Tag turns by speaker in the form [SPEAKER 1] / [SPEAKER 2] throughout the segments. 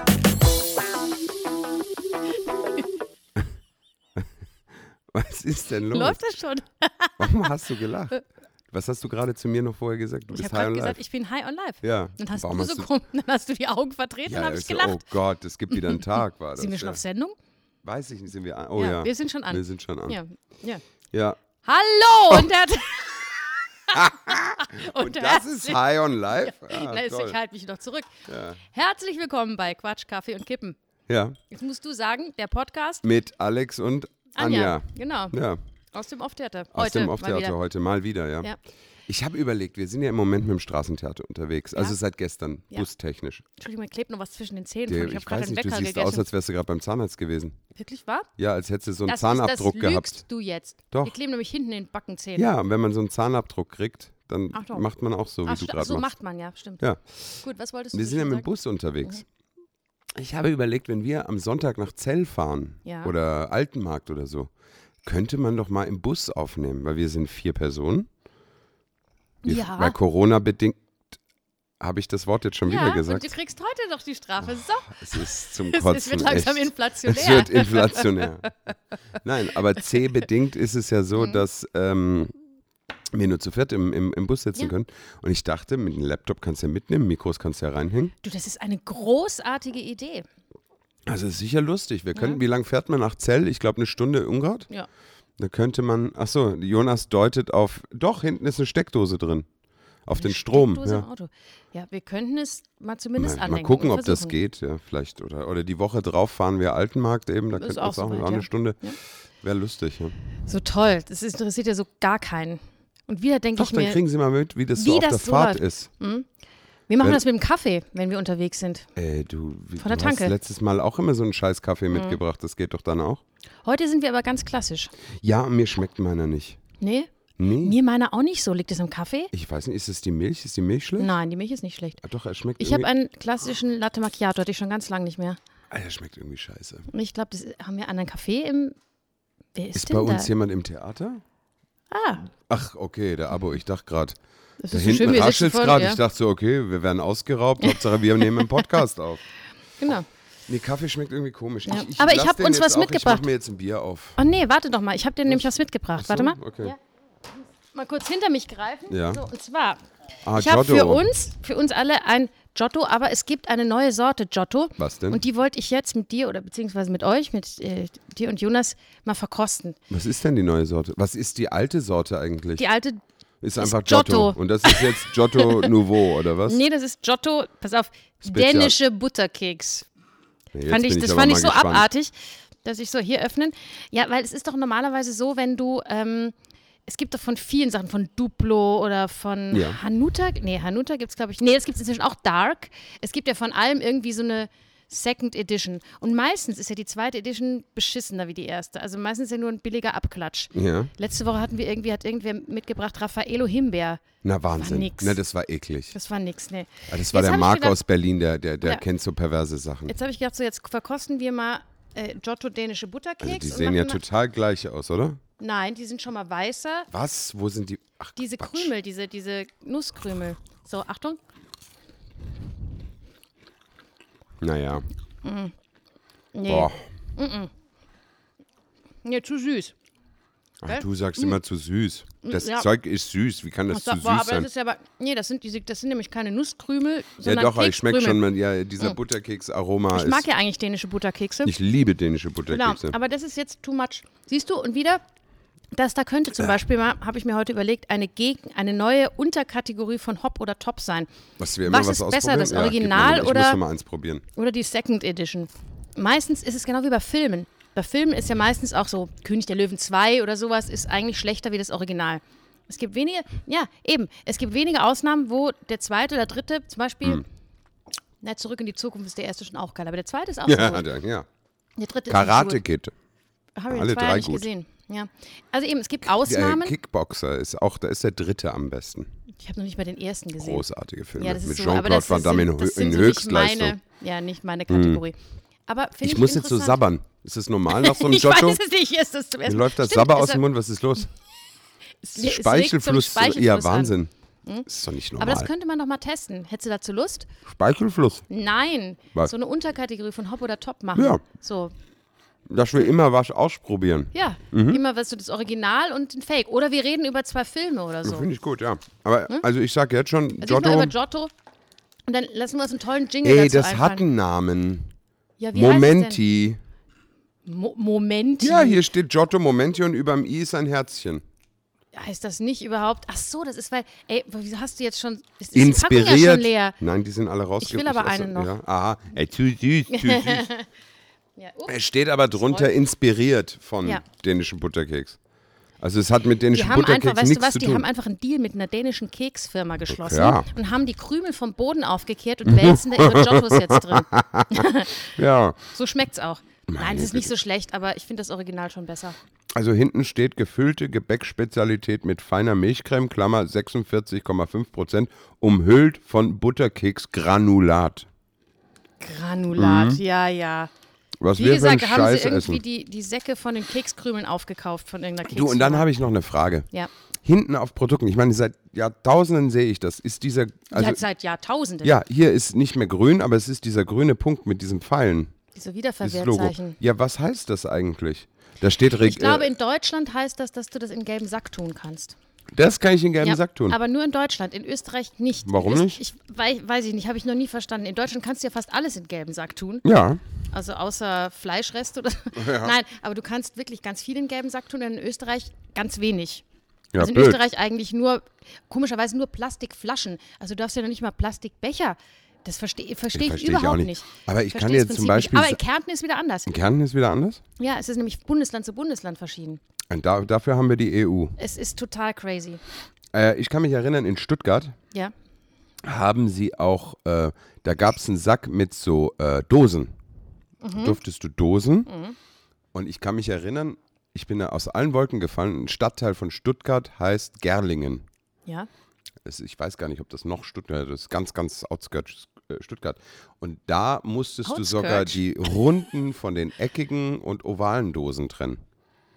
[SPEAKER 1] ist denn los?
[SPEAKER 2] Läuft das schon?
[SPEAKER 1] Warum hast du gelacht? Was hast du gerade zu mir noch vorher gesagt? Du
[SPEAKER 2] Ich habe
[SPEAKER 1] bist high
[SPEAKER 2] gerade
[SPEAKER 1] on
[SPEAKER 2] gesagt,
[SPEAKER 1] life.
[SPEAKER 2] ich bin high on life.
[SPEAKER 1] ja.
[SPEAKER 2] Dann hast
[SPEAKER 1] Warum
[SPEAKER 2] du so krumm, dann hast du die Augen verdreht,
[SPEAKER 1] ja,
[SPEAKER 2] dann habe ich
[SPEAKER 1] ist so,
[SPEAKER 2] gelacht.
[SPEAKER 1] Oh Gott, es gibt wieder einen Tag, war das.
[SPEAKER 2] sind wir schon
[SPEAKER 1] ja.
[SPEAKER 2] auf Sendung?
[SPEAKER 1] Weiß ich nicht, sind wir an. Oh ja.
[SPEAKER 2] Ja, wir sind schon an.
[SPEAKER 1] Wir sind schon an. Ja.
[SPEAKER 2] Ja, ja.
[SPEAKER 1] Oh.
[SPEAKER 2] Hallo und, her und,
[SPEAKER 1] Und das ist
[SPEAKER 2] herzlich-
[SPEAKER 1] High on Life? Ah,
[SPEAKER 2] Nein,
[SPEAKER 1] toll.
[SPEAKER 2] ich halte mich noch zurück.
[SPEAKER 1] Ja.
[SPEAKER 2] Herzlich willkommen bei Quatsch, Kaffee und Kippen.
[SPEAKER 1] ja,
[SPEAKER 2] Jetzt musst du sagen, der Podcast
[SPEAKER 1] mit Alex und Anja.
[SPEAKER 2] Anja. Genau,
[SPEAKER 1] Ja,
[SPEAKER 2] aus dem Off-Theater. Heute
[SPEAKER 1] aus dem
[SPEAKER 2] mal
[SPEAKER 1] Off-Theater
[SPEAKER 2] wieder.
[SPEAKER 1] heute mal wieder, ja.
[SPEAKER 2] Ja.
[SPEAKER 1] Ich habe überlegt, wir sind ja im Moment mit dem Straßentheater unterwegs, also
[SPEAKER 2] Ja.
[SPEAKER 1] seit gestern,
[SPEAKER 2] Ja.
[SPEAKER 1] bustechnisch.
[SPEAKER 2] Entschuldigung, mir klebt noch was zwischen den Zähnen.
[SPEAKER 1] Der,
[SPEAKER 2] von. Ich habe
[SPEAKER 1] ich
[SPEAKER 2] gerade
[SPEAKER 1] weiß
[SPEAKER 2] einen
[SPEAKER 1] nicht, du
[SPEAKER 2] Wecker
[SPEAKER 1] siehst
[SPEAKER 2] gegessen.
[SPEAKER 1] aus, als wärst du gerade beim Zahnarzt gewesen.
[SPEAKER 2] Wirklich wahr?
[SPEAKER 1] Ja, als hättest du so einen
[SPEAKER 2] Das,
[SPEAKER 1] Zahnabdruck
[SPEAKER 2] ist, das
[SPEAKER 1] gehabt.
[SPEAKER 2] lügst du jetzt.
[SPEAKER 1] Doch.
[SPEAKER 2] Die kleben nämlich hinten in den Backenzähnen.
[SPEAKER 1] Ja, und wenn man so einen Zahnabdruck kriegt, dann
[SPEAKER 2] Ach doch.
[SPEAKER 1] macht man auch so, wie
[SPEAKER 2] Ach,
[SPEAKER 1] du
[SPEAKER 2] sta-
[SPEAKER 1] gerade
[SPEAKER 2] so
[SPEAKER 1] machst.
[SPEAKER 2] macht man, ja, stimmt.
[SPEAKER 1] Ja.
[SPEAKER 2] Gut, was wolltest
[SPEAKER 1] Wir
[SPEAKER 2] du
[SPEAKER 1] sind ja
[SPEAKER 2] schon
[SPEAKER 1] mit dem
[SPEAKER 2] sagen?
[SPEAKER 1] Bus unterwegs. Ich habe überlegt, wenn wir am Sonntag nach Zell fahren
[SPEAKER 2] Ja.
[SPEAKER 1] oder Altenmarkt oder so, könnte man doch mal im Bus aufnehmen, weil wir sind vier Personen. Wir,
[SPEAKER 2] Ja.
[SPEAKER 1] Weil Corona bedingt habe ich das Wort jetzt schon
[SPEAKER 2] Ja,
[SPEAKER 1] wieder
[SPEAKER 2] und
[SPEAKER 1] gesagt.
[SPEAKER 2] du kriegst heute noch die Strafe. So,
[SPEAKER 1] Es ist zum
[SPEAKER 2] es
[SPEAKER 1] Kotzen.
[SPEAKER 2] ist- wird langsam
[SPEAKER 1] echt.
[SPEAKER 2] inflationär.
[SPEAKER 1] Es wird inflationär. Nein, aber C-bedingt ist es ja
[SPEAKER 2] Mhm.
[SPEAKER 1] so, dass ähm, wir nur zu viert im, im, im Bus sitzen
[SPEAKER 2] Ja.
[SPEAKER 1] können. Und ich dachte, mit einem Laptop kannst du ja mitnehmen, Mikros kannst du ja reinhängen.
[SPEAKER 2] Du, das ist eine großartige Idee.
[SPEAKER 1] Also ist sicher lustig. Wir könnten, wie lange fährt man nach Zell? Ich glaube, eine Stunde Ungarn.
[SPEAKER 2] Ja.
[SPEAKER 1] Da könnte man, ach so, Jonas deutet auf, doch, hinten ist eine Steckdose drin. Auf den Strom.
[SPEAKER 2] Steckdose im
[SPEAKER 1] Ja.
[SPEAKER 2] Auto. Ja, wir könnten es mal zumindest
[SPEAKER 1] Mal, mal
[SPEAKER 2] andenken.
[SPEAKER 1] gucken,
[SPEAKER 2] und
[SPEAKER 1] ob das
[SPEAKER 2] versuchen.
[SPEAKER 1] geht, ja, vielleicht. Oder, oder die Woche drauf fahren wir Altenmarkt eben, da
[SPEAKER 2] Ist
[SPEAKER 1] könnten wir
[SPEAKER 2] auch
[SPEAKER 1] auch, auch
[SPEAKER 2] soweit,
[SPEAKER 1] eine
[SPEAKER 2] ja.
[SPEAKER 1] Stunde. Wäre lustig, ja.
[SPEAKER 2] So toll. Das ist- interessiert ja so gar keinen. Und wieder denke
[SPEAKER 1] Doch,
[SPEAKER 2] ich
[SPEAKER 1] dann
[SPEAKER 2] mir,
[SPEAKER 1] kriegen Sie mal mit, wie das so
[SPEAKER 2] wie
[SPEAKER 1] auf
[SPEAKER 2] das
[SPEAKER 1] der
[SPEAKER 2] so
[SPEAKER 1] Fahrt
[SPEAKER 2] läuft.
[SPEAKER 1] ist.
[SPEAKER 2] wir machen
[SPEAKER 1] wenn-
[SPEAKER 2] das mit dem Kaffee, wenn wir unterwegs sind.
[SPEAKER 1] Äh, du wie-
[SPEAKER 2] Von der
[SPEAKER 1] du
[SPEAKER 2] Tanke. Mhm.
[SPEAKER 1] hast letztes Mal auch immer so einen scheiß Kaffee mitgebracht, das geht doch dann auch.
[SPEAKER 2] Heute sind wir aber ganz klassisch.
[SPEAKER 1] Ja, mir schmeckt meiner nicht.
[SPEAKER 2] Nee?
[SPEAKER 1] Nee.
[SPEAKER 2] Mir meiner auch nicht so. Liegt es am Kaffee?
[SPEAKER 1] Ich weiß nicht, ist es die Milch? Ist die Milch schlecht?
[SPEAKER 2] Nein, die Milch ist nicht schlecht.
[SPEAKER 1] Ah, Doch, er schmeckt
[SPEAKER 2] Ich habe
[SPEAKER 1] irgendwie,
[SPEAKER 2] einen klassischen Latte Macchiato, hatte ich schon ganz lange nicht mehr.
[SPEAKER 1] Ah, er schmeckt irgendwie scheiße.
[SPEAKER 2] Und ich glaube, das ist- haben wir einen anderen Kaffee im. Wer ist,
[SPEAKER 1] Ist
[SPEAKER 2] denn
[SPEAKER 1] bei uns
[SPEAKER 2] da?
[SPEAKER 1] jemand im Theater?
[SPEAKER 2] Ah,
[SPEAKER 1] Ach, okay, der Abo, ich dachte gerade.
[SPEAKER 2] das
[SPEAKER 1] Da
[SPEAKER 2] ist so schön,
[SPEAKER 1] hinten
[SPEAKER 2] wir sitzen
[SPEAKER 1] raschelt's
[SPEAKER 2] voll,
[SPEAKER 1] gerade.
[SPEAKER 2] ja.
[SPEAKER 1] Ich dachte so, okay, wir werden ausgeraubt. Hauptsache, wir nehmen einen Podcast auf.
[SPEAKER 2] Genau.
[SPEAKER 1] Nee, Kaffee schmeckt irgendwie komisch.
[SPEAKER 2] Ja.
[SPEAKER 1] Ich, ich
[SPEAKER 2] Aber ich
[SPEAKER 1] lass
[SPEAKER 2] hab
[SPEAKER 1] den
[SPEAKER 2] uns
[SPEAKER 1] jetzt
[SPEAKER 2] was
[SPEAKER 1] auch. Ich
[SPEAKER 2] mitgebracht.
[SPEAKER 1] mach mir jetzt ein Bier auf.
[SPEAKER 2] Oh nee, warte doch mal. Ich habe dir nämlich was mitgebracht. Warte mal.
[SPEAKER 1] Ach so, Okay.
[SPEAKER 2] Ja. Mal kurz hinter mich greifen.
[SPEAKER 1] Ja.
[SPEAKER 2] So, und zwar,
[SPEAKER 1] Ah,
[SPEAKER 2] ich habe
[SPEAKER 1] Giotto.
[SPEAKER 2] für uns, für uns alle ein Giotto, aber es gibt eine neue Sorte Giotto.
[SPEAKER 1] Was denn?
[SPEAKER 2] Und die wollte ich jetzt mit dir oder beziehungsweise mit euch, mit äh, dir und Jonas, mal verkosten.
[SPEAKER 1] Was ist denn die neue Sorte? Was ist die alte Sorte eigentlich?
[SPEAKER 2] Die alte,
[SPEAKER 1] ist einfach Giotto.
[SPEAKER 2] Giotto.
[SPEAKER 1] Und das ist jetzt Giotto Nouveau, oder was?
[SPEAKER 2] nee, das ist Giotto, pass auf,
[SPEAKER 1] Spezial.
[SPEAKER 2] dänische Butterkeks.
[SPEAKER 1] Nee, jetzt
[SPEAKER 2] Fand
[SPEAKER 1] bin
[SPEAKER 2] ich, das
[SPEAKER 1] aber
[SPEAKER 2] fand
[SPEAKER 1] mal
[SPEAKER 2] ich so
[SPEAKER 1] gespannt.
[SPEAKER 2] abartig, dass ich so hier öffnen. Ja, weil es ist doch normalerweise so, wenn du, ähm, es gibt doch von vielen Sachen, von Duplo oder von
[SPEAKER 1] Ja.
[SPEAKER 2] Hanuta, nee, Hanuta gibt es glaube ich, nee, es gibt inzwischen auch Dark. Es gibt ja von allem irgendwie so eine Second Edition. Und meistens ist ja die zweite Edition beschissener wie die erste. Also meistens ist ja nur ein billiger Abklatsch.
[SPEAKER 1] Ja.
[SPEAKER 2] Letzte Woche hatten wir irgendwie, hat irgendwer mitgebracht, Raffaello Himbeer.
[SPEAKER 1] Na, Wahnsinn.
[SPEAKER 2] nix.
[SPEAKER 1] Na, das war eklig.
[SPEAKER 2] Das war nix, ne.
[SPEAKER 1] Ah, Das war der
[SPEAKER 2] Jetzt hab ich
[SPEAKER 1] Marc
[SPEAKER 2] gedacht-
[SPEAKER 1] aus Berlin, der, der, der
[SPEAKER 2] Ja.
[SPEAKER 1] kennt so perverse Sachen.
[SPEAKER 2] Jetzt habe ich gedacht, so jetzt verkosten wir mal äh, Giotto dänische Butterkeks.
[SPEAKER 1] Also die
[SPEAKER 2] und
[SPEAKER 1] sehen
[SPEAKER 2] machen
[SPEAKER 1] ja
[SPEAKER 2] mal-
[SPEAKER 1] total gleich aus, oder?
[SPEAKER 2] Nein, die sind schon mal weißer.
[SPEAKER 1] Was? Wo sind die? Ach,
[SPEAKER 2] Diese
[SPEAKER 1] Quatsch.
[SPEAKER 2] Krümel, diese, diese Nusskrümel. So, Achtung.
[SPEAKER 1] Naja.
[SPEAKER 2] Nee,
[SPEAKER 1] Boah.
[SPEAKER 2] nee zu süß.
[SPEAKER 1] Ach,
[SPEAKER 2] Gell? Hm.
[SPEAKER 1] du sagst immer zu süß. Das
[SPEAKER 2] Ja.
[SPEAKER 1] Zeug ist süß. Wie kann das
[SPEAKER 2] So,
[SPEAKER 1] zu süß
[SPEAKER 2] boah, aber
[SPEAKER 1] sein?
[SPEAKER 2] das ist ja aber. Nee, das sind, diese, das sind nämlich keine Nusskrümel,
[SPEAKER 1] ja,
[SPEAKER 2] sondern
[SPEAKER 1] doch, aber ich schmecke
[SPEAKER 2] Kekskrümel.
[SPEAKER 1] schon, mal- ja, dieser Butterkeks-Aroma
[SPEAKER 2] Hm. Ich
[SPEAKER 1] ist.
[SPEAKER 2] mag ja eigentlich dänische Butterkekse.
[SPEAKER 1] ich liebe dänische
[SPEAKER 2] genau,
[SPEAKER 1] Butterkekse.
[SPEAKER 2] aber das ist jetzt too much. Siehst du, und wieder, das da könnte zum Beispiel mal, habe ich mir heute überlegt, eine, Gegen, eine neue Unterkategorie von Hop oder Top sein.
[SPEAKER 1] was wir immer
[SPEAKER 2] was
[SPEAKER 1] was,
[SPEAKER 2] ist besser,
[SPEAKER 1] ausprobieren?
[SPEAKER 2] das
[SPEAKER 1] Ja, gib mir mal-
[SPEAKER 2] Original
[SPEAKER 1] ich
[SPEAKER 2] oder-
[SPEAKER 1] muss noch mal eins probieren.
[SPEAKER 2] Oder die Second Edition. Meistens ist es genau wie bei Filmen. Bei Filmen ist ja meistens auch so, König der Löwen 2 oder sowas ist eigentlich schlechter wie das Original. Es gibt wenige, ja, eben, es gibt wenige Ausnahmen, wo der zweite oder dritte zum Beispiel,
[SPEAKER 1] Hm.
[SPEAKER 2] na, zurück in die Zukunft ist der erste schon auch geil, aber der zweite ist auch so
[SPEAKER 1] Ja,
[SPEAKER 2] gut.
[SPEAKER 1] der, ja.
[SPEAKER 2] Der dritte ist
[SPEAKER 1] Karate
[SPEAKER 2] nicht
[SPEAKER 1] Kid.
[SPEAKER 2] so gut. Habe ich
[SPEAKER 1] alle
[SPEAKER 2] den zweiten
[SPEAKER 1] drei
[SPEAKER 2] nicht
[SPEAKER 1] gut. äh,
[SPEAKER 2] gesehen. Ja. Also eben, es gibt
[SPEAKER 1] Der
[SPEAKER 2] Ausnahmen.
[SPEAKER 1] Kickboxer ist auch, da ist der dritte am besten.
[SPEAKER 2] Ich habe noch nicht mal den ersten gesehen.
[SPEAKER 1] Großartige Filme.
[SPEAKER 2] Ja, das ist
[SPEAKER 1] Mit
[SPEAKER 2] so, aber
[SPEAKER 1] Jean-Claude
[SPEAKER 2] das
[SPEAKER 1] Van
[SPEAKER 2] ist-
[SPEAKER 1] Damme in,
[SPEAKER 2] das
[SPEAKER 1] Hö-
[SPEAKER 2] sind
[SPEAKER 1] in
[SPEAKER 2] so nicht
[SPEAKER 1] Höchstleistung. Hm.
[SPEAKER 2] Meine, ja, nicht meine Kategorie. Aber finde ich
[SPEAKER 1] ich muss jetzt so
[SPEAKER 2] interessant.
[SPEAKER 1] sabbern. Ist das normal nach so einem
[SPEAKER 2] ich
[SPEAKER 1] Giotto?
[SPEAKER 2] weiß es nicht, ist das zum
[SPEAKER 1] Mir
[SPEAKER 2] ersten
[SPEAKER 1] läuft das
[SPEAKER 2] Stimmt, also
[SPEAKER 1] Sabber
[SPEAKER 2] es-
[SPEAKER 1] aus dem Mund, was ist los?
[SPEAKER 2] es- es legt zum
[SPEAKER 1] Speichelfluss,
[SPEAKER 2] Speichelfluss
[SPEAKER 1] ja
[SPEAKER 2] an. Hm?
[SPEAKER 1] Wahnsinn. Ist doch nicht
[SPEAKER 2] Aber das
[SPEAKER 1] normal.
[SPEAKER 2] könnte man doch mal testen. Hättest du dazu Lust?
[SPEAKER 1] Speichelfluss.
[SPEAKER 2] Nein.
[SPEAKER 1] Was?
[SPEAKER 2] So eine Unterkategorie von Hop oder Top machen.
[SPEAKER 1] Ja.
[SPEAKER 2] So.
[SPEAKER 1] dass wir immer was ausprobieren.
[SPEAKER 2] Ja,
[SPEAKER 1] Mhm.
[SPEAKER 2] immer weißt du, das Original und den Fake. Oder wir reden über zwei Filme oder so.
[SPEAKER 1] Finde ich gut, ja. Aber also ich sag jetzt schon,
[SPEAKER 2] Hm? Also Giotto.
[SPEAKER 1] Giotto,
[SPEAKER 2] über Giotto und dann lassen wir uns einen tollen Jingle
[SPEAKER 1] ey,
[SPEAKER 2] dazu
[SPEAKER 1] das
[SPEAKER 2] einfallen.
[SPEAKER 1] hat einen Namen.
[SPEAKER 2] ja, wie heißt es
[SPEAKER 1] Momenti.
[SPEAKER 2] denn? Mo Momenti.
[SPEAKER 1] Ja, hier steht Giotto Momenti und überm I ist ein Herzchen.
[SPEAKER 2] Heißt das nicht überhaupt? Ach so, das ist weil, ey, wieso hast du jetzt schon, ist, ist die Packung
[SPEAKER 1] Inspiriert.
[SPEAKER 2] ja schon leer.
[SPEAKER 1] Nein, die sind alle rausgekommen.
[SPEAKER 2] will aber einen noch.
[SPEAKER 1] Ja. Aha, ey, zu süß, zu süß.
[SPEAKER 2] Ja, ups.
[SPEAKER 1] es steht aber drunter inspiriert von
[SPEAKER 2] Ja.
[SPEAKER 1] dänischen Butterkeks. Also es hat mit
[SPEAKER 2] Die
[SPEAKER 1] dänischen
[SPEAKER 2] haben einfach,
[SPEAKER 1] Butterkeks
[SPEAKER 2] weißt du
[SPEAKER 1] nichts
[SPEAKER 2] was,
[SPEAKER 1] zu
[SPEAKER 2] die
[SPEAKER 1] tun.
[SPEAKER 2] haben einfach einen Deal mit einer dänischen Keksfirma geschlossen
[SPEAKER 1] Ja.
[SPEAKER 2] und haben die Krümel vom Boden aufgekehrt und wälzen da ihre Giottos jetzt drin.
[SPEAKER 1] ja.
[SPEAKER 2] So schmeckt's auch. Nein, es ist nicht so schlecht, aber ich finde das Original schon besser.
[SPEAKER 1] Also hinten steht gefüllte Gebäckspezialität mit feiner Milchcreme, Klammer 46,5 Prozent, umhüllt von Butterkeksgranulat.
[SPEAKER 2] Granulat, ja, ja.
[SPEAKER 1] Was
[SPEAKER 2] Wie
[SPEAKER 1] Mhm. wir
[SPEAKER 2] gesagt,
[SPEAKER 1] für einen
[SPEAKER 2] haben
[SPEAKER 1] Scheiß
[SPEAKER 2] sie irgendwie
[SPEAKER 1] essen.
[SPEAKER 2] die, die Säcke von den Kekskrümeln aufgekauft von irgendeiner Keksfirma.
[SPEAKER 1] Du, und dann habe ich noch eine Frage.
[SPEAKER 2] Ja,
[SPEAKER 1] Hinten auf Produkten, ich meine, seit Jahrtausenden sehe ich das, ist dieser, also
[SPEAKER 2] ja seit Jahrtausenden.
[SPEAKER 1] ja, hier ist nicht mehr grün, aber es ist dieser grüne Punkt mit diesem Pfeilen,
[SPEAKER 2] Diese
[SPEAKER 1] dieses Logo.
[SPEAKER 2] Wiederverwertzeichen.
[SPEAKER 1] Ja, was heißt das eigentlich? Da steht, Reg-
[SPEAKER 2] Ich glaube,
[SPEAKER 1] äh,
[SPEAKER 2] in Deutschland heißt das, dass du das in gelben Sack tun kannst.
[SPEAKER 1] äh, das kann ich in gelben
[SPEAKER 2] Ja,
[SPEAKER 1] Sack tun.
[SPEAKER 2] Aber nur in Deutschland, in Österreich nicht.
[SPEAKER 1] Warum
[SPEAKER 2] in Öst-
[SPEAKER 1] nicht?
[SPEAKER 2] Ich weiß, weiß ich nicht, habe ich noch nie verstanden. In Deutschland kannst du ja fast alles in gelben Sack tun,
[SPEAKER 1] ja,
[SPEAKER 2] also außer Fleischreste oder Nein, aber du kannst wirklich ganz viel in gelben Sack tun, in Österreich ganz wenig.
[SPEAKER 1] ja,
[SPEAKER 2] also in
[SPEAKER 1] blöd.
[SPEAKER 2] Österreich eigentlich nur, komischerweise nur Plastikflaschen. Also du darfst ja noch nicht mal Plastikbecher. Das verstehe versteh ich
[SPEAKER 1] versteh ich auch
[SPEAKER 2] überhaupt
[SPEAKER 1] nicht.
[SPEAKER 2] nicht.
[SPEAKER 1] Aber ich
[SPEAKER 2] Versteh
[SPEAKER 1] kann
[SPEAKER 2] das
[SPEAKER 1] jetzt
[SPEAKER 2] Prinzip
[SPEAKER 1] zum Beispiel
[SPEAKER 2] Nicht. Aber
[SPEAKER 1] sa-
[SPEAKER 2] in Kärnten ist wieder anders.
[SPEAKER 1] Kärnten ist wieder anders?
[SPEAKER 2] Ja, es ist nämlich Bundesland zu Bundesland verschieden.
[SPEAKER 1] Und da, dafür haben wir die E EU.
[SPEAKER 2] Es ist total crazy.
[SPEAKER 1] Äh, ich kann mich erinnern, in Stuttgart
[SPEAKER 2] Ja.
[SPEAKER 1] haben sie auch, äh, da gab es einen Sack mit so äh, Dosen.
[SPEAKER 2] Mhm.
[SPEAKER 1] Durftest du Dosen? Und ich kann mich erinnern, ich bin da aus allen Wolken gefallen. Ein Stadtteil von Stuttgart heißt Gerlingen.
[SPEAKER 2] Ja.
[SPEAKER 1] Es, ich weiß gar nicht, ob das noch Stuttgart ist. Das ist ganz, ganz outskirts äh, Stuttgart. Und da musstest du sogar
[SPEAKER 2] Outskirts?
[SPEAKER 1] die runden von den eckigen und ovalen Dosen trennen.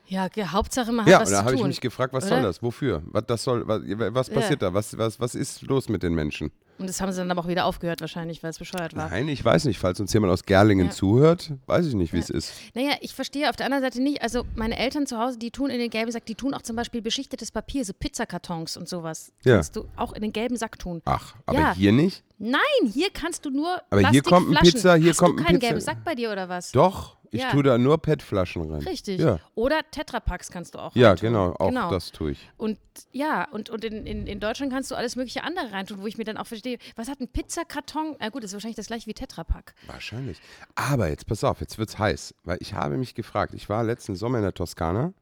[SPEAKER 2] Ja, ge- Hauptsache man hat
[SPEAKER 1] Ja,
[SPEAKER 2] was
[SPEAKER 1] und
[SPEAKER 2] zu
[SPEAKER 1] da habe ich
[SPEAKER 2] tun.
[SPEAKER 1] mich gefragt, was
[SPEAKER 2] oder?
[SPEAKER 1] soll das? Wofür? Was, das soll, was, was passiert da? Was, was, was ist los mit den Menschen?
[SPEAKER 2] Und das haben sie dann aber auch wieder aufgehört wahrscheinlich, weil es bescheuert war.
[SPEAKER 1] Nein, ich weiß nicht. Falls uns jemand aus Gerlingen zuhört, weiß ich nicht, wie es ist.
[SPEAKER 2] Naja, ich verstehe auf der anderen Seite nicht, also meine Eltern zu Hause, die tun in den gelben Sack, die tun auch zum Beispiel beschichtetes Papier, so Pizzakartons und sowas.
[SPEAKER 1] Ja.
[SPEAKER 2] Kannst du auch in den gelben Sack tun.
[SPEAKER 1] Ach, aber
[SPEAKER 2] Ja.
[SPEAKER 1] hier nicht?
[SPEAKER 2] Nein, hier kannst du nur
[SPEAKER 1] Aber hier kommt ein
[SPEAKER 2] Plastikflaschen.
[SPEAKER 1] Pizza, hier
[SPEAKER 2] Hast
[SPEAKER 1] kommt
[SPEAKER 2] du
[SPEAKER 1] ein
[SPEAKER 2] keinen
[SPEAKER 1] Pizza.
[SPEAKER 2] gelben Sack bei dir oder was?
[SPEAKER 1] Doch, ich
[SPEAKER 2] Ja.
[SPEAKER 1] tue da nur PET-Flaschen rein.
[SPEAKER 2] Richtig.
[SPEAKER 1] Ja,
[SPEAKER 2] Oder Tetrapacks kannst du auch
[SPEAKER 1] ja
[SPEAKER 2] reintun.
[SPEAKER 1] genau, auch
[SPEAKER 2] genau.
[SPEAKER 1] das tue ich.
[SPEAKER 2] Und ja, und, und in, in, in Deutschland kannst du alles mögliche andere reintun, wo ich mir dann auch verstehe, was hat ein Pizzakarton? Na gut, das ist wahrscheinlich das gleiche wie Tetrapack.
[SPEAKER 1] Wahrscheinlich. Aber jetzt pass auf, jetzt wird's heiß, weil ich habe mich gefragt, ich war letzten Sommer in der Toskana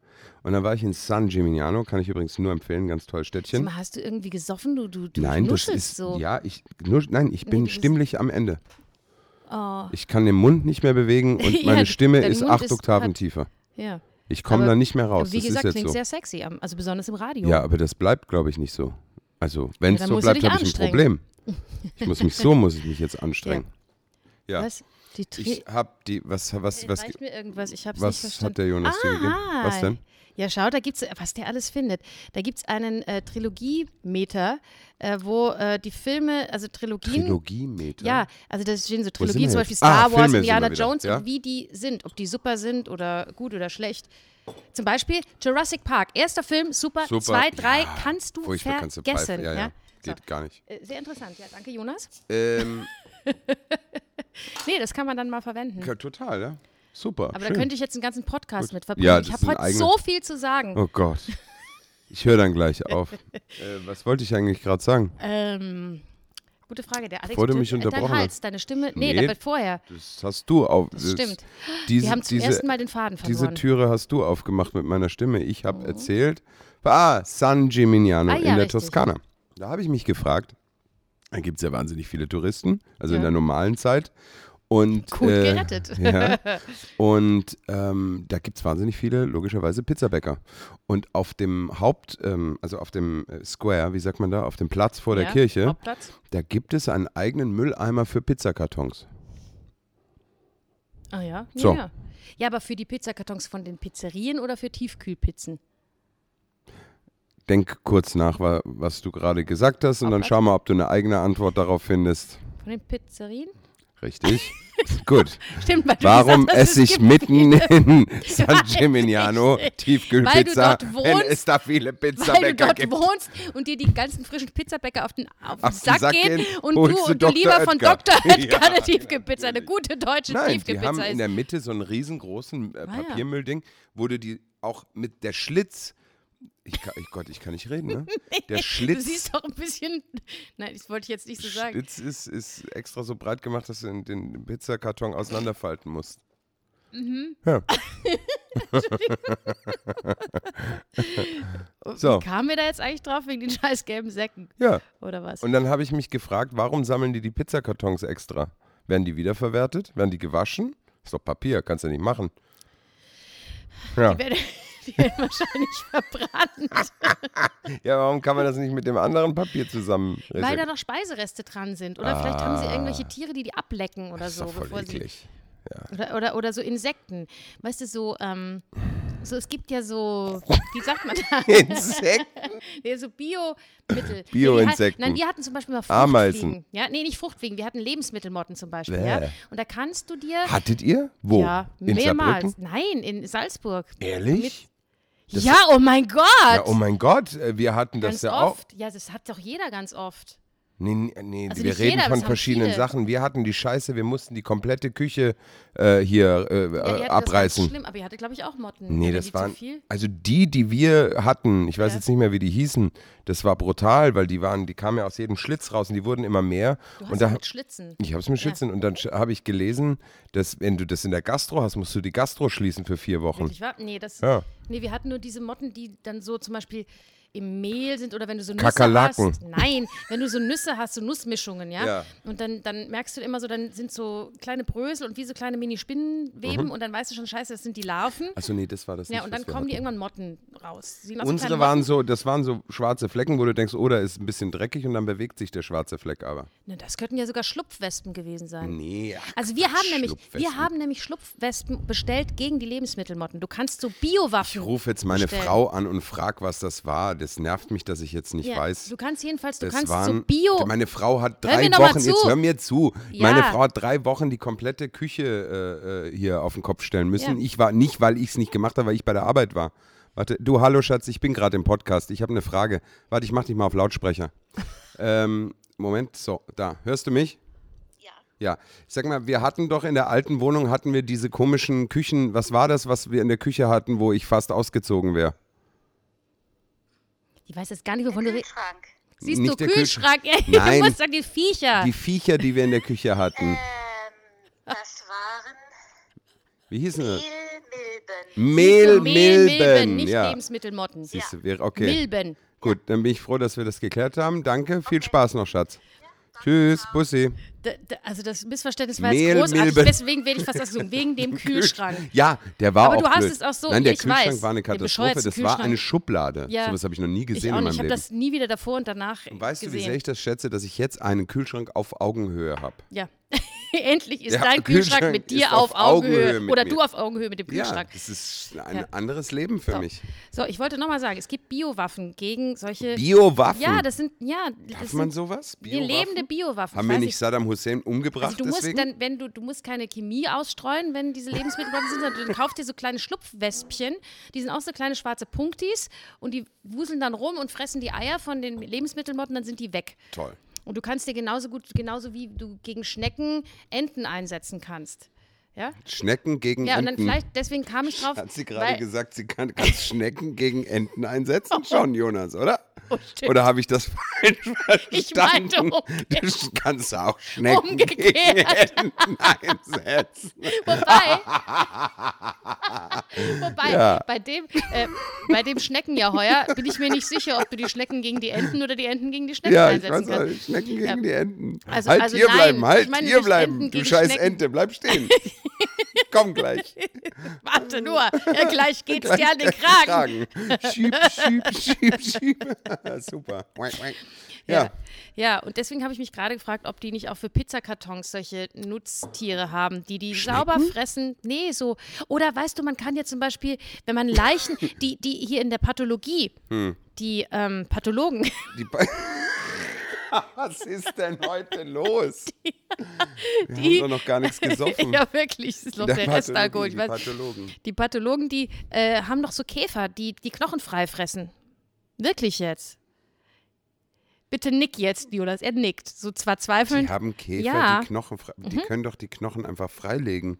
[SPEAKER 1] und dann war ich in San Gimignano, kann ich übrigens nur empfehlen, ganz tolles Städtchen.
[SPEAKER 2] Mal, hast du irgendwie gesoffen? Du, du, du
[SPEAKER 1] Nein, das
[SPEAKER 2] nuschelst
[SPEAKER 1] ist
[SPEAKER 2] so.
[SPEAKER 1] ja, ich nusch, nein, ich bin
[SPEAKER 2] du bist- Oh.
[SPEAKER 1] stimmlich am Ende. Ich kann den Mund nicht mehr bewegen und
[SPEAKER 2] Ja,
[SPEAKER 1] meine Stimme
[SPEAKER 2] dein
[SPEAKER 1] ist
[SPEAKER 2] Mund
[SPEAKER 1] acht
[SPEAKER 2] ist
[SPEAKER 1] Oktaven
[SPEAKER 2] platt.
[SPEAKER 1] tiefer.
[SPEAKER 2] Ja.
[SPEAKER 1] Ich komme
[SPEAKER 2] Aber-
[SPEAKER 1] da nicht mehr raus.
[SPEAKER 2] Aber wie
[SPEAKER 1] das ist
[SPEAKER 2] gesagt,
[SPEAKER 1] jetzt
[SPEAKER 2] klingt
[SPEAKER 1] so.
[SPEAKER 2] sehr sexy, am- also besonders im Radio.
[SPEAKER 1] ja, aber das bleibt, glaube ich, nicht so. Also, wenn es
[SPEAKER 2] Ja, dann
[SPEAKER 1] so
[SPEAKER 2] musst du
[SPEAKER 1] bleibt,
[SPEAKER 2] dich
[SPEAKER 1] habe ich ein
[SPEAKER 2] anstrengen.
[SPEAKER 1] Problem. Ich muss mich so muss ich mich jetzt anstrengen. Ja.
[SPEAKER 2] Was? Äh, Die Tri
[SPEAKER 1] Ich habe die was was was
[SPEAKER 2] Reicht mir irgendwas? Ich hab's nicht
[SPEAKER 1] was
[SPEAKER 2] verstanden.
[SPEAKER 1] hat der Jonas dir gegeben?
[SPEAKER 2] Ah,
[SPEAKER 1] Was denn?
[SPEAKER 2] Ja, schau, da gibt's, was der alles findet. Da gibt's einen äh, Trilogiemeter, äh, wo äh, die Filme, also Trilogien.
[SPEAKER 1] Trilogiemeter.
[SPEAKER 2] ja, also das stehen so
[SPEAKER 1] Wo sind wir
[SPEAKER 2] Trilogien, zum
[SPEAKER 1] jetzt?
[SPEAKER 2] Beispiel
[SPEAKER 1] Ah,
[SPEAKER 2] Star
[SPEAKER 1] Filme sind
[SPEAKER 2] Wars,
[SPEAKER 1] wir
[SPEAKER 2] Indiana
[SPEAKER 1] wieder,
[SPEAKER 2] Jones
[SPEAKER 1] ja.
[SPEAKER 2] und wie die sind, ob die super sind oder gut oder schlecht. Zum Beispiel Jurassic Park, erster Film, super,
[SPEAKER 1] Super.
[SPEAKER 2] zwei, drei,
[SPEAKER 1] Ja,
[SPEAKER 2] kannst du
[SPEAKER 1] Furchtbar, kannst du
[SPEAKER 2] vergessen. ne?
[SPEAKER 1] pfeifen. Ja, ja.
[SPEAKER 2] So.
[SPEAKER 1] Geht gar nicht.
[SPEAKER 2] Äh, Sehr interessant, ja, danke Jonas.
[SPEAKER 1] Ähm,
[SPEAKER 2] Nee, das kann man dann mal verwenden.
[SPEAKER 1] ja, total, ja. Super.
[SPEAKER 2] Aber
[SPEAKER 1] schön.
[SPEAKER 2] da könnte ich jetzt einen ganzen Podcast mit verbringen.
[SPEAKER 1] Ja, das
[SPEAKER 2] ich
[SPEAKER 1] ist
[SPEAKER 2] habe
[SPEAKER 1] ein
[SPEAKER 2] heute
[SPEAKER 1] eigener-
[SPEAKER 2] so viel zu sagen.
[SPEAKER 1] Oh Gott. Ich höre dann gleich auf. äh, was wollte ich eigentlich gerade sagen?
[SPEAKER 2] Ähm, gute Frage. Der Alex
[SPEAKER 1] Wurde mich
[SPEAKER 2] äh,
[SPEAKER 1] unterbrochen.
[SPEAKER 2] Dein Hals, deine Stimme. Nee,
[SPEAKER 1] Nee.
[SPEAKER 2] nee. vorher.
[SPEAKER 1] Das hast du auf.
[SPEAKER 2] Das stimmt.
[SPEAKER 1] Diese,
[SPEAKER 2] Wir haben zum
[SPEAKER 1] diese,
[SPEAKER 2] ersten Mal den Faden
[SPEAKER 1] diese
[SPEAKER 2] verloren. Oh.
[SPEAKER 1] Türe hast du aufgemacht mit meiner Stimme. Ich habe erzählt. Ah, San Gimignano
[SPEAKER 2] Ah,
[SPEAKER 1] in
[SPEAKER 2] ja,
[SPEAKER 1] der
[SPEAKER 2] richtig.
[SPEAKER 1] Toskana. Da habe ich mich gefragt. Da gibt es ja wahnsinnig viele Touristen, also in
[SPEAKER 2] Ja.
[SPEAKER 1] der normalen Zeit. Und,
[SPEAKER 2] Gut
[SPEAKER 1] äh,
[SPEAKER 2] gerettet.
[SPEAKER 1] Ja, und ähm, da gibt es wahnsinnig viele, logischerweise, Pizzabäcker. Und auf dem Haupt, ähm, also auf dem äh, Square, wie sagt man da, auf dem Platz vor der
[SPEAKER 2] Ja,
[SPEAKER 1] Kirche,
[SPEAKER 2] Hauptplatz.
[SPEAKER 1] da gibt es einen eigenen Mülleimer für Pizzakartons.
[SPEAKER 2] Ah ja. Ja,
[SPEAKER 1] So.
[SPEAKER 2] ja. Ja, aber für die Pizzakartons von den Pizzerien oder für Tiefkühlpizzen?
[SPEAKER 1] Denk kurz nach, wa-
[SPEAKER 2] Oh
[SPEAKER 1] was du gerade gesagt hast, und dann
[SPEAKER 2] Hauptplatz.
[SPEAKER 1] schau mal, ob du eine eigene Antwort darauf findest.
[SPEAKER 2] Von den Pizzerien?
[SPEAKER 1] Richtig. Gut.
[SPEAKER 2] Stimmt, weil du
[SPEAKER 1] Warum
[SPEAKER 2] gesagt hast,
[SPEAKER 1] esse ich
[SPEAKER 2] gibt-
[SPEAKER 1] mitten in San
[SPEAKER 2] Weiß
[SPEAKER 1] Gimignano
[SPEAKER 2] ich nicht.
[SPEAKER 1] Tiefkühlpizza,
[SPEAKER 2] Weil du dort
[SPEAKER 1] wenn
[SPEAKER 2] wohnst,
[SPEAKER 1] es da viele
[SPEAKER 2] Weil du
[SPEAKER 1] Pizzabäcker
[SPEAKER 2] dort
[SPEAKER 1] gibt?
[SPEAKER 2] wohnst und dir die ganzen frischen Pizzabäcker auf den, auf den
[SPEAKER 1] Auf den
[SPEAKER 2] Sack,
[SPEAKER 1] Sack
[SPEAKER 2] gehen,
[SPEAKER 1] gehen,
[SPEAKER 2] und
[SPEAKER 1] holst
[SPEAKER 2] du
[SPEAKER 1] du
[SPEAKER 2] und du
[SPEAKER 1] Dr.
[SPEAKER 2] lieber von
[SPEAKER 1] Oetker.
[SPEAKER 2] Dr. Oetker
[SPEAKER 1] Ja,
[SPEAKER 2] eine Tiefkühlpizza, eine gute
[SPEAKER 1] Nein,
[SPEAKER 2] deutsche
[SPEAKER 1] die haben
[SPEAKER 2] Tiefkühlpizza
[SPEAKER 1] in
[SPEAKER 2] ist.
[SPEAKER 1] der Mitte so einen riesengroßen äh,
[SPEAKER 2] Ah, ja.
[SPEAKER 1] Papiermüllding, wo du die auch mit der Schlitz. Ich kann, ich, Gott, ich kann nicht reden, ne? Der
[SPEAKER 2] Du
[SPEAKER 1] Schlitz.
[SPEAKER 2] siehst auch ein bisschen. Nein, das wollte ich jetzt nicht so sagen.
[SPEAKER 1] Schlitz ist, ist extra so breit gemacht, dass du den, den Pizzakarton auseinanderfalten musst.
[SPEAKER 2] Mhm.
[SPEAKER 1] Ja.
[SPEAKER 2] Oh,
[SPEAKER 1] so,
[SPEAKER 2] Kamen wir da jetzt eigentlich drauf wegen den scheiß gelben Säcken
[SPEAKER 1] ja.
[SPEAKER 2] oder was?
[SPEAKER 1] Und dann habe ich mich gefragt, warum sammeln die die Pizzakartons extra? Werden die wiederverwertet? Werden die gewaschen? Ist doch Papier, kannst du nicht machen. Ja.
[SPEAKER 2] Die werden, die werden wahrscheinlich verbrannt,
[SPEAKER 1] ja, warum kann man das nicht mit dem anderen Papier zusammen?
[SPEAKER 2] weil da noch Speisereste dran sind. Oder vielleicht haben sie
[SPEAKER 1] Ah.
[SPEAKER 2] irgendwelche Tiere, die die ablecken oder
[SPEAKER 1] das ist
[SPEAKER 2] so,
[SPEAKER 1] doch voll
[SPEAKER 2] bevor sie
[SPEAKER 1] eklig.
[SPEAKER 2] Oder, oder, oder so Insekten. Weißt du, so, ähm, so, es gibt ja so, wie sagt man da?
[SPEAKER 1] Insekten?
[SPEAKER 2] Ja, so Bio-Mittel.
[SPEAKER 1] Bio-Insekten.
[SPEAKER 2] Wir hat- Nein, wir hatten zum Beispiel mal Fruchtfliegen.
[SPEAKER 1] Ameisen.
[SPEAKER 2] Ja, nee, nicht Fruchtfliegen. Wir hatten Lebensmittelmotten zum Beispiel.
[SPEAKER 1] Bäh.
[SPEAKER 2] Ja? Und da kannst du dir.
[SPEAKER 1] Hattet ihr? Wo?
[SPEAKER 2] Ja,
[SPEAKER 1] In
[SPEAKER 2] mehrmals.
[SPEAKER 1] Saarbrücken?
[SPEAKER 2] Nein, in Salzburg.
[SPEAKER 1] Ehrlich?
[SPEAKER 2] ja, oh mein Gott!
[SPEAKER 1] Ja, oh mein Gott, äh, wir hatten das
[SPEAKER 2] ganz
[SPEAKER 1] ja auch. Äh,
[SPEAKER 2] oft. Ja, das hat doch jeder ganz oft.
[SPEAKER 1] Nee, nee, nee
[SPEAKER 2] Also
[SPEAKER 1] wir
[SPEAKER 2] nicht
[SPEAKER 1] reden
[SPEAKER 2] jeder, das
[SPEAKER 1] von
[SPEAKER 2] haben
[SPEAKER 1] verschiedenen
[SPEAKER 2] viele.
[SPEAKER 1] Sachen. Wir hatten die Scheiße, wir mussten die komplette Küche äh, hier äh,
[SPEAKER 2] Ja,
[SPEAKER 1] äh,
[SPEAKER 2] ihr hattet Das ganz
[SPEAKER 1] abreißen.
[SPEAKER 2] schlimm, aber ihr hattet, glaube ich, auch Motten.
[SPEAKER 1] Nee,
[SPEAKER 2] Oder
[SPEAKER 1] das
[SPEAKER 2] die
[SPEAKER 1] waren.
[SPEAKER 2] Zu viel?
[SPEAKER 1] Also die, die wir hatten, ich weiß
[SPEAKER 2] Ja.
[SPEAKER 1] jetzt nicht mehr, wie die hießen, das war brutal, weil die waren, die kamen ja aus jedem Schlitz raus und die wurden immer mehr.
[SPEAKER 2] Du hast
[SPEAKER 1] und
[SPEAKER 2] ja
[SPEAKER 1] da,
[SPEAKER 2] mit Schlitzen.
[SPEAKER 1] ich habe es mir schützen und dann sch- habe ich gelesen, dass wenn du das in der Gastro hast, musst du die Gastro schließen für vier Wochen.
[SPEAKER 2] Wirklich, wa? Nee, das,
[SPEAKER 1] Ja.
[SPEAKER 2] nee, wir hatten nur diese Motten, die dann so zum Beispiel im Mehl sind oder wenn du so Nüsse
[SPEAKER 1] Kakerlaken.
[SPEAKER 2] hast. Nein, wenn du so Nüsse hast, so Nussmischungen, ja.
[SPEAKER 1] Ja.
[SPEAKER 2] Und dann, dann merkst du immer so, dann sind so kleine Brösel und wie so kleine Mini-Spinnenweben und dann weißt du schon, scheiße, das sind die Larven.
[SPEAKER 1] Achso, Also nee, Mhm. das war das
[SPEAKER 2] Ja,
[SPEAKER 1] nicht.
[SPEAKER 2] und
[SPEAKER 1] was
[SPEAKER 2] dann
[SPEAKER 1] wir
[SPEAKER 2] kommen die
[SPEAKER 1] hatten.
[SPEAKER 2] irgendwann Motten raus. Sie sehen aus wie
[SPEAKER 1] Unsere
[SPEAKER 2] Also kleine
[SPEAKER 1] waren
[SPEAKER 2] Motten.
[SPEAKER 1] so, das waren so schwarze Flecken, wo du denkst, oh, da ist ein bisschen dreckig und dann bewegt sich der schwarze Fleck aber.
[SPEAKER 2] Na, das könnten ja sogar Schlupfwespen gewesen sein.
[SPEAKER 1] Nee. ach,
[SPEAKER 2] Also wir haben
[SPEAKER 1] Quatsch,
[SPEAKER 2] nämlich, wir
[SPEAKER 1] Hm. Schlupfwespen.
[SPEAKER 2] haben nämlich Schlupfwespen bestellt gegen die Lebensmittelmotten. Du kannst so Biowaffen.
[SPEAKER 1] Ich rufe jetzt meine
[SPEAKER 2] bestellen.
[SPEAKER 1] Frau an und frag, was das war. Das nervt mich, dass ich jetzt nicht
[SPEAKER 2] Ja,
[SPEAKER 1] weiß.
[SPEAKER 2] Du kannst jedenfalls, du
[SPEAKER 1] Das
[SPEAKER 2] kannst
[SPEAKER 1] waren,
[SPEAKER 2] so Bio.
[SPEAKER 1] Meine Frau hat
[SPEAKER 2] Hör mir
[SPEAKER 1] drei
[SPEAKER 2] noch mal
[SPEAKER 1] Wochen,
[SPEAKER 2] zu.
[SPEAKER 1] jetzt hör mir zu.
[SPEAKER 2] Ja.
[SPEAKER 1] Meine Frau hat drei Wochen die komplette Küche äh, äh, hier auf den Kopf stellen müssen.
[SPEAKER 2] Ja.
[SPEAKER 1] Ich war nicht, weil ich es nicht gemacht habe, weil ich bei der Arbeit war. Warte, du, hallo Schatz, ich bin gerade im Podcast. Ich habe eine Frage. Warte, ich mach dich mal auf Lautsprecher. ähm, Moment, so, da. Hörst du mich? Ja, ich sag mal, wir hatten doch in der alten Wohnung, hatten wir diese komischen Küchen, was war das, was wir in der Küche hatten, wo ich fast ausgezogen wäre?
[SPEAKER 2] Ich weiß jetzt gar nicht, wovon du redest.
[SPEAKER 3] Kühlschrank.
[SPEAKER 2] Siehst
[SPEAKER 1] Nicht
[SPEAKER 2] du,
[SPEAKER 1] der
[SPEAKER 2] Kühlschrank.
[SPEAKER 1] Nein.
[SPEAKER 2] Du musst sagen, die Viecher.
[SPEAKER 1] Die Viecher, die wir in der Küche hatten.
[SPEAKER 3] Ähm, Das waren
[SPEAKER 1] Wie hießen sie?
[SPEAKER 3] Mehlmilben.
[SPEAKER 1] Mehl,
[SPEAKER 2] Mehl,
[SPEAKER 1] Milben.
[SPEAKER 2] Milben, nicht
[SPEAKER 1] ja.
[SPEAKER 2] Lebensmittelmotten.
[SPEAKER 1] Siehst du, wäre okay.
[SPEAKER 2] Milben.
[SPEAKER 1] Gut, dann bin ich froh, dass wir das geklärt haben. Danke, viel Spaß noch, Schatz. Tschüss, Bussi.
[SPEAKER 2] D d- also das Missverständnis war
[SPEAKER 1] Mehl,
[SPEAKER 2] jetzt großartig.
[SPEAKER 1] Milben.
[SPEAKER 2] Deswegen werde ich fast sagen, wegen dem Kühlschrank.
[SPEAKER 1] Ja, der war
[SPEAKER 2] Aber
[SPEAKER 1] auch
[SPEAKER 2] du hast
[SPEAKER 1] blöd.
[SPEAKER 2] es auch so,
[SPEAKER 1] Nein, der
[SPEAKER 2] ich
[SPEAKER 1] Kühlschrank
[SPEAKER 2] weiß,
[SPEAKER 1] war eine
[SPEAKER 2] den
[SPEAKER 1] Katastrophe.
[SPEAKER 2] bescheuerten
[SPEAKER 1] Das war eine
[SPEAKER 2] Kühlschrank.
[SPEAKER 1] Schublade.
[SPEAKER 2] Ja.
[SPEAKER 1] Sowas habe ich noch nie gesehen
[SPEAKER 2] Ich auch
[SPEAKER 1] in
[SPEAKER 2] nicht. Ich
[SPEAKER 1] meinem
[SPEAKER 2] habe
[SPEAKER 1] Leben.
[SPEAKER 2] das nie wieder davor und danach
[SPEAKER 1] Und weißt du, wie sehr
[SPEAKER 2] gesehen.
[SPEAKER 1] ich das schätze, dass ich jetzt einen Kühlschrank auf Augenhöhe habe?
[SPEAKER 2] ja. Endlich ist
[SPEAKER 1] Der
[SPEAKER 2] dein Kühlschrank,
[SPEAKER 1] Kühlschrank
[SPEAKER 2] mit
[SPEAKER 1] ist
[SPEAKER 2] dir
[SPEAKER 1] auf
[SPEAKER 2] auf Augenhöhe.
[SPEAKER 1] Augenhöhe mit
[SPEAKER 2] Oder
[SPEAKER 1] mir.
[SPEAKER 2] du auf Augenhöhe mit dem
[SPEAKER 1] Ja,
[SPEAKER 2] Kühlschrank.
[SPEAKER 1] das ist ein
[SPEAKER 2] Ja.
[SPEAKER 1] anderes Leben für mich.
[SPEAKER 2] so, ich wollte nochmal sagen, es gibt Biowaffen gegen solche.
[SPEAKER 1] Biowaffen.
[SPEAKER 2] ja, das sind, ja, das
[SPEAKER 1] Darf
[SPEAKER 2] sind
[SPEAKER 1] man sowas?
[SPEAKER 2] die lebende Biowaffen.
[SPEAKER 1] Haben
[SPEAKER 2] Ich
[SPEAKER 1] wir
[SPEAKER 2] weiß
[SPEAKER 1] nicht Saddam Hussein umgebracht
[SPEAKER 2] Also du musst
[SPEAKER 1] deswegen?
[SPEAKER 2] dann, wenn du, du musst keine Chemie ausstreuen, wenn diese Lebensmittel sind, sondern du kaufst dir so kleine Schlupfwespchen, die sind auch so kleine schwarze Punktis und die wuseln dann rum und fressen die Eier von den Lebensmittelmotten, dann sind die weg.
[SPEAKER 1] Toll.
[SPEAKER 2] Und du kannst dir genauso gut, genauso wie du gegen Schnecken Enten einsetzen kannst. Ja?
[SPEAKER 1] Schnecken gegen
[SPEAKER 2] Ja, und dann
[SPEAKER 1] Enten.
[SPEAKER 2] vielleicht, deswegen kam ich drauf.
[SPEAKER 1] Hat sie
[SPEAKER 2] weil-
[SPEAKER 1] gerade gesagt, sie kann ganz Schnecken gegen Enten einsetzen? Schon, Jonas, oder?
[SPEAKER 2] Oh, stimmt.
[SPEAKER 1] Oder habe ich das falsch verstanden?
[SPEAKER 2] Ich meinte
[SPEAKER 1] Du kannst auch Schnecken
[SPEAKER 2] Umgekehrt.
[SPEAKER 1] gegen Enten einsetzen.
[SPEAKER 2] Wobei, wobei
[SPEAKER 1] Ja.
[SPEAKER 2] bei, dem, äh, bei dem Schneckenjahrheuer bin ich mir nicht sicher, ob du die Schnecken gegen die Enten oder die Enten gegen die Schnecken
[SPEAKER 1] Ja, ich
[SPEAKER 2] einsetzen
[SPEAKER 1] weiß
[SPEAKER 2] kannst.
[SPEAKER 1] auch, nicht. Schnecken gegen
[SPEAKER 2] Ja.
[SPEAKER 1] die Enten.
[SPEAKER 2] Also-
[SPEAKER 1] halt
[SPEAKER 2] also
[SPEAKER 1] hier
[SPEAKER 2] nein,
[SPEAKER 1] bleiben,
[SPEAKER 2] ich
[SPEAKER 1] halt
[SPEAKER 2] meine
[SPEAKER 1] hier
[SPEAKER 2] nicht
[SPEAKER 1] bleiben,
[SPEAKER 2] Enten
[SPEAKER 1] du
[SPEAKER 2] gegen
[SPEAKER 1] scheiß
[SPEAKER 2] Schnecken.
[SPEAKER 1] Ente, bleib stehen. Komm gleich.
[SPEAKER 2] Warte nur, ja, gleich geht's
[SPEAKER 1] gleich
[SPEAKER 2] dir an den Kragen.
[SPEAKER 1] Schieb, schieb, schieb, schieb. Super. Oink, oink. Ja.
[SPEAKER 2] Ja. ja, und deswegen habe ich mich gerade gefragt, ob die nicht auch für Pizzakartons solche Nutztiere haben, die die sauber fressen. Nee, so. Oder weißt du, man kann ja zum Beispiel, wenn man Leichen, die,
[SPEAKER 1] Hm.
[SPEAKER 2] die hier in der Pathologie, die ähm, Pathologen,
[SPEAKER 1] Die Be- Was ist denn heute los? Wir
[SPEAKER 2] die-
[SPEAKER 1] haben doch noch gar nichts gesoffen.
[SPEAKER 2] ja, wirklich, es ist noch
[SPEAKER 1] Da
[SPEAKER 2] der, Restalkohol.
[SPEAKER 1] Pathologen,
[SPEAKER 2] Ich weiß,
[SPEAKER 1] halt Die Pathologen.
[SPEAKER 2] die Pathologen, die äh, haben doch so Käfer, die die Knochen frei fressen. Wirklich jetzt. Bitte nick jetzt, Jonas. Er nickt. So zwar
[SPEAKER 1] Die
[SPEAKER 2] zweifelnd.
[SPEAKER 1] haben Käfer,
[SPEAKER 2] Ja. Mhm.
[SPEAKER 1] die Knochen, fre- die können doch die Knochen einfach freilegen.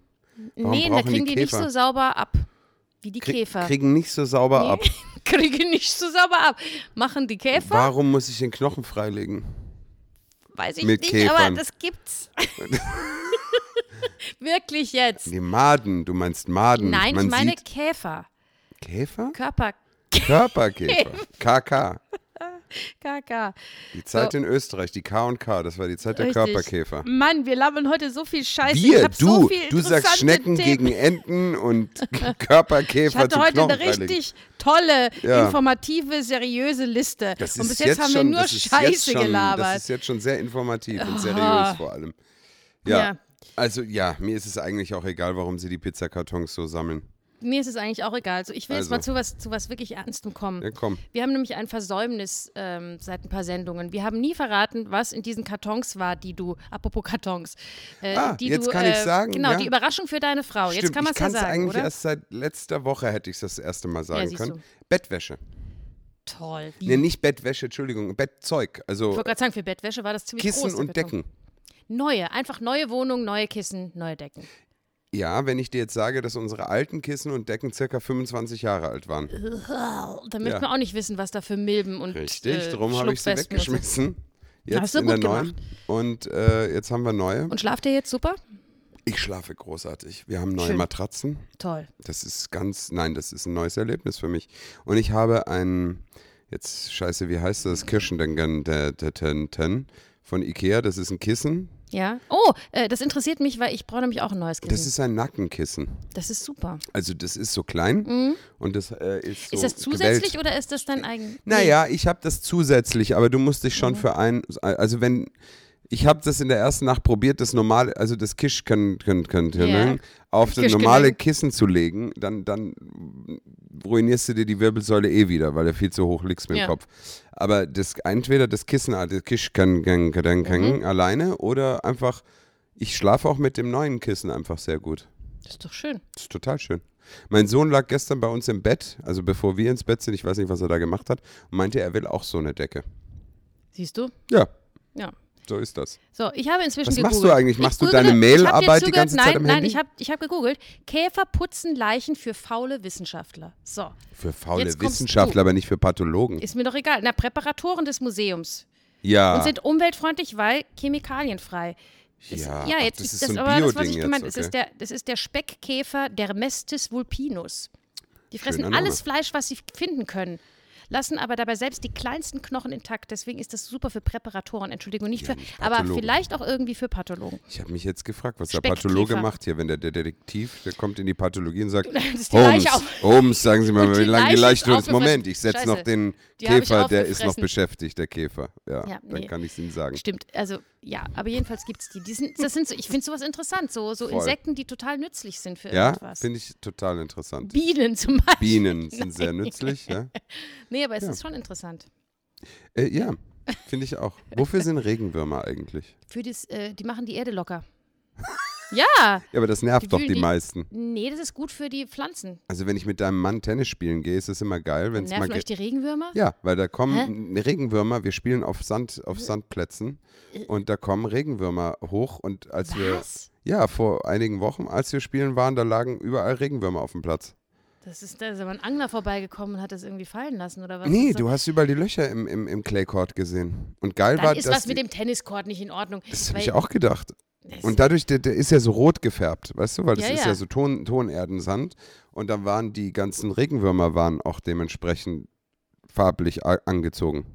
[SPEAKER 1] Warum
[SPEAKER 2] Nee, da
[SPEAKER 1] brauchen
[SPEAKER 2] kriegen
[SPEAKER 1] die
[SPEAKER 2] die, nicht
[SPEAKER 1] Käfer?
[SPEAKER 2] so sauber ab. Wie die
[SPEAKER 1] Krie-
[SPEAKER 2] Käfer.
[SPEAKER 1] Kriegen nicht so sauber ab.
[SPEAKER 2] kriegen nicht so sauber ab. Machen die Käfer?
[SPEAKER 1] Warum muss ich den Knochen freilegen?
[SPEAKER 2] Weiß ich
[SPEAKER 1] mit
[SPEAKER 2] nicht,
[SPEAKER 1] Käfern.
[SPEAKER 2] aber das gibt's. Wirklich jetzt.
[SPEAKER 1] Die Maden, du meinst Maden.
[SPEAKER 2] Nein,
[SPEAKER 1] Man
[SPEAKER 2] ich meine
[SPEAKER 1] sieht
[SPEAKER 2] Käfer.
[SPEAKER 1] Käfer?
[SPEAKER 2] Körper.
[SPEAKER 1] Körperkäfer. KK.
[SPEAKER 2] Kaka.
[SPEAKER 1] Die Zeit in Österreich, die K und K, das war die Zeit der
[SPEAKER 2] Richtig.
[SPEAKER 1] Körperkäfer.
[SPEAKER 2] Mann, wir labern heute so viel Scheiße. ich
[SPEAKER 1] Wir,
[SPEAKER 2] hab
[SPEAKER 1] du,
[SPEAKER 2] so viel
[SPEAKER 1] du sagst
[SPEAKER 2] interessante
[SPEAKER 1] Schnecken
[SPEAKER 2] Themen.
[SPEAKER 1] gegen Enten und
[SPEAKER 2] Ich
[SPEAKER 1] Körperkäfer
[SPEAKER 2] hatte
[SPEAKER 1] zu
[SPEAKER 2] heute
[SPEAKER 1] Knochen
[SPEAKER 2] eine
[SPEAKER 1] freilegen.
[SPEAKER 2] richtig tolle,
[SPEAKER 1] Ja.
[SPEAKER 2] informative, seriöse Liste.
[SPEAKER 1] Das
[SPEAKER 2] Und
[SPEAKER 1] ist
[SPEAKER 2] bis jetzt, haben
[SPEAKER 1] schon,
[SPEAKER 2] wir nur
[SPEAKER 1] das ist jetzt
[SPEAKER 2] Scheiße
[SPEAKER 1] schon,
[SPEAKER 2] gelabert.
[SPEAKER 1] Das ist jetzt schon sehr informativ und
[SPEAKER 2] Ah.
[SPEAKER 1] seriös vor allem. Ja.
[SPEAKER 2] Ja.
[SPEAKER 1] Also ja, mir ist es eigentlich auch egal, warum sie die Pizzakartons so sammeln.
[SPEAKER 2] Mir ist es eigentlich auch egal. Also ich will jetzt
[SPEAKER 1] Also.
[SPEAKER 2] mal zu was, zu was wirklich Ernstem kommen.
[SPEAKER 1] Ja, komm.
[SPEAKER 2] Wir haben nämlich ein Versäumnis ähm, seit ein paar Sendungen. Wir haben nie verraten, was in diesen Kartons war, die du, apropos Kartons, äh,
[SPEAKER 1] Ah,
[SPEAKER 2] die
[SPEAKER 1] jetzt
[SPEAKER 2] du,
[SPEAKER 1] kann ich's
[SPEAKER 2] äh,
[SPEAKER 1] sagen,
[SPEAKER 2] Genau,
[SPEAKER 1] ja.
[SPEAKER 2] die Überraschung für deine Frau. Oh, jetzt
[SPEAKER 1] Stimmt,
[SPEAKER 2] kann man es
[SPEAKER 1] ich
[SPEAKER 2] ja
[SPEAKER 1] kann's
[SPEAKER 2] sagen,
[SPEAKER 1] eigentlich
[SPEAKER 2] oder?
[SPEAKER 1] erst seit letzter Woche hätte ich das erste Mal sagen
[SPEAKER 2] siehst
[SPEAKER 1] können.
[SPEAKER 2] du.
[SPEAKER 1] Bettwäsche.
[SPEAKER 2] Toll.
[SPEAKER 1] Nee, nicht Bettwäsche, Entschuldigung, Bettzeug.
[SPEAKER 2] ich
[SPEAKER 1] Also
[SPEAKER 2] wollte gerade sagen, für Bettwäsche war das ziemlich groß.
[SPEAKER 1] Kissen
[SPEAKER 2] der
[SPEAKER 1] und
[SPEAKER 2] Karton.
[SPEAKER 1] Decken.
[SPEAKER 2] Neue, einfach neue Wohnung, neue Kissen, neue Decken.
[SPEAKER 1] Ja, wenn ich dir jetzt sage, dass unsere alten Kissen und Decken circa 25 Jahre alt waren.
[SPEAKER 2] Da möchte
[SPEAKER 1] Ja.
[SPEAKER 2] man auch nicht wissen, was da für Milben und
[SPEAKER 1] Richtig,
[SPEAKER 2] äh,
[SPEAKER 1] drum habe ich sie
[SPEAKER 2] Schlupfwespen und so-
[SPEAKER 1] weggeschmissen. Jetzt
[SPEAKER 2] Hast du
[SPEAKER 1] in
[SPEAKER 2] gut
[SPEAKER 1] der neuen. Und äh, jetzt haben wir neue.
[SPEAKER 2] Und schlaft ihr jetzt super?
[SPEAKER 1] Ich schlafe großartig. Wir haben neue
[SPEAKER 2] Schön.
[SPEAKER 1] Matratzen.
[SPEAKER 2] Toll.
[SPEAKER 1] Das ist ganz, nein, das ist ein neues Erlebnis für mich. Und ich habe ein, jetzt scheiße, wie heißt das? Kirschendengen der- der- ten- ten von Ikea. Das ist ein Kissen.
[SPEAKER 2] Ja. Oh, äh, das interessiert mich, weil ich brauche nämlich auch ein neues Kissen.
[SPEAKER 1] Das ist ein Nackenkissen.
[SPEAKER 2] das ist super.
[SPEAKER 1] Also das ist so klein und das äh, ist so
[SPEAKER 2] Mhm. ist das zusätzlich
[SPEAKER 1] gewellt.
[SPEAKER 2] oder ist das dein eigen?
[SPEAKER 1] Äh, Naja, ich habe das zusätzlich, aber du musst dich
[SPEAKER 2] Mhm.
[SPEAKER 1] schon für ein, also wenn, ich habe das in der ersten Nacht probiert, das normale, also das Kisch können, können, können,
[SPEAKER 2] Ja.
[SPEAKER 1] auf das
[SPEAKER 2] Kischkönchen.
[SPEAKER 1] normale Kissen zu legen, dann, dann ruinierst du dir die Wirbelsäule eh wieder, weil du viel zu hoch liegst mit
[SPEAKER 2] Ja.
[SPEAKER 1] dem Kopf. Aber das entweder das Kissen, also das Kisch kann, kann, kann, kann
[SPEAKER 2] Mhm.
[SPEAKER 1] alleine oder einfach, ich schlafe auch mit dem neuen Kissen einfach sehr gut.
[SPEAKER 2] Nee, Das ist doch schön.
[SPEAKER 1] Das ist total schön. Mein Sohn lag gestern bei uns im Bett, also bevor wir ins Bett sind, ich weiß nicht, was er da gemacht hat, und meinte, er will auch so eine Decke.
[SPEAKER 2] Siehst du?
[SPEAKER 1] Ja,
[SPEAKER 2] Ja.
[SPEAKER 1] so ist das.
[SPEAKER 2] So, ich habe inzwischen
[SPEAKER 1] Was
[SPEAKER 2] gegoogelt.
[SPEAKER 1] machst du eigentlich?
[SPEAKER 2] Ich
[SPEAKER 1] Machst du
[SPEAKER 2] google-
[SPEAKER 1] deine
[SPEAKER 2] ich hab dir
[SPEAKER 1] Mailarbeit die
[SPEAKER 2] zugehört.
[SPEAKER 1] ganze
[SPEAKER 2] nein,
[SPEAKER 1] Zeit am
[SPEAKER 2] Nein,
[SPEAKER 1] Handy?
[SPEAKER 2] ich habe ich hab gegoogelt. Käfer putzen Leichen für faule Wissenschaftler. So,
[SPEAKER 1] Für faule
[SPEAKER 2] Jetzt kommst
[SPEAKER 1] Wissenschaftler,
[SPEAKER 2] du.
[SPEAKER 1] aber nicht für Pathologen.
[SPEAKER 2] ist mir doch egal. Na, Präparatoren des Museums.
[SPEAKER 1] Ja.
[SPEAKER 2] Und sind umweltfreundlich, weil chemikalienfrei. Ist,
[SPEAKER 1] Ja,
[SPEAKER 2] ja,
[SPEAKER 1] ach,
[SPEAKER 2] jetzt
[SPEAKER 1] das
[SPEAKER 2] ist
[SPEAKER 1] ist
[SPEAKER 2] das
[SPEAKER 1] so ein
[SPEAKER 2] aber das, was
[SPEAKER 1] Bio-Ding
[SPEAKER 2] ich
[SPEAKER 1] jetzt,
[SPEAKER 2] gemeint habe. Das,
[SPEAKER 1] okay.
[SPEAKER 2] ist der- das ist der Speckkäfer Dermestis vulpinus. Die fressen
[SPEAKER 1] Schöner Name.
[SPEAKER 2] alles Fleisch, was sie finden können, lassen aber dabei selbst die kleinsten Knochen intakt. Deswegen ist das super für Präparatoren, Entschuldigung, nicht
[SPEAKER 1] Ja,
[SPEAKER 2] für,
[SPEAKER 1] nicht
[SPEAKER 2] aber
[SPEAKER 1] Pathologen.
[SPEAKER 2] vielleicht auch irgendwie für Pathologen.
[SPEAKER 1] ich habe mich jetzt gefragt, was der
[SPEAKER 2] Speckkäfer.
[SPEAKER 1] Pathologe macht hier, wenn der, der Detektiv, der kommt in die Pathologie und sagt,
[SPEAKER 2] ist die
[SPEAKER 1] Holmes,
[SPEAKER 2] Leiche auf-
[SPEAKER 1] Holmes, sagen Sie mal,
[SPEAKER 2] Und
[SPEAKER 1] wie
[SPEAKER 2] die
[SPEAKER 1] lange die
[SPEAKER 2] Leiche
[SPEAKER 1] Leiche
[SPEAKER 2] ist
[SPEAKER 1] tot ist. Moment,
[SPEAKER 2] aufgefressen.
[SPEAKER 1] ich setze noch
[SPEAKER 2] Scheiße.
[SPEAKER 1] den
[SPEAKER 2] Die hab ich
[SPEAKER 1] Käfer, der ist noch
[SPEAKER 2] aufgefressen.
[SPEAKER 1] beschäftigt, der Käfer. Ja,
[SPEAKER 2] Ja,
[SPEAKER 1] dann
[SPEAKER 2] nee.
[SPEAKER 1] kann ich es Ihnen sagen.
[SPEAKER 2] Stimmt, also ja, aber jedenfalls gibt es die. die sind, das sind so, ich finde sowas interessant, so, so
[SPEAKER 1] Voll.
[SPEAKER 2] Insekten, die total nützlich sind für
[SPEAKER 1] Ja,
[SPEAKER 2] irgendwas.
[SPEAKER 1] finde ich total interessant.
[SPEAKER 2] Bienen zum Beispiel.
[SPEAKER 1] Bienen sind sehr nützlich, ja.
[SPEAKER 2] Nee, aber es ist schon interessant.
[SPEAKER 1] Äh, ja, finde ich auch. Wofür sind Regenwürmer eigentlich?
[SPEAKER 2] Für das, äh, die machen die Erde locker. ja,
[SPEAKER 1] Ja, aber das nervt
[SPEAKER 2] Die
[SPEAKER 1] doch
[SPEAKER 2] wühlen
[SPEAKER 1] die
[SPEAKER 2] die-
[SPEAKER 1] meisten.
[SPEAKER 2] nee, das ist gut für die Pflanzen.
[SPEAKER 1] Also wenn ich mit deinem Mann Tennis spielen gehe, ist es immer geil, wenn es mal
[SPEAKER 2] Nerven euch
[SPEAKER 1] geht.
[SPEAKER 2] die Regenwürmer?
[SPEAKER 1] Ja, weil da kommen Regenwürmer, wir spielen auf Sand, auf Sandplätzen und da kommen Regenwürmer hoch und als wir
[SPEAKER 2] Äh. Was?
[SPEAKER 1] ja, vor einigen Wochen, als wir spielen waren, da lagen überall Regenwürmer auf dem Platz.
[SPEAKER 2] Das ist, da ist aber ein Angler vorbeigekommen und hat das irgendwie fallen lassen, oder was?
[SPEAKER 1] Nee,
[SPEAKER 2] Das
[SPEAKER 1] du hast überall die Löcher im, im, im Clay Court gesehen. Und geil
[SPEAKER 2] dann
[SPEAKER 1] war
[SPEAKER 2] ist
[SPEAKER 1] dass
[SPEAKER 2] was mit
[SPEAKER 1] die-
[SPEAKER 2] dem Tenniscourt nicht in Ordnung.
[SPEAKER 1] Das habe
[SPEAKER 2] weil-
[SPEAKER 1] ich auch gedacht.
[SPEAKER 2] Das-
[SPEAKER 1] Und dadurch, der, der ist ja so rot gefärbt, weißt du, weil das
[SPEAKER 2] Ja,
[SPEAKER 1] ist ja,
[SPEAKER 2] ja.
[SPEAKER 1] so Ton, Tonerdensand. Und dann waren die ganzen Regenwürmer waren auch dementsprechend farblich a- angezogen.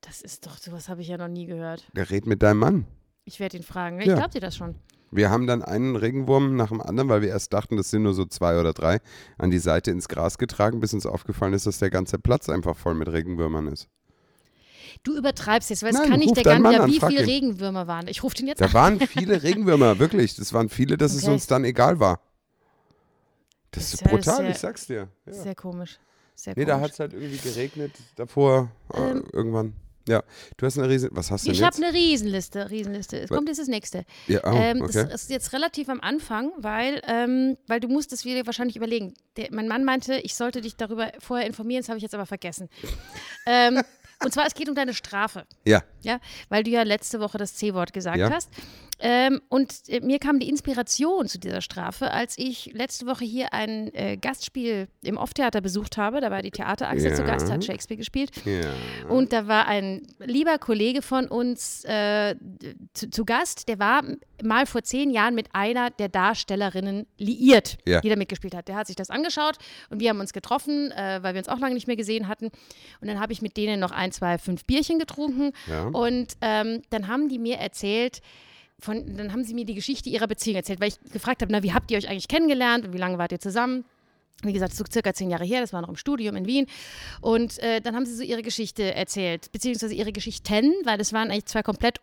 [SPEAKER 2] Das ist doch, sowas habe ich ja noch nie gehört.
[SPEAKER 1] Der redet mit deinem Mann.
[SPEAKER 2] Ich werde ihn fragen. Ich
[SPEAKER 1] Ja.
[SPEAKER 2] glaube dir das schon.
[SPEAKER 1] Wir haben dann einen Regenwurm nach dem anderen, weil wir erst dachten, das sind nur so zwei oder drei, an die Seite ins Gras getragen, bis uns aufgefallen ist, dass der ganze Platz einfach voll mit Regenwürmern ist.
[SPEAKER 2] Du übertreibst jetzt, weil es
[SPEAKER 1] Nein,
[SPEAKER 2] kann
[SPEAKER 1] ruf
[SPEAKER 2] nicht der
[SPEAKER 1] deinen Mann
[SPEAKER 2] Ganze,
[SPEAKER 1] an,
[SPEAKER 2] wie
[SPEAKER 1] frag
[SPEAKER 2] viele
[SPEAKER 1] ihn.
[SPEAKER 2] Regenwürmer waren. Ich rufe den jetzt
[SPEAKER 1] Da
[SPEAKER 2] an.
[SPEAKER 1] waren viele Regenwürmer, wirklich. Das waren viele, dass es
[SPEAKER 2] Okay.
[SPEAKER 1] uns dann egal war. Das,
[SPEAKER 2] Das
[SPEAKER 1] ist
[SPEAKER 2] ist ja
[SPEAKER 1] brutal,
[SPEAKER 2] sehr-
[SPEAKER 1] ich sag's dir. Ja.
[SPEAKER 2] Sehr komisch. Sehr
[SPEAKER 1] Nee, da
[SPEAKER 2] komisch. Ähm.
[SPEAKER 1] hat es halt irgendwie geregnet davor, äh, irgendwann. Ja, du hast eine riesen. Was hast du denn
[SPEAKER 2] Ich habe
[SPEAKER 1] jetzt?
[SPEAKER 2] eine Riesenliste, Riesenliste. Es kommt jetzt das nächste.
[SPEAKER 1] Ja, oh,
[SPEAKER 2] ähm,
[SPEAKER 1] okay.
[SPEAKER 2] Das ist jetzt relativ am Anfang, weil, ähm, weil du musst es wieder wahrscheinlich überlegen. Der, mein Mann meinte, ich sollte dich darüber vorher informieren, das habe ich jetzt aber vergessen. ähm, und zwar, es geht um deine Strafe.
[SPEAKER 1] Ja,
[SPEAKER 2] Ja, weil du ja letzte Woche das C-Wort gesagt
[SPEAKER 1] Ja.
[SPEAKER 2] hast. Ähm, und äh, mir kam die Inspiration zu dieser Strafe, als ich letzte Woche hier ein äh, Gastspiel im Off-Theater besucht habe. Da war die Theaterachse zu
[SPEAKER 1] Ja.
[SPEAKER 2] Gast, hat Shakespeare gespielt.
[SPEAKER 1] ja.
[SPEAKER 2] Und da war ein lieber Kollege von uns äh, zu, zu Gast, der war mal vor zehn Jahren mit einer der Darstellerinnen liiert,
[SPEAKER 1] Ja.
[SPEAKER 2] die da mitgespielt hat. Der hat sich das angeschaut und wir haben uns getroffen, äh, weil wir uns auch lange nicht mehr gesehen hatten. Und dann habe ich mit denen noch ein, zwei, fünf Bierchen getrunken.
[SPEAKER 1] Ja.
[SPEAKER 2] Und ähm, dann haben die mir erzählt, von, dann haben sie mir die Geschichte ihrer Beziehung erzählt, weil ich gefragt habe, na, wie habt ihr euch eigentlich kennengelernt und wie lange wart ihr zusammen? wie gesagt, so circa zehn Jahre her, das war noch im Studium in Wien. Und äh, dann haben sie so ihre Geschichte erzählt, beziehungsweise ihre Geschichten, weil das waren eigentlich zwei komplett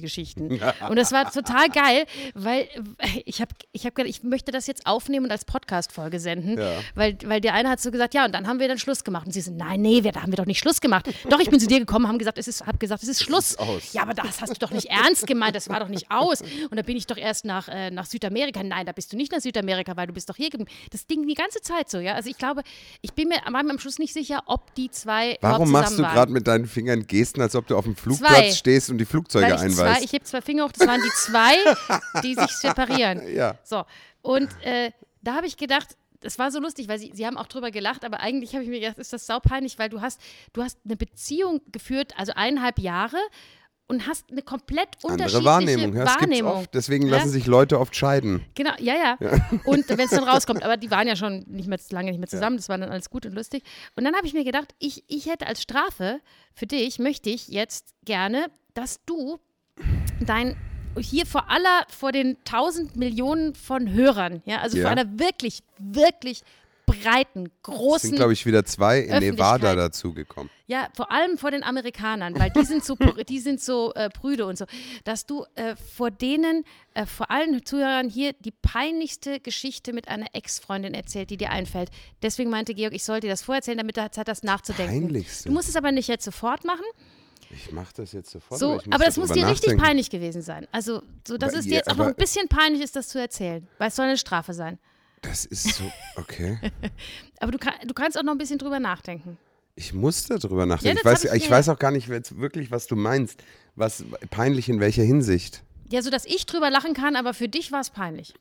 [SPEAKER 2] Geschichten. Und das war total geil, weil äh, ich habe ich hab gedacht, ich möchte das jetzt aufnehmen und als Podcast-Folge senden,
[SPEAKER 1] Ja.
[SPEAKER 2] weil, weil der eine hat so gesagt, ja, und dann haben wir dann Schluss gemacht. Und sie so, nein, nee, wir, da haben wir doch nicht Schluss gemacht. Doch, ich bin zu dir gekommen, haben gesagt, es ist, hab gesagt, es ist Schluss.
[SPEAKER 1] aus.
[SPEAKER 2] Ja, aber das hast du doch nicht ernst gemeint, das war doch nicht aus. Und da bin ich doch erst nach, äh, nach Südamerika. Nein, da bist du nicht nach Südamerika, weil du bist doch hier geblieben. Das Ding die ganze Zeit so, ja. Also ich glaube, ich bin mir am, am Schluss nicht sicher, ob die zwei
[SPEAKER 1] Warum
[SPEAKER 2] überhaupt
[SPEAKER 1] machst du
[SPEAKER 2] zusammen
[SPEAKER 1] gerade
[SPEAKER 2] waren.
[SPEAKER 1] mit deinen Fingern Gesten, als ob du auf dem Flugplatz
[SPEAKER 2] Zwei.
[SPEAKER 1] stehst und die Flugzeuge
[SPEAKER 2] Weil ich zwei,
[SPEAKER 1] einweist?
[SPEAKER 2] ich heb zwei Finger hoch, das waren die zwei, die sich separieren.
[SPEAKER 1] ja.
[SPEAKER 2] So, und äh, da habe ich gedacht, das war so lustig, weil sie, sie haben auch drüber gelacht, aber eigentlich habe ich mir gedacht, ist das saupeinlich, weil du hast, du hast eine Beziehung geführt, also eineinhalb Jahre und hast eine komplett unterschiedliche
[SPEAKER 1] Andere Wahrnehmung. Ja, das gibt's
[SPEAKER 2] Wahrnehmung.
[SPEAKER 1] oft. Deswegen
[SPEAKER 2] Ja.
[SPEAKER 1] lassen sich Leute oft scheiden.
[SPEAKER 2] Genau, ja, ja. Und wenn es dann rauskommt, aber die waren ja schon nicht mehr lange nicht mehr zusammen, das war dann alles gut und lustig. Und dann habe ich mir gedacht, ich, ich hätte als Strafe für dich, möchte ich jetzt gerne, dass du dein hier vor aller, vor den tausend Millionen von Hörern, ja, also
[SPEAKER 1] Ja.
[SPEAKER 2] vor einer wirklich, wirklich breiten,
[SPEAKER 1] Es sind,
[SPEAKER 2] großen,
[SPEAKER 1] glaube ich, wieder zwei in
[SPEAKER 2] Öffentlichkeit.
[SPEAKER 1] Nevada dazugekommen.
[SPEAKER 2] ja, vor allem vor den Amerikanern, weil die sind so, prü- die sind so äh, prüde und so, dass du äh, vor denen, äh, vor allen Zuhörern hier die peinlichste Geschichte mit einer Ex-Freundin erzählt, die dir einfällt. Deswegen meinte Georg, ich soll dir das vorerzählen, damit du Zeit hast, nachzudenken.
[SPEAKER 1] Peinlichste.
[SPEAKER 2] Du musst es aber nicht jetzt sofort machen,
[SPEAKER 1] Ich mache das jetzt sofort.
[SPEAKER 2] so,
[SPEAKER 1] ich muss
[SPEAKER 2] aber das muss
[SPEAKER 1] darüber
[SPEAKER 2] dir richtig
[SPEAKER 1] nachdenken.
[SPEAKER 2] peinlich gewesen sein. Also, so, dass
[SPEAKER 1] Aber
[SPEAKER 2] es dir
[SPEAKER 1] ihr-
[SPEAKER 2] jetzt auch noch
[SPEAKER 1] aber-
[SPEAKER 2] ein bisschen peinlich ist, das zu erzählen, weil es soll eine Strafe sein.
[SPEAKER 1] Das ist so, okay.
[SPEAKER 2] Aber du, kann, du kannst auch noch ein bisschen drüber nachdenken.
[SPEAKER 1] Ich muss darüber
[SPEAKER 2] Ja,
[SPEAKER 1] nachdenken.
[SPEAKER 2] das
[SPEAKER 1] ich weiß,
[SPEAKER 2] hab ich
[SPEAKER 1] ich
[SPEAKER 2] mir-
[SPEAKER 1] weiß auch gar nicht jetzt wirklich, was du meinst. Was peinlich in welcher Hinsicht?
[SPEAKER 2] Ja, so dass ich drüber lachen kann, aber für dich war es peinlich.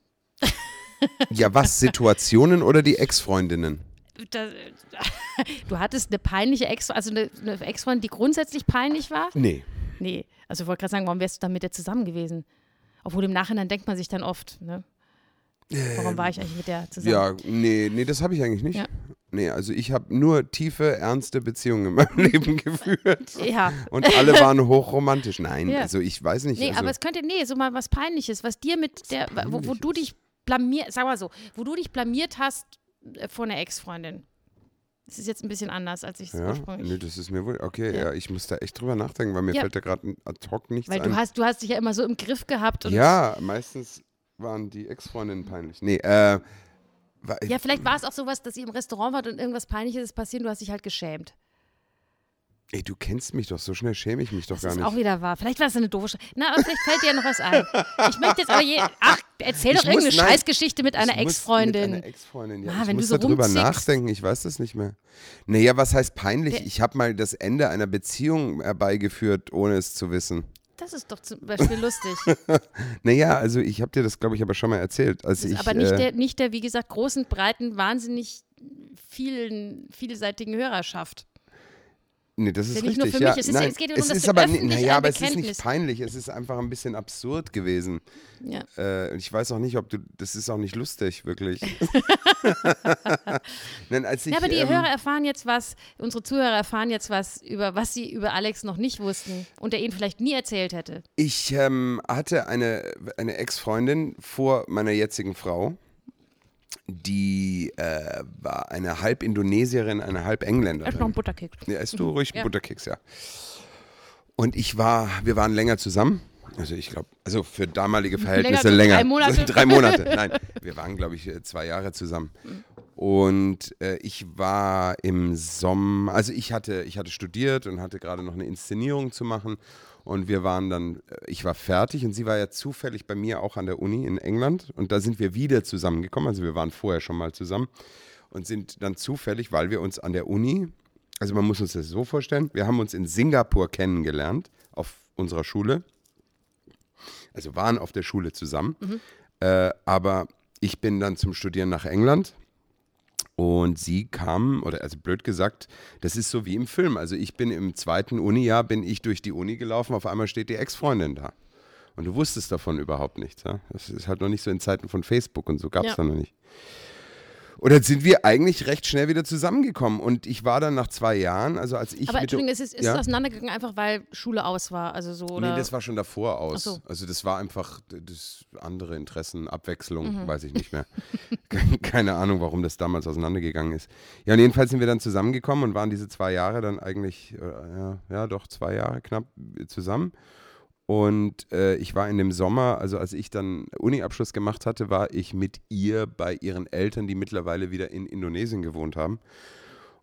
[SPEAKER 1] Ja, was? Situationen oder die Ex-Freundinnen?
[SPEAKER 2] da, du hattest eine peinliche Ex, also eine, eine Ex-Freundin, die grundsätzlich peinlich war?
[SPEAKER 1] Nee.
[SPEAKER 2] Nee. Also ich wollte gerade sagen, warum wärst du dann mit der zusammen gewesen? Obwohl im Nachhinein denkt man sich dann oft, ne? Warum war ich eigentlich mit der zusammen?
[SPEAKER 1] Ja, nee, nee, das habe ich eigentlich nicht.
[SPEAKER 2] Ja.
[SPEAKER 1] Nee, also ich habe nur tiefe, ernste Beziehungen in meinem Leben geführt.
[SPEAKER 2] Ja.
[SPEAKER 1] Und alle waren hochromantisch. Nein,
[SPEAKER 2] Ja.
[SPEAKER 1] also ich weiß nicht.
[SPEAKER 2] Nee,
[SPEAKER 1] also,
[SPEAKER 2] aber es könnte, nee, so mal was Peinliches, was dir mit der, wo, wo du dich blamiert, sag mal so, wo du dich blamiert hast äh, vor einer Ex-Freundin. Das ist jetzt ein bisschen anders, als ich es
[SPEAKER 1] ja,
[SPEAKER 2] ursprünglich.
[SPEAKER 1] nee, das ist mir wohl. Okay, ja.
[SPEAKER 2] Ja.
[SPEAKER 1] ich muss da echt drüber nachdenken, weil mir
[SPEAKER 2] Ja.
[SPEAKER 1] fällt da gerade ad hoc nichts
[SPEAKER 2] Weil
[SPEAKER 1] ein.
[SPEAKER 2] du hast, du hast dich ja immer so im Griff gehabt und
[SPEAKER 1] ja, meistens waren die Ex-Freundinnen peinlich. Nee, äh, wa-
[SPEAKER 2] Ja, vielleicht war es auch sowas, dass ihr im Restaurant wart und irgendwas Peinliches ist passiert und du hast dich halt geschämt.
[SPEAKER 1] ey, du kennst mich doch, so schnell schäme ich mich doch
[SPEAKER 2] Das
[SPEAKER 1] gar
[SPEAKER 2] ist
[SPEAKER 1] nicht.
[SPEAKER 2] auch wieder wahr. Vielleicht war es eine doofe Sch Na, aber vielleicht fällt dir ja noch was ein. Ich möchte jetzt aber je. Ach, erzähl
[SPEAKER 1] Ich
[SPEAKER 2] doch irgendeine
[SPEAKER 1] muss- nein.
[SPEAKER 2] Scheißgeschichte mit einer
[SPEAKER 1] Ich muss Mit
[SPEAKER 2] Ex-Freundin.
[SPEAKER 1] einer Ex-Freundin, ja.
[SPEAKER 2] Ah,
[SPEAKER 1] ich
[SPEAKER 2] wenn du
[SPEAKER 1] muss
[SPEAKER 2] so
[SPEAKER 1] darüber
[SPEAKER 2] rumzickst.
[SPEAKER 1] nachdenken, ich weiß das nicht mehr. Naja, was heißt peinlich?
[SPEAKER 2] Der-
[SPEAKER 1] ich habe mal das Ende einer Beziehung herbeigeführt, ohne es zu wissen.
[SPEAKER 2] Das ist doch zum Beispiel lustig.
[SPEAKER 1] Naja, also ich habe dir das, glaube ich, aber schon mal erzählt. Als
[SPEAKER 2] Das ist
[SPEAKER 1] ich,
[SPEAKER 2] aber nicht,
[SPEAKER 1] äh,
[SPEAKER 2] der, nicht der, wie gesagt, großen, breiten, wahnsinnig vielen, vielseitigen Hörerschaft.
[SPEAKER 1] Nee, das ist
[SPEAKER 2] nicht
[SPEAKER 1] richtig.
[SPEAKER 2] nur für
[SPEAKER 1] ja.
[SPEAKER 2] mich, es ist-
[SPEAKER 1] Nein,
[SPEAKER 2] es geht ja darum, dass
[SPEAKER 1] ist
[SPEAKER 2] du
[SPEAKER 1] aber, ni-
[SPEAKER 2] öffentlich
[SPEAKER 1] naja,
[SPEAKER 2] ein
[SPEAKER 1] aber es ist nicht
[SPEAKER 2] Bekenntnis-
[SPEAKER 1] peinlich, es ist einfach ein bisschen absurd gewesen.
[SPEAKER 2] Ja.
[SPEAKER 1] Äh, und ich weiß auch nicht, ob du, das ist auch nicht lustig, wirklich. Nein, als ich,
[SPEAKER 2] ja, aber die
[SPEAKER 1] ähm,
[SPEAKER 2] Hörer erfahren jetzt was, unsere Zuhörer erfahren jetzt was, über was sie über Alex noch nicht wussten und er ihnen vielleicht nie erzählt hätte.
[SPEAKER 1] Ich ähm, hatte eine, eine Ex-Freundin vor meiner jetzigen Frau, die äh, war eine halb Indonesierin, eine halb
[SPEAKER 2] Er hat noch einen
[SPEAKER 1] Engländerin.
[SPEAKER 2] Butterkick.
[SPEAKER 1] Ja, isst du ruhig
[SPEAKER 2] Ja.
[SPEAKER 1] Butterkeks, ja. Und ich war, wir waren länger zusammen. Also ich glaube, also für damalige Verhältnisse
[SPEAKER 2] Länger,
[SPEAKER 1] länger.
[SPEAKER 2] drei Monate.
[SPEAKER 1] drei Monate. Nein, wir waren, glaube ich, äh, zwei Jahre zusammen. Und äh, ich war im Sommer, also ich hatte, ich hatte studiert und hatte gerade noch eine Inszenierung zu machen. Und wir waren dann, äh, ich war fertig und sie war ja zufällig bei mir auch an der Uni in England. Und da sind wir wieder zusammengekommen. Also wir waren vorher schon mal zusammen und sind dann zufällig, weil wir uns an der Uni, also man muss uns das so vorstellen, wir haben uns in Singapur kennengelernt auf unserer Schule. Also waren auf der Schule zusammen. Äh, aber ich bin dann zum Studieren nach England. Und sie kam, oder also blöd gesagt, das ist so wie im Film. Also ich bin im zweiten Uni-Jahr, bin ich durch die Uni gelaufen, auf einmal steht die Ex-Freundin da. Und du wusstest davon überhaupt nichts. Ja? Das ist halt noch nicht so in Zeiten von Facebook und so gab es
[SPEAKER 2] Ja.
[SPEAKER 1] da noch nicht. Und dann sind wir eigentlich recht schnell wieder zusammengekommen. Und ich war dann nach zwei Jahren, also als ich.
[SPEAKER 2] Aber
[SPEAKER 1] mit der-
[SPEAKER 2] Entschuldigung, es ist, ist
[SPEAKER 1] Ja?
[SPEAKER 2] es auseinandergegangen, einfach weil Schule aus war. Also so, oder?
[SPEAKER 1] Nee, das war schon davor aus.
[SPEAKER 2] Ach so.
[SPEAKER 1] Also das war einfach d- das andere Interessen, Abwechslung,
[SPEAKER 2] Mhm.
[SPEAKER 1] weiß ich nicht mehr. Ke- Keine Ahnung, warum das damals auseinandergegangen ist. Ja, und jedenfalls sind wir dann zusammengekommen und waren diese zwei Jahre dann eigentlich, äh, ja, ja doch, zwei Jahre knapp äh, zusammen. Und äh, ich war in dem Sommer, also als ich dann Uni-Abschluss gemacht hatte, war ich mit ihr bei ihren Eltern, die mittlerweile wieder in Indonesien gewohnt haben.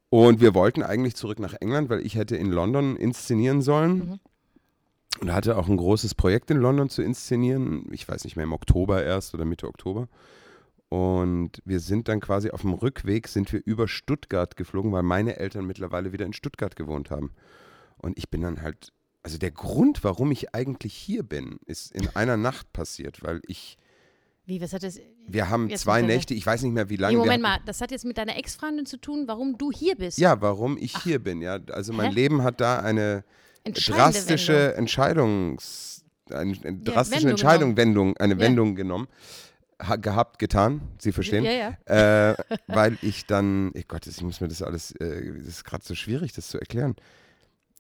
[SPEAKER 1] Und wir wollten eigentlich zurück nach England, weil ich hätte in London inszenieren sollen
[SPEAKER 2] Mhm.
[SPEAKER 1] und hatte auch ein großes Projekt in London zu inszenieren. Ich weiß nicht mehr, im Oktober erst oder Mitte Oktober. Und wir sind dann quasi auf dem Rückweg, sind wir über Stuttgart geflogen, weil meine Eltern mittlerweile wieder in Stuttgart gewohnt haben. Und ich bin dann halt, also der Grund, warum ich eigentlich hier bin, ist in einer Nacht passiert, weil ich,
[SPEAKER 2] Wie, was hat das?
[SPEAKER 1] wir haben
[SPEAKER 2] Jetzt
[SPEAKER 1] zwei
[SPEAKER 2] mit deiner-
[SPEAKER 1] Nächte, ich weiß nicht mehr wie lange.
[SPEAKER 2] Nee,
[SPEAKER 1] wir
[SPEAKER 2] Moment
[SPEAKER 1] hatten-
[SPEAKER 2] mal, das hat jetzt mit deiner Ex-Freundin zu tun, warum du hier bist.
[SPEAKER 1] Ja, warum ich hier bin, ja. Also mein
[SPEAKER 2] Hä?
[SPEAKER 1] Leben hat da eine
[SPEAKER 2] Entscheidende Wendung.
[SPEAKER 1] drastische Entscheidungs, eine, eine
[SPEAKER 2] Ja,
[SPEAKER 1] drastische
[SPEAKER 2] Wendung
[SPEAKER 1] Entscheidung,
[SPEAKER 2] genommen.
[SPEAKER 1] Wendung, eine
[SPEAKER 2] Ja.
[SPEAKER 1] Wendung genommen, ha, gehabt, getan, Sie verstehen,
[SPEAKER 2] Ja, ja.
[SPEAKER 1] Äh, weil ich dann, oh Gott, ich muss mir das alles, äh, das ist gerade so schwierig, das zu erklären.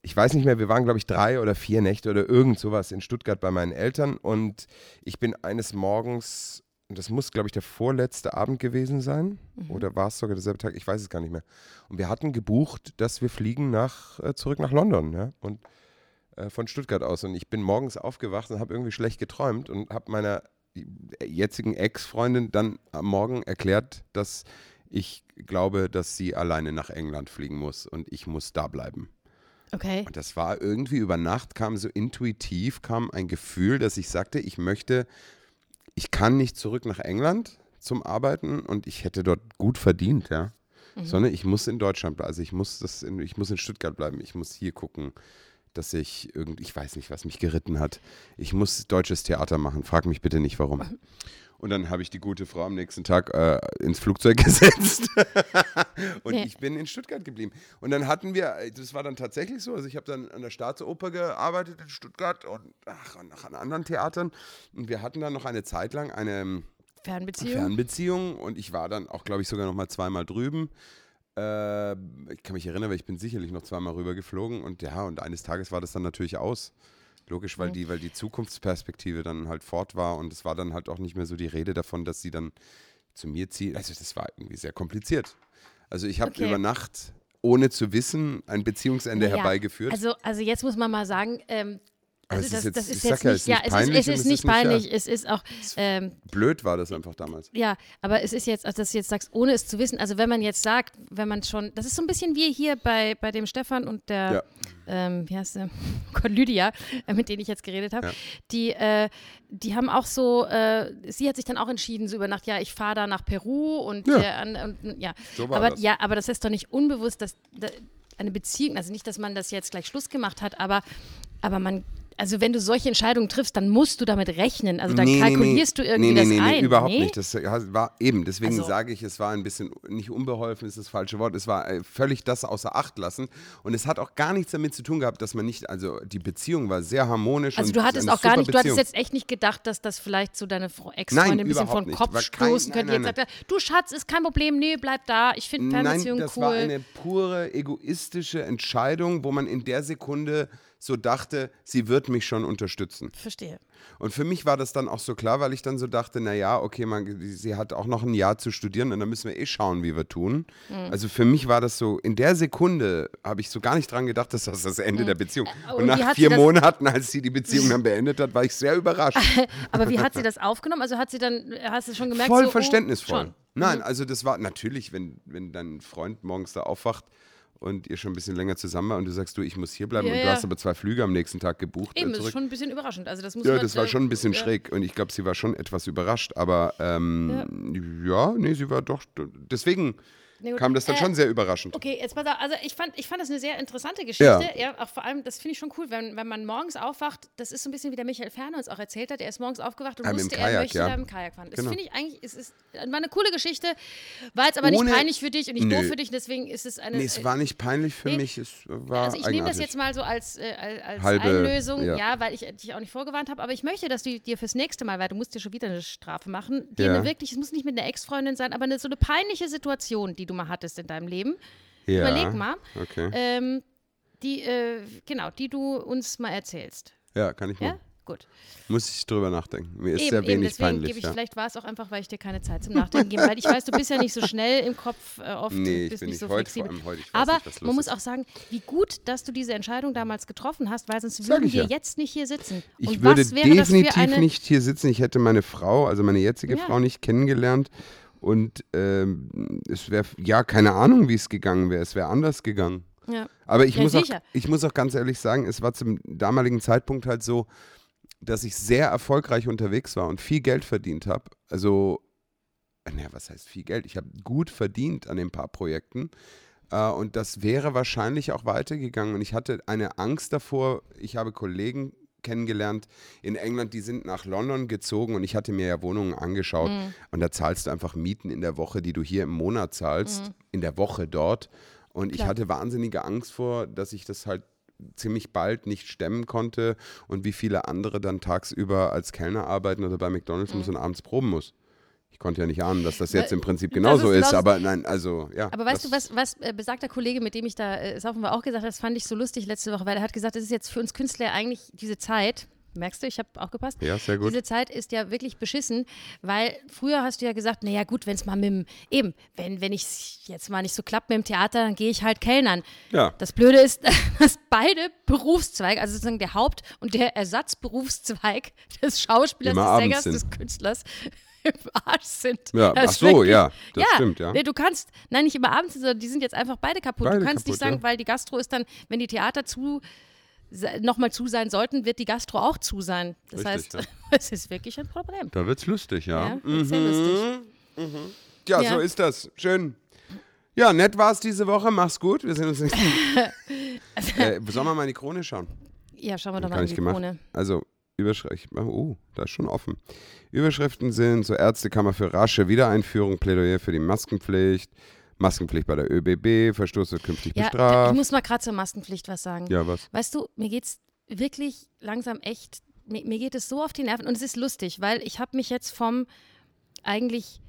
[SPEAKER 1] Ich weiß nicht mehr, wir waren, glaube ich, drei oder vier Nächte oder irgend sowas in Stuttgart bei meinen Eltern und ich bin eines Morgens, und das muss, glaube ich, der vorletzte Abend gewesen sein oder war es sogar derselbe Tag, ich weiß es gar nicht mehr. Und wir hatten gebucht, dass wir fliegen nach, äh, zurück nach London ja? und äh, von Stuttgart aus. Und ich bin morgens aufgewacht und habe irgendwie schlecht geträumt und habe meiner äh, jetzigen Ex-Freundin dann am Morgen erklärt, dass ich glaube, dass sie alleine nach England fliegen muss und ich muss da bleiben.
[SPEAKER 2] Okay.
[SPEAKER 1] Und das war irgendwie über Nacht, kam so intuitiv, kam ein Gefühl, dass ich sagte, ich möchte, ich kann nicht zurück nach England zum Arbeiten und ich hätte dort gut verdient, ja. Sondern ich muss in Deutschland bleiben. Also ich muss das in, ich muss in Stuttgart bleiben. Ich muss hier gucken, dass ich irgendwie, ich weiß nicht, was mich geritten hat. Ich muss deutsches Theater machen. Frag mich bitte nicht, warum. Und dann habe ich die gute Frau am nächsten Tag äh, ins Flugzeug gesetzt. und
[SPEAKER 2] Nee.
[SPEAKER 1] ich bin in Stuttgart geblieben. Und dann hatten wir, äh, das war dann tatsächlich so, also ich habe dann an der Staatsoper gearbeitet in Stuttgart und, ach, und noch an anderen Theatern. Und wir hatten dann noch eine Zeit lang eine ähm,
[SPEAKER 2] Fernbeziehung.
[SPEAKER 1] Fernbeziehung und ich war dann auch, glaube ich, sogar noch mal zweimal drüben. Äh, ich kann mich erinnern, weil ich bin sicherlich noch zweimal rübergeflogen und ja, und eines Tages war das dann natürlich aus. Logisch, weil die, weil die Zukunftsperspektive dann halt fort war und es war dann halt auch nicht mehr so die Rede davon, dass sie dann zu mir zieht. Also das war irgendwie sehr kompliziert. Also ich habe
[SPEAKER 2] Okay.
[SPEAKER 1] über Nacht, ohne zu wissen, ein Beziehungsende
[SPEAKER 2] Naja,
[SPEAKER 1] herbeigeführt.
[SPEAKER 2] Also, also jetzt muss man mal sagen, ähm,
[SPEAKER 1] Aber
[SPEAKER 2] also
[SPEAKER 1] es
[SPEAKER 2] das,
[SPEAKER 1] ist jetzt-
[SPEAKER 2] das
[SPEAKER 1] ich
[SPEAKER 2] ist
[SPEAKER 1] sag
[SPEAKER 2] jetzt
[SPEAKER 1] ja, es ist
[SPEAKER 2] nicht, ja,
[SPEAKER 1] nicht peinlich
[SPEAKER 2] es ist, es
[SPEAKER 1] und es
[SPEAKER 2] ist nicht
[SPEAKER 1] ist nicht, ja.
[SPEAKER 2] peinlich, es ist auch, ähm,
[SPEAKER 1] Blöd war das einfach damals.
[SPEAKER 2] ja, aber es ist jetzt, also dass du jetzt sagst, ohne es zu wissen, also wenn man jetzt sagt, wenn man schon, das ist so ein bisschen wie hier bei, bei dem Stefan und der,
[SPEAKER 1] Ja.
[SPEAKER 2] ähm, wie heißt sie? Oh Gott, Lydia, äh, mit denen ich jetzt geredet habe,
[SPEAKER 1] Ja.
[SPEAKER 2] die, äh, die haben auch so, äh, sie hat sich dann auch entschieden, so über Nacht, ja, ich fahre da nach Peru und
[SPEAKER 1] Ja.
[SPEAKER 2] der an, und, ja.
[SPEAKER 1] So war
[SPEAKER 2] aber,
[SPEAKER 1] das.
[SPEAKER 2] Ja, aber das ist doch nicht unbewusst, dass da, eine Beziehung, also nicht, dass man das jetzt gleich Schluss gemacht hat, aber, aber man, also wenn du solche Entscheidungen triffst, dann musst du damit rechnen. Also da
[SPEAKER 1] Nee, nee, nee.
[SPEAKER 2] kalkulierst du irgendwie
[SPEAKER 1] nee, nee,
[SPEAKER 2] das
[SPEAKER 1] nee,
[SPEAKER 2] ein.
[SPEAKER 1] Nee, überhaupt
[SPEAKER 2] nee?
[SPEAKER 1] nicht. Das ja, war eben, deswegen
[SPEAKER 2] Also-
[SPEAKER 1] sage ich, es war ein bisschen nicht unbeholfen, ist das falsche Wort. Es war äh, völlig das außer Acht lassen. Und es hat auch gar nichts damit zu tun gehabt, dass man nicht, also die Beziehung war sehr harmonisch.
[SPEAKER 2] Also
[SPEAKER 1] und
[SPEAKER 2] du hattest
[SPEAKER 1] eine
[SPEAKER 2] auch gar
[SPEAKER 1] super
[SPEAKER 2] nicht, du
[SPEAKER 1] Beziehung.
[SPEAKER 2] hattest jetzt echt nicht gedacht, dass das vielleicht so deine Fre-
[SPEAKER 1] Nein,
[SPEAKER 2] Ex-Freundin ein bisschen
[SPEAKER 1] überhaupt
[SPEAKER 2] vor den
[SPEAKER 1] nicht.
[SPEAKER 2] Kopf
[SPEAKER 1] War kein-
[SPEAKER 2] stoßen könnte.
[SPEAKER 1] nein,
[SPEAKER 2] Jetzt
[SPEAKER 1] nein,
[SPEAKER 2] sagt er, du Schatz, ist kein Problem, nee, bleib da, ich finde
[SPEAKER 1] Nein,
[SPEAKER 2] Fernbeziehungen
[SPEAKER 1] das war
[SPEAKER 2] cool.
[SPEAKER 1] eine pure egoistische Entscheidung, wo man in der Sekunde so dachte, sie wird mich schon unterstützen.
[SPEAKER 2] Verstehe.
[SPEAKER 1] Und für mich war das dann auch so klar, weil ich dann so dachte, naja, okay, man, sie hat auch noch ein Jahr zu studieren und dann müssen wir eh schauen, wie wir tun.
[SPEAKER 2] Mhm.
[SPEAKER 1] Also für mich war das so, in der Sekunde habe ich so gar nicht dran gedacht, dass das das Ende der Beziehung.
[SPEAKER 2] Äh,
[SPEAKER 1] Und,
[SPEAKER 2] und wie
[SPEAKER 1] nach
[SPEAKER 2] hat sie
[SPEAKER 1] vier
[SPEAKER 2] das-
[SPEAKER 1] Monaten, als sie die Beziehung dann beendet hat, war ich sehr überrascht.
[SPEAKER 2] Aber wie hat sie das aufgenommen? Also hat sie dann, hast du schon gemerkt,
[SPEAKER 1] Voll
[SPEAKER 2] so,
[SPEAKER 1] verständnisvoll.
[SPEAKER 2] Oh, schon.
[SPEAKER 1] Nein, also das war natürlich, wenn, wenn dein Freund morgens da aufwacht und ihr schon ein bisschen länger zusammen war und du sagst, du, ich muss hier bleiben
[SPEAKER 2] Ja,
[SPEAKER 1] und du
[SPEAKER 2] ja.
[SPEAKER 1] hast aber zwei Flüge am nächsten Tag gebucht. äh,
[SPEAKER 2] Eben, das
[SPEAKER 1] zurück.
[SPEAKER 2] ist schon ein bisschen überraschend. Also das muss
[SPEAKER 1] ja,
[SPEAKER 2] man
[SPEAKER 1] das war
[SPEAKER 2] äh,
[SPEAKER 1] schon ein bisschen
[SPEAKER 2] ja.
[SPEAKER 1] schräg und ich glaube, sie war schon etwas überrascht, aber ähm, ja. nee, sie war doch, deswegen
[SPEAKER 2] Na gut,
[SPEAKER 1] kam das dann
[SPEAKER 2] äh,
[SPEAKER 1] schon sehr überraschend.
[SPEAKER 2] Okay, jetzt pass auf. Also ich fand, ich fand das eine sehr interessante Geschichte. Ja. auch vor allem, das finde ich schon cool, wenn, wenn man morgens aufwacht. Das ist so ein bisschen wie der Michael Ferner uns auch erzählt hat. Er ist morgens aufgewacht und
[SPEAKER 1] Ah, mit dem
[SPEAKER 2] wusste,
[SPEAKER 1] Kajak,
[SPEAKER 2] er möchte
[SPEAKER 1] ja.
[SPEAKER 2] da im Kajak fahren. Das
[SPEAKER 1] Genau.
[SPEAKER 2] finde ich eigentlich, es ist äh, war eine coole Geschichte. War jetzt aber
[SPEAKER 1] Ohne-
[SPEAKER 2] nicht peinlich für dich und nicht
[SPEAKER 1] Nö.
[SPEAKER 2] doof für dich. Deswegen ist es eine.
[SPEAKER 1] Nee, es war nicht peinlich für
[SPEAKER 2] äh, nee.
[SPEAKER 1] mich, es war
[SPEAKER 2] also ich nehme das
[SPEAKER 1] eigenartig.
[SPEAKER 2] jetzt mal so als, äh, als
[SPEAKER 1] Halbe,
[SPEAKER 2] Einlösung,
[SPEAKER 1] ja.
[SPEAKER 2] ja. weil ich dich auch nicht vorgewarnt habe. Aber ich möchte, dass du dir fürs nächste Mal, weil du musst dir schon wieder eine Strafe machen, dir
[SPEAKER 1] Ja.
[SPEAKER 2] eine wirklich, es muss nicht mit einer Ex-Freundin sein, aber eine, so eine peinliche Situation, die du mal hattest in deinem Leben.
[SPEAKER 1] ja.
[SPEAKER 2] Überleg mal,
[SPEAKER 1] Okay.
[SPEAKER 2] ähm, die, äh, genau, die du uns mal erzählst.
[SPEAKER 1] ja, kann ich
[SPEAKER 2] Ja?
[SPEAKER 1] mal.
[SPEAKER 2] Gut.
[SPEAKER 1] Muss ich drüber nachdenken. Mir Hm. ist
[SPEAKER 2] eben,
[SPEAKER 1] sehr
[SPEAKER 2] eben,
[SPEAKER 1] wenig
[SPEAKER 2] deswegen
[SPEAKER 1] peinlich.
[SPEAKER 2] gebe ich,
[SPEAKER 1] ja.
[SPEAKER 2] vielleicht war es auch einfach, weil ich dir keine Zeit zum Nachdenken gebe, weil ich weiß, du bist ja nicht so schnell im Kopf äh, oft,
[SPEAKER 1] Nee, ich
[SPEAKER 2] bist
[SPEAKER 1] bin nicht
[SPEAKER 2] nicht so
[SPEAKER 1] heute,
[SPEAKER 2] flexibel.
[SPEAKER 1] vor allem heute, ich weiß
[SPEAKER 2] Aber
[SPEAKER 1] nicht, was los
[SPEAKER 2] man muss
[SPEAKER 1] ist.
[SPEAKER 2] auch sagen, wie gut, dass du diese Entscheidung damals getroffen hast, weil sonst
[SPEAKER 1] Sag
[SPEAKER 2] würden
[SPEAKER 1] ich
[SPEAKER 2] wir
[SPEAKER 1] ja.
[SPEAKER 2] jetzt nicht hier sitzen.
[SPEAKER 1] Ich
[SPEAKER 2] Und
[SPEAKER 1] würde
[SPEAKER 2] was wäre das
[SPEAKER 1] definitiv
[SPEAKER 2] für eine
[SPEAKER 1] nicht hier sitzen. Ich hätte meine Frau, also meine jetzige
[SPEAKER 2] Ja.
[SPEAKER 1] Frau, nicht kennengelernt. Und ähm, es wäre, ja, keine Ahnung, wie es gegangen wäre. Es wäre anders gegangen.
[SPEAKER 2] Ja.
[SPEAKER 1] Aber ich,
[SPEAKER 2] Ja,
[SPEAKER 1] muss auch,
[SPEAKER 2] sicher.
[SPEAKER 1] ich muss auch ganz ehrlich sagen, es war zum damaligen Zeitpunkt halt so, dass ich sehr erfolgreich unterwegs war und viel Geld verdient habe. Also, naja, was heißt viel Geld? Ich habe gut verdient an den paar Projekten. Äh, und das wäre wahrscheinlich auch weitergegangen. Und ich hatte eine Angst davor. Ich habe Kollegen kennengelernt in England, die sind nach London gezogen und ich hatte mir ja Wohnungen angeschaut.
[SPEAKER 2] Mhm.
[SPEAKER 1] Und da zahlst du einfach Mieten in der Woche, die du hier im Monat zahlst, in der Woche dort. Und ich
[SPEAKER 2] Mhm. Klar.
[SPEAKER 1] hatte wahnsinnige Angst vor, dass ich das halt ziemlich bald nicht stemmen konnte und wie viele andere dann tagsüber als Kellner arbeiten oder bei
[SPEAKER 2] Mhm.
[SPEAKER 1] McDonalds muss und abends proben muss. Ich konnte ja nicht ahnen, dass das jetzt im Prinzip genauso
[SPEAKER 2] ist
[SPEAKER 1] ist,
[SPEAKER 2] laus-
[SPEAKER 1] aber nein, also ja.
[SPEAKER 2] Aber weißt du,
[SPEAKER 1] das-
[SPEAKER 2] was, was äh, besagter Kollege, mit dem ich da äh, saufen war, auch gesagt hat, das fand ich so lustig letzte Woche, weil er hat gesagt, es ist jetzt für uns Künstler eigentlich diese Zeit. Merkst du, ich habe auch gepasst.
[SPEAKER 1] Ja, sehr gut.
[SPEAKER 2] Diese Zeit ist ja wirklich beschissen, weil früher hast du ja gesagt, naja gut, wenn es mal mit dem, eben, wenn, wenn ich jetzt mal nicht so klappt mit dem Theater, dann gehe ich halt Kellnern.
[SPEAKER 1] Ja.
[SPEAKER 2] Das Blöde ist, dass beide Berufszweige, also sozusagen der Haupt- und der Ersatzberufszweig des Schauspielers,
[SPEAKER 1] Immer
[SPEAKER 2] des
[SPEAKER 1] abends
[SPEAKER 2] Sängers,
[SPEAKER 1] sind.
[SPEAKER 2] des Künstlers im Arsch sind.
[SPEAKER 1] Ja,
[SPEAKER 2] Das
[SPEAKER 1] ach
[SPEAKER 2] ist
[SPEAKER 1] so,
[SPEAKER 2] wirklich-
[SPEAKER 1] ja, das stimmt, ja.
[SPEAKER 2] Nee, du kannst, nein, nicht immer abends, sondern die sind jetzt einfach beide kaputt.
[SPEAKER 1] Beide
[SPEAKER 2] du kannst nicht
[SPEAKER 1] kaputt, ja.
[SPEAKER 2] sagen, weil die Gastro ist dann, wenn die Theater zu nochmal zu sein sollten, wird die Gastro auch zu sein. Das
[SPEAKER 1] Richtig,
[SPEAKER 2] heißt, es ist wirklich ein Problem.
[SPEAKER 1] Da wird's lustig, Mhm.
[SPEAKER 2] Ja, ist sehr lustig.
[SPEAKER 1] Ja,
[SPEAKER 2] Ja.
[SPEAKER 1] so ist das. Schön. Ja, nett war's diese Woche. Mach's gut. Wir sehen uns nächste äh, Sollen wir mal in die Krone schauen?
[SPEAKER 2] Ja, schauen wir doch
[SPEAKER 1] Kann
[SPEAKER 2] Also mal in
[SPEAKER 1] ich
[SPEAKER 2] die
[SPEAKER 1] gemacht.
[SPEAKER 2] Krone.
[SPEAKER 1] Also, Überschrift. Oh, da ist schon offen. Überschriften sind so Ärztekammer für rasche Wiedereinführung, Plädoyer für die Maskenpflicht, Maskenpflicht bei der ÖBB, Verstoß wird künftig
[SPEAKER 2] Ja, da- ich
[SPEAKER 1] bestraft.
[SPEAKER 2] muss mal gerade zur Maskenpflicht was sagen.
[SPEAKER 1] Ja, was?
[SPEAKER 2] Weißt du, mir geht's wirklich langsam echt, mir, mir geht es so auf die Nerven und es ist lustig, weil ich habe mich jetzt vom eigentlich,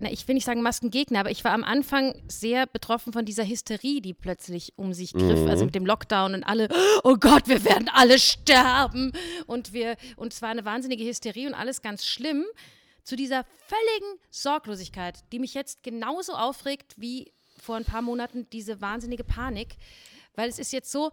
[SPEAKER 2] na, ich will nicht sagen Maskengegner, aber ich war am Anfang sehr betroffen von dieser Hysterie, die plötzlich um sich griff, also mit dem Lockdown und alle, oh Gott, wir werden alle sterben und wir, und es war eine wahnsinnige Hysterie und alles ganz schlimm, zu dieser völligen Sorglosigkeit, die mich jetzt genauso aufregt wie vor ein paar Monaten diese wahnsinnige Panik, weil es ist jetzt so,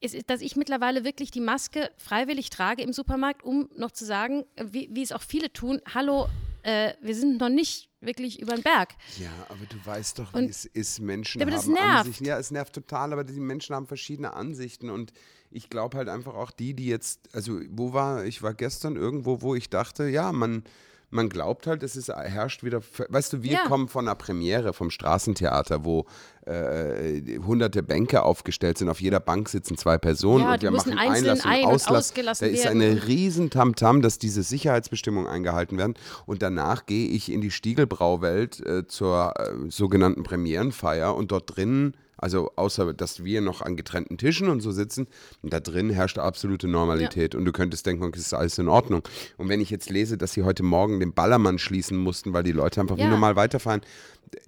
[SPEAKER 2] es ist, dass ich mittlerweile wirklich die Maske freiwillig trage im Supermarkt, um noch zu sagen, wie, wie es auch viele tun, hallo, äh, wir sind noch nicht wirklich über den Berg.
[SPEAKER 1] Ja, aber du weißt doch, wie
[SPEAKER 2] Und-
[SPEAKER 1] es ist. Menschen
[SPEAKER 2] Ja, aber das
[SPEAKER 1] haben
[SPEAKER 2] nervt.
[SPEAKER 1] Ansichten. Ja, es nervt total, aber die Menschen haben verschiedene Ansichten. Und ich glaube halt einfach auch die, die jetzt, also wo war, ich war gestern irgendwo, wo ich dachte, ja, man, man glaubt halt, es ist, herrscht wieder, weißt du, wir
[SPEAKER 2] Ja.
[SPEAKER 1] kommen von einer Premiere, vom Straßentheater, wo äh, hunderte Bänke aufgestellt sind, auf jeder Bank sitzen zwei Personen
[SPEAKER 2] Ja,
[SPEAKER 1] und
[SPEAKER 2] die
[SPEAKER 1] wir
[SPEAKER 2] müssen
[SPEAKER 1] machen
[SPEAKER 2] einzeln
[SPEAKER 1] Einlass und
[SPEAKER 2] ein- und
[SPEAKER 1] Auslass.
[SPEAKER 2] ausgelassen
[SPEAKER 1] da ist
[SPEAKER 2] werden.
[SPEAKER 1] eine riesen Tamtam, dass diese Sicherheitsbestimmungen eingehalten werden. Und danach gehe ich in die Stiegelbrauwelt äh, zur äh, sogenannten Premierenfeier und dort drinnen, also außer dass wir noch an getrennten Tischen und so sitzen, da drin herrscht absolute Normalität. Und du könntest denken, okay, ist alles in Ordnung. Und wenn ich jetzt lese, dass sie heute Morgen den Ballermann schließen mussten, weil die Leute einfach wie
[SPEAKER 2] Ja.
[SPEAKER 1] normal weiterfahren,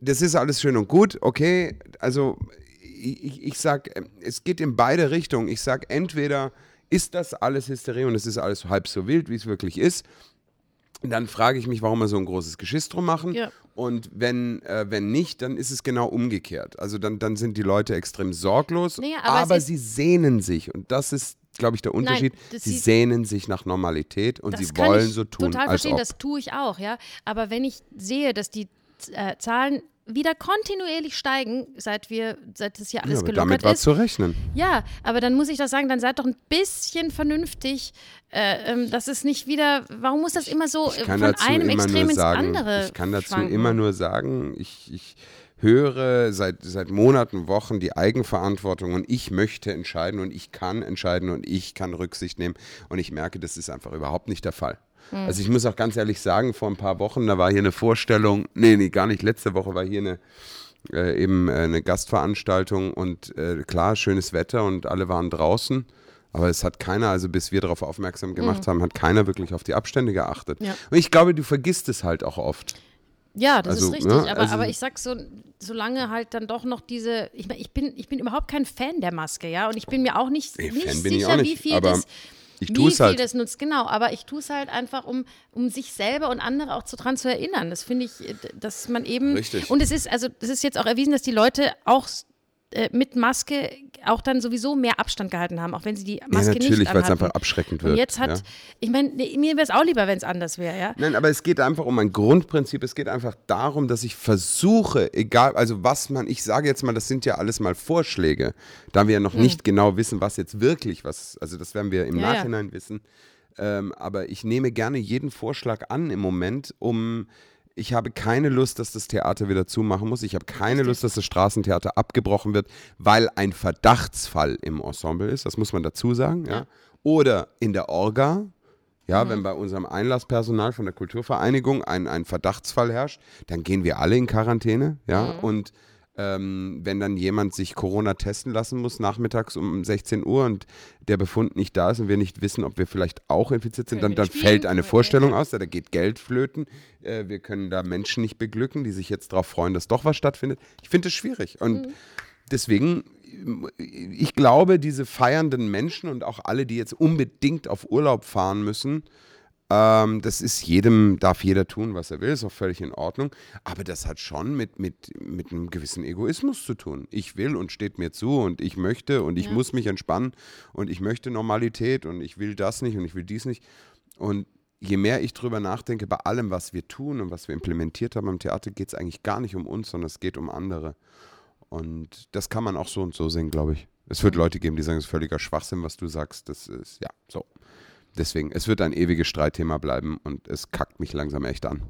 [SPEAKER 1] das ist alles schön und gut, okay. Also ich, ich- ich sag, ähm, es geht in beide Richtungen. Ich sag, entweder ist das alles Hysterie und es ist alles halb so wild, wie es wirklich ist. Dann frage ich mich, warum wir so ein großes Geschiss drum machen.
[SPEAKER 2] Ja.
[SPEAKER 1] Und wenn, äh, wenn nicht, dann ist es genau umgekehrt. Also dann, dann sind die Leute extrem sorglos,
[SPEAKER 2] Naja, aber
[SPEAKER 1] aber,
[SPEAKER 2] es ist-
[SPEAKER 1] sie sehnen sich. Und das ist, glaube ich, der Unterschied.
[SPEAKER 2] das
[SPEAKER 1] sie
[SPEAKER 2] sieht-
[SPEAKER 1] sehnen sich nach Normalität und
[SPEAKER 2] Das
[SPEAKER 1] sie
[SPEAKER 2] kann
[SPEAKER 1] wollen
[SPEAKER 2] ich
[SPEAKER 1] so tun,
[SPEAKER 2] total
[SPEAKER 1] als
[SPEAKER 2] verstehen,
[SPEAKER 1] ob.
[SPEAKER 2] das tue ich auch, ja. Aber wenn ich sehe, dass die äh, Zahlen wieder kontinuierlich steigen, seit wir, seit das hier
[SPEAKER 1] Ja,
[SPEAKER 2] alles
[SPEAKER 1] aber
[SPEAKER 2] gelockert
[SPEAKER 1] damit war
[SPEAKER 2] ist.
[SPEAKER 1] zu rechnen.
[SPEAKER 2] Ja, aber dann muss ich doch sagen, dann seid doch ein bisschen vernünftig. Äh, ähm, das ist nicht wieder, warum muss das immer so äh,
[SPEAKER 1] Ich kann
[SPEAKER 2] von
[SPEAKER 1] dazu
[SPEAKER 2] einem
[SPEAKER 1] immer
[SPEAKER 2] Extrem
[SPEAKER 1] nur
[SPEAKER 2] ins
[SPEAKER 1] sagen,
[SPEAKER 2] andere
[SPEAKER 1] ich kann dazu
[SPEAKER 2] schwanken?
[SPEAKER 1] immer nur sagen, ich, ich höre seit, seit Monaten, Wochen die Eigenverantwortung und ich möchte entscheiden und ich kann entscheiden und ich kann Rücksicht nehmen und ich merke, das ist einfach überhaupt nicht der Fall.
[SPEAKER 2] Hm.
[SPEAKER 1] Also ich muss auch ganz ehrlich sagen, vor ein paar Wochen, da war hier eine Vorstellung, nee, nee, gar nicht, letzte Woche war hier eine äh, eben äh, eine Gastveranstaltung und äh, klar, schönes Wetter und alle waren draußen. Aber es hat keiner, also bis wir darauf aufmerksam gemacht haben, hat keiner wirklich auf die Abstände geachtet.
[SPEAKER 2] Mhm. Ja.
[SPEAKER 1] Und ich glaube, du vergisst es halt auch oft.
[SPEAKER 2] Ja, das
[SPEAKER 1] Also,
[SPEAKER 2] ist richtig.
[SPEAKER 1] ne,
[SPEAKER 2] aber,
[SPEAKER 1] also-
[SPEAKER 2] aber ich sag so, solange halt dann doch noch diese. Ich, mein, ich, bin, ich bin überhaupt kein Fan der Maske, ja. Und ich bin mir auch nicht,
[SPEAKER 1] Nee,
[SPEAKER 2] nicht
[SPEAKER 1] Fan bin ich
[SPEAKER 2] sicher,
[SPEAKER 1] auch nicht,
[SPEAKER 2] wie viel
[SPEAKER 1] aber
[SPEAKER 2] das.
[SPEAKER 1] ich
[SPEAKER 2] Wie
[SPEAKER 1] tu's
[SPEAKER 2] viel
[SPEAKER 1] halt.
[SPEAKER 2] das nutzt, genau. Aber ich tue es halt einfach, um, um sich selber und andere auch zu, dran zu erinnern. Das finde ich, äh, d- dass man eben.
[SPEAKER 1] Richtig.
[SPEAKER 2] Und es ist, also es ist jetzt auch erwiesen, dass die Leute auch äh, mit Maske auch dann sowieso mehr Abstand gehalten haben, auch wenn sie die Maske
[SPEAKER 1] natürlich,
[SPEAKER 2] nicht
[SPEAKER 1] weil es
[SPEAKER 2] anhatten.
[SPEAKER 1] einfach abschreckend
[SPEAKER 2] Und
[SPEAKER 1] wirkt,
[SPEAKER 2] jetzt hat,
[SPEAKER 1] ja.
[SPEAKER 2] ich meine, mir wäre es auch lieber, wenn es anders wäre, ja.
[SPEAKER 1] Nein, aber es geht einfach um ein Grundprinzip. Es geht einfach darum, dass ich versuche, egal, also was man, ich sage jetzt mal, das sind ja alles mal Vorschläge, da wir ja noch nicht genau wissen, was jetzt wirklich was, also das werden wir im
[SPEAKER 2] Hm. Ja, ja.
[SPEAKER 1] Nachhinein wissen. Ähm, aber ich nehme gerne jeden Vorschlag an im Moment, um. Ich habe keine Lust, dass das Theater wieder zumachen muss. Ich habe keine Lust, dass das Straßentheater abgebrochen wird, weil ein Verdachtsfall im Ensemble ist. Das muss man dazu sagen. Ja. Oder in der Orga,
[SPEAKER 2] Mhm.
[SPEAKER 1] ja, wenn bei unserem Einlasspersonal von der Kulturvereinigung ein, ein Verdachtsfall herrscht, dann gehen wir alle in Quarantäne,
[SPEAKER 2] Mhm.
[SPEAKER 1] ja. Und ähm, wenn dann jemand sich Corona testen lassen muss, nachmittags um 16 Uhr und der Befund nicht da ist und wir nicht wissen, ob wir vielleicht auch infiziert sind, dann,
[SPEAKER 2] Können wir
[SPEAKER 1] dann
[SPEAKER 2] nicht
[SPEAKER 1] fällt
[SPEAKER 2] spielen,
[SPEAKER 1] eine
[SPEAKER 2] können wir-
[SPEAKER 1] Vorstellung aus, da da geht Geld flöten. Äh, wir können da Menschen nicht beglücken, die sich jetzt darauf freuen, dass doch was stattfindet. Ich finde es schwierig. Und
[SPEAKER 2] Mhm.
[SPEAKER 1] deswegen ich glaube, diese feiernden Menschen und auch alle, die jetzt unbedingt auf Urlaub fahren müssen, ähm, das ist jedem, darf jeder tun, was er will, ist auch völlig in Ordnung. Aber das hat schon mit, mit, mit einem gewissen Egoismus zu tun. Ich will und steht mir zu und ich möchte und ich muss mich entspannen und ich möchte Normalität und ich will das nicht und ich will dies nicht. Und je mehr ich drüber nachdenke, bei allem, was wir tun und was wir implementiert haben im Theater, geht es eigentlich gar nicht um uns, sondern es geht um andere. Und das kann man auch so und so sehen, glaube ich. Es wird Leute geben, die sagen, es ist völliger Schwachsinn, was du sagst. Das ist, ja, so. Deswegen, es wird ein ewiges Streitthema bleiben und es kackt mich langsam echt an.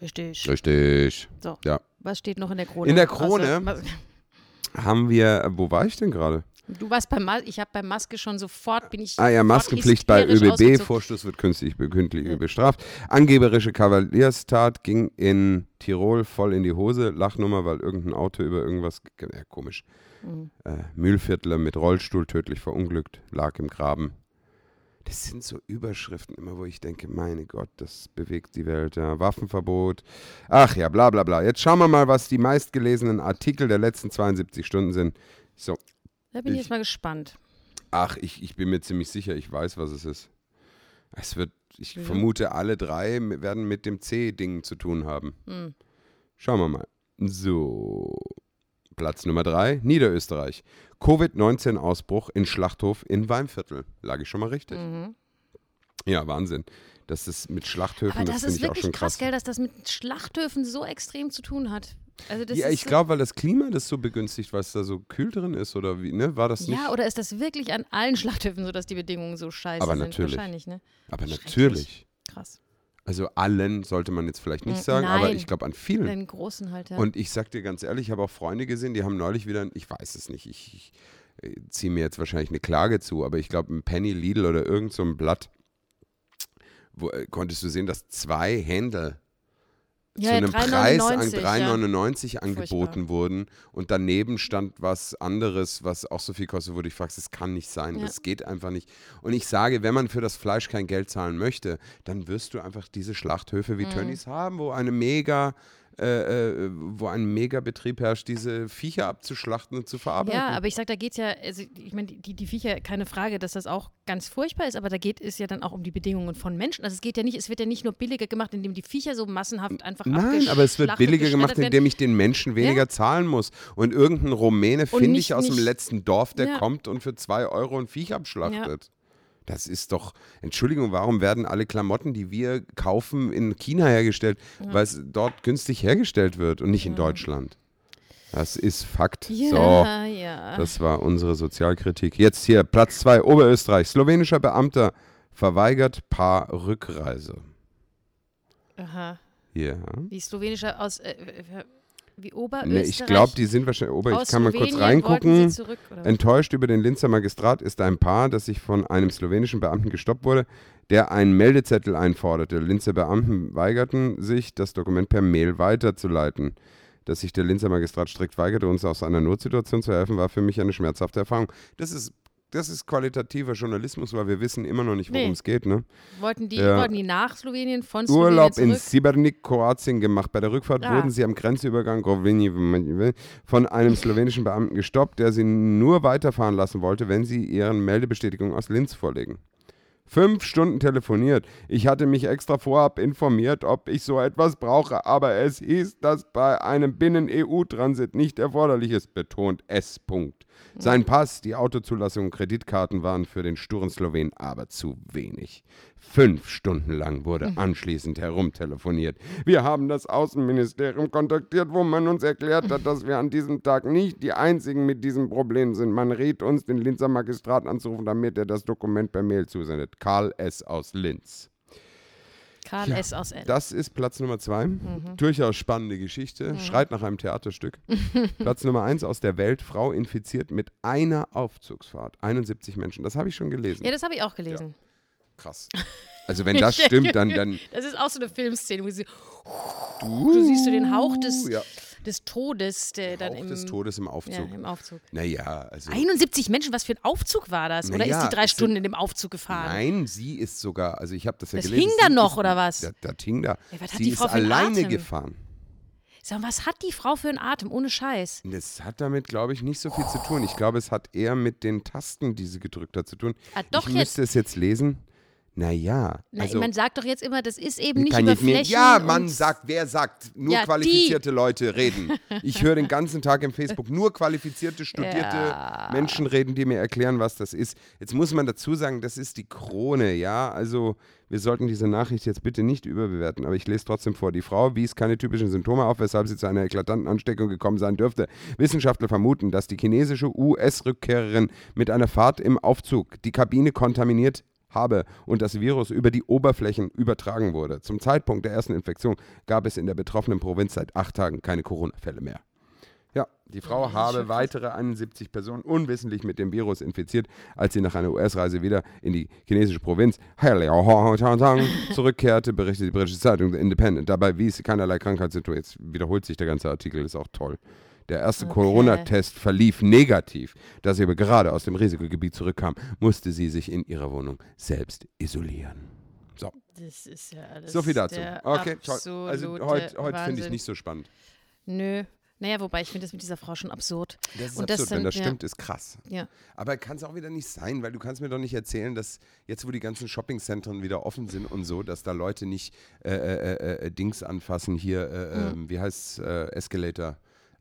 [SPEAKER 2] Richtig.
[SPEAKER 1] Richtig.
[SPEAKER 2] So.
[SPEAKER 1] Ja.
[SPEAKER 2] Was steht noch in der Krone?
[SPEAKER 1] In der Krone?
[SPEAKER 2] Außer- was-
[SPEAKER 1] Haben wir, äh, wo war ich denn gerade?
[SPEAKER 2] Du warst bei Maske, ich habe bei Maske schon sofort, bin ich.
[SPEAKER 1] Ah ja,
[SPEAKER 2] sofort
[SPEAKER 1] Maskenpflicht bei ÖBB,
[SPEAKER 2] hysterisch ausgezuckt.
[SPEAKER 1] Vorstoß wird künstlich bekündlich bestraft. Angeberische Kavalierstat ging in Tirol voll in die Hose. Lachnummer, weil irgendein Auto über irgendwas, ge- ja, komisch. Äh, Mühlviertler mit Rollstuhl tödlich verunglückt, lag im Graben. Das sind so Überschriften immer, wo ich denke, meine Gott, das bewegt die Welt. Ja. Waffenverbot. Ach ja, bla bla bla. Jetzt schauen wir mal, was die meistgelesenen Artikel der letzten 72 Stunden sind. So,
[SPEAKER 2] Da bin ich
[SPEAKER 1] Ich-
[SPEAKER 2] jetzt mal gespannt.
[SPEAKER 1] Ach, ich, ich bin mir ziemlich sicher, ich weiß, was es ist. Es wird, ich vermute, alle drei m- werden mit dem C-Ding zu tun haben.
[SPEAKER 2] Hm.
[SPEAKER 1] Schauen wir mal. So. Platz Nummer drei, Niederösterreich. Covid-19-Ausbruch in Schlachthof in Weinviertel. Lag ich schon mal richtig.
[SPEAKER 2] Mhm.
[SPEAKER 1] Ja, Wahnsinn. Das ist mit Schlachthöfen,
[SPEAKER 2] Aber
[SPEAKER 1] das,
[SPEAKER 2] das,
[SPEAKER 1] finde
[SPEAKER 2] ist
[SPEAKER 1] ich auch
[SPEAKER 2] wirklich
[SPEAKER 1] schon
[SPEAKER 2] krass,
[SPEAKER 1] krass.
[SPEAKER 2] gell, dass das mit Schlachthöfen so extrem zu tun hat. Also das
[SPEAKER 1] ja,
[SPEAKER 2] ist
[SPEAKER 1] ich
[SPEAKER 2] so,
[SPEAKER 1] glaube, weil das Klima das so begünstigt, weil es da so kühl drin ist oder wie, ne? War das nicht?
[SPEAKER 2] Ja, oder ist das wirklich an allen Schlachthöfen so, dass die Bedingungen so scheiße
[SPEAKER 1] Aber
[SPEAKER 2] sind?
[SPEAKER 1] natürlich.
[SPEAKER 2] Wahrscheinlich, ne?
[SPEAKER 1] Aber
[SPEAKER 2] Schrecklich.
[SPEAKER 1] natürlich.
[SPEAKER 2] Krass.
[SPEAKER 1] Also allen sollte man jetzt vielleicht nicht
[SPEAKER 2] Mm,
[SPEAKER 1] sagen, aber
[SPEAKER 2] nein.
[SPEAKER 1] ich glaube an vielen.
[SPEAKER 2] Den großen halt, ja.
[SPEAKER 1] Und ich sag dir ganz ehrlich, ich habe auch Freunde gesehen, die haben neulich wieder, ich weiß es nicht, ich, ich ziehe mir jetzt wahrscheinlich eine Klage zu, aber ich glaube, ein Penny Lidl oder irgend so ein Blatt, wo, äh, konntest du sehen, dass zwei Händel
[SPEAKER 2] ja,
[SPEAKER 1] zu
[SPEAKER 2] ja,
[SPEAKER 1] einem Preis an
[SPEAKER 2] 3,99, ja.
[SPEAKER 1] 3,99 angeboten
[SPEAKER 2] Furchtbar.
[SPEAKER 1] wurden und daneben stand was anderes, was auch so viel kostet, wo du dich fragst, das kann nicht sein,
[SPEAKER 2] Ja.
[SPEAKER 1] das geht einfach nicht. Und ich sage, wenn man für das Fleisch kein Geld zahlen möchte, dann wirst du einfach diese Schlachthöfe
[SPEAKER 2] Mhm.
[SPEAKER 1] wie Tönnies haben, wo eine mega äh, äh, wo ein Megabetrieb herrscht, diese Viecher abzuschlachten und zu verarbeiten.
[SPEAKER 2] Ja, aber ich sag, da geht's ja, also ich meine, die, die Viecher, keine Frage, dass das auch ganz furchtbar ist, aber da geht es ja dann auch um die Bedingungen von Menschen. Also es geht ja nicht, es wird ja nicht nur billiger gemacht, indem die Viecher so massenhaft einfach
[SPEAKER 1] Nein, aber es wird
[SPEAKER 2] abgeschlachtet,
[SPEAKER 1] billiger gemacht,
[SPEAKER 2] geschreddert werden.
[SPEAKER 1] indem ich den Menschen weniger zahlen muss. Und irgendein Rumäne finde
[SPEAKER 2] nicht-
[SPEAKER 1] ich aus dem
[SPEAKER 2] nicht-
[SPEAKER 1] letzten Dorf, der
[SPEAKER 2] Ja.
[SPEAKER 1] kommt und für zwei Euro ein Viech abschlachtet. Das ist doch, Entschuldigung, warum werden alle Klamotten, die wir kaufen, in China hergestellt, weil es dort günstig hergestellt wird und nicht in Deutschland? Das ist Fakt.
[SPEAKER 2] Ja,
[SPEAKER 1] So,
[SPEAKER 2] ja.
[SPEAKER 1] das war unsere Sozialkritik. Jetzt hier, Platz 2, Oberösterreich. Slowenischer Beamter verweigert Paar Rückreise.
[SPEAKER 2] Aha.
[SPEAKER 1] Ja.
[SPEAKER 2] Wie slowenischer aus. Äh, äh, wie
[SPEAKER 1] Ne,
[SPEAKER 2] Oberösterreich.
[SPEAKER 1] ich glaube, die sind wahrscheinlich, Ober,
[SPEAKER 2] aus
[SPEAKER 1] ich kann mal kurz
[SPEAKER 2] Slowenien wollten
[SPEAKER 1] reingucken.
[SPEAKER 2] Sie zurück, oder? was?
[SPEAKER 1] Enttäuscht über den Linzer Magistrat ist ein Paar, das sich von einem slowenischen Beamten gestoppt wurde, der einen Meldezettel einforderte. Linzer Beamten weigerten sich, das Dokument per Mail weiterzuleiten. Dass sich der Linzer Magistrat strikt weigerte, uns aus einer Notsituation zu helfen, war für mich eine schmerzhafte Erfahrung. Das ist, das ist qualitativer Journalismus, weil wir wissen immer noch nicht, worum
[SPEAKER 2] Nee.
[SPEAKER 1] es geht. Ne?
[SPEAKER 2] wollten, die,
[SPEAKER 1] Ja.
[SPEAKER 2] wollten die nach Slowenien von Slowenien
[SPEAKER 1] Urlaub in
[SPEAKER 2] zurück?
[SPEAKER 1] Sibernik, Kroatien gemacht. Bei der Rückfahrt
[SPEAKER 2] Ah.
[SPEAKER 1] wurden sie am Grenzübergang Grovini von einem slowenischen Beamten gestoppt, der sie nur weiterfahren lassen wollte, wenn sie ihren Meldebestätigung aus Linz vorlegen. Fünf Stunden telefoniert. Ich hatte mich extra vorab informiert, ob ich so etwas brauche, aber es hieß, dass bei einem Binnen-EU-Transit nicht erforderlich ist, betont S. Punkt. Sein Pass, die Autozulassung und Kreditkarten waren für den sturen Slowen aber zu wenig. Fünf Stunden lang
[SPEAKER 2] Mhm.
[SPEAKER 1] wurde anschließend herumtelefoniert. Wir haben das Außenministerium kontaktiert, wo man uns erklärt hat, dass wir an diesem Tag nicht die Einzigen mit diesem Problem sind. Man riet uns, den Linzer Magistrat anzurufen, damit er das Dokument per Mail zusendet. Karl S. aus Linz.
[SPEAKER 2] Karl S. aus L.
[SPEAKER 1] Das ist Platz Nummer zwei.
[SPEAKER 2] Mhm.
[SPEAKER 1] Durchaus spannende Geschichte. Schreit nach einem Theaterstück. Platz Nummer eins aus der Welt. Frau infiziert mit einer Aufzugsfahrt. 71 Menschen. Das habe ich schon gelesen.
[SPEAKER 2] Ja, das habe ich auch gelesen.
[SPEAKER 1] Krass. Also wenn das stimmt, dann, dann
[SPEAKER 2] Das ist auch so eine Filmszene, wo sie, du siehst du den Hauch des,
[SPEAKER 1] Uh, ja.
[SPEAKER 2] des Todes, der dann
[SPEAKER 1] Rauch
[SPEAKER 2] im,
[SPEAKER 1] des Todes im Aufzug.
[SPEAKER 2] Ja, im Aufzug.
[SPEAKER 1] Naja, also
[SPEAKER 2] 71 Menschen, was für ein Aufzug war das?
[SPEAKER 1] Na
[SPEAKER 2] Oder
[SPEAKER 1] ja,
[SPEAKER 2] ist die drei
[SPEAKER 1] es sind-
[SPEAKER 2] Stunden in dem Aufzug gefahren?
[SPEAKER 1] nein, sie ist sogar, also ich habe das ja
[SPEAKER 2] Das
[SPEAKER 1] gelesen.
[SPEAKER 2] hing da
[SPEAKER 1] sie
[SPEAKER 2] noch,
[SPEAKER 1] ist,
[SPEAKER 2] oder was?
[SPEAKER 1] Da, da hing da.
[SPEAKER 2] Ey, was hat
[SPEAKER 1] sie
[SPEAKER 2] die
[SPEAKER 1] ist
[SPEAKER 2] Frau für einen
[SPEAKER 1] alleine
[SPEAKER 2] Atem?
[SPEAKER 1] gefahren.
[SPEAKER 2] Sag mal, was hat die Frau für einen Atem, ohne Scheiß?
[SPEAKER 1] Das hat damit, glaube ich, nicht so viel zu tun. Ich glaube, es hat eher mit den Tasten, die sie gedrückt hat, zu tun.
[SPEAKER 2] Ah, doch,
[SPEAKER 1] ich müsste es jetzt lesen. Naja,
[SPEAKER 2] Na,
[SPEAKER 1] also
[SPEAKER 2] man sagt doch jetzt immer, das ist eben nicht
[SPEAKER 1] kann
[SPEAKER 2] über
[SPEAKER 1] ich mir,
[SPEAKER 2] Flächen
[SPEAKER 1] ja,
[SPEAKER 2] und-
[SPEAKER 1] man sagt, wer sagt, nur
[SPEAKER 2] Ja, die.
[SPEAKER 1] qualifizierte Leute reden. Ich höre den ganzen Tag im Facebook nur qualifizierte, studierte
[SPEAKER 2] Ja.
[SPEAKER 1] Menschen reden, die mir erklären, was das ist. Jetzt muss man dazu sagen, das ist die Krone, ja. Also wir sollten diese Nachricht jetzt bitte nicht überbewerten, aber ich lese trotzdem vor. Die Frau wies keine typischen Symptome auf, weshalb sie zu einer eklatanten Ansteckung gekommen sein dürfte. Wissenschaftler vermuten, dass die chinesische US-Rückkehrerin mit einer Fahrt im Aufzug die Kabine kontaminiert habe und das Virus über die Oberflächen übertragen wurde. Zum Zeitpunkt der ersten Infektion gab es in der betroffenen Provinz seit acht Tagen keine Corona-Fälle mehr. Ja, die Frau
[SPEAKER 2] Oh,
[SPEAKER 1] habe weitere 71 Personen unwissentlich mit dem Virus infiziert, als sie nach einer US-Reise wieder in die chinesische Provinz zurückkehrte, berichtet die britische Zeitung The Independent. Dabei wies sie keinerlei Krankheitssymptome. Jetzt wiederholt sich der ganze Artikel, ist auch toll. Der erste Corona-Test verlief negativ. Da sie aber gerade aus dem Risikogebiet zurückkam, musste sie sich in ihrer Wohnung selbst isolieren. So,
[SPEAKER 2] Das ist ja alles
[SPEAKER 1] so viel dazu.
[SPEAKER 2] der
[SPEAKER 1] Okay, toll. Also
[SPEAKER 2] absolute
[SPEAKER 1] heute heut finde ich
[SPEAKER 2] Wahnsinn.
[SPEAKER 1] nicht so spannend.
[SPEAKER 2] Nö. Naja, wobei ich finde das mit dieser Frau schon absurd.
[SPEAKER 1] Das ist
[SPEAKER 2] Und
[SPEAKER 1] absurd, wenn
[SPEAKER 2] dann-
[SPEAKER 1] das
[SPEAKER 2] ja,
[SPEAKER 1] stimmt, ist krass.
[SPEAKER 2] Ja.
[SPEAKER 1] Aber kann es auch wieder nicht sein, weil du kannst mir doch nicht erzählen, dass jetzt, wo die ganzen Shoppingzentren wieder offen sind und so, dass da Leute nicht äh, äh, äh, äh, Dings anfassen hier, äh, ähm, wie heißt äh, Escalator,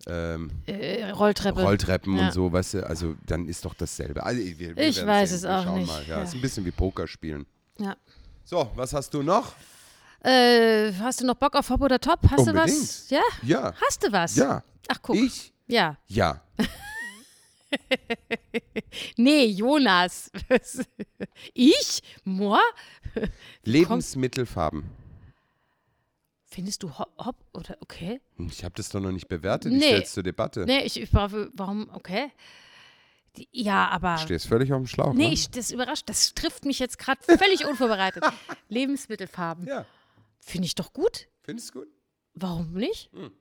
[SPEAKER 1] ähm,
[SPEAKER 2] Äh, Rolltreppe.
[SPEAKER 1] Rolltreppen
[SPEAKER 2] Ja.
[SPEAKER 1] und so, weißt du, also dann ist doch dasselbe. Also, wir, wir
[SPEAKER 2] Ich
[SPEAKER 1] werden's
[SPEAKER 2] weiß
[SPEAKER 1] sehen.
[SPEAKER 2] es
[SPEAKER 1] Wir
[SPEAKER 2] auch
[SPEAKER 1] schauen
[SPEAKER 2] nicht.
[SPEAKER 1] Mal. Ja,
[SPEAKER 2] Ja.
[SPEAKER 1] Ist ein bisschen wie Pokerspielen.
[SPEAKER 2] ja.
[SPEAKER 1] So, was hast du noch?
[SPEAKER 2] Äh, hast du noch Bock auf Hop oder Top? Hast du was?
[SPEAKER 1] Unbedingt.
[SPEAKER 2] Ja?
[SPEAKER 1] Ja.
[SPEAKER 2] Hast du was?
[SPEAKER 1] Ja.
[SPEAKER 2] Ach, guck.
[SPEAKER 1] Ich?
[SPEAKER 2] Ja.
[SPEAKER 1] Ja.
[SPEAKER 2] Nee, Jonas. ich? Moi?
[SPEAKER 1] Lebensmittelfarben.
[SPEAKER 2] Findest du Hop, Hop oder okay?
[SPEAKER 1] Ich habe das doch noch nicht bewertet. Ich
[SPEAKER 2] Nee.
[SPEAKER 1] stelle es zur Debatte.
[SPEAKER 2] Nee, ich, ich war, warum, okay? Die, ja, aber.
[SPEAKER 1] Du stehst völlig auf dem Schlauch.
[SPEAKER 2] Nee,
[SPEAKER 1] ne?
[SPEAKER 2] ich, das überrascht, das trifft mich jetzt gerade völlig unvorbereitet. Lebensmittelfarben.
[SPEAKER 1] Ja.
[SPEAKER 2] Finde ich doch gut.
[SPEAKER 1] Findest du gut?
[SPEAKER 2] Warum nicht?
[SPEAKER 1] Hm.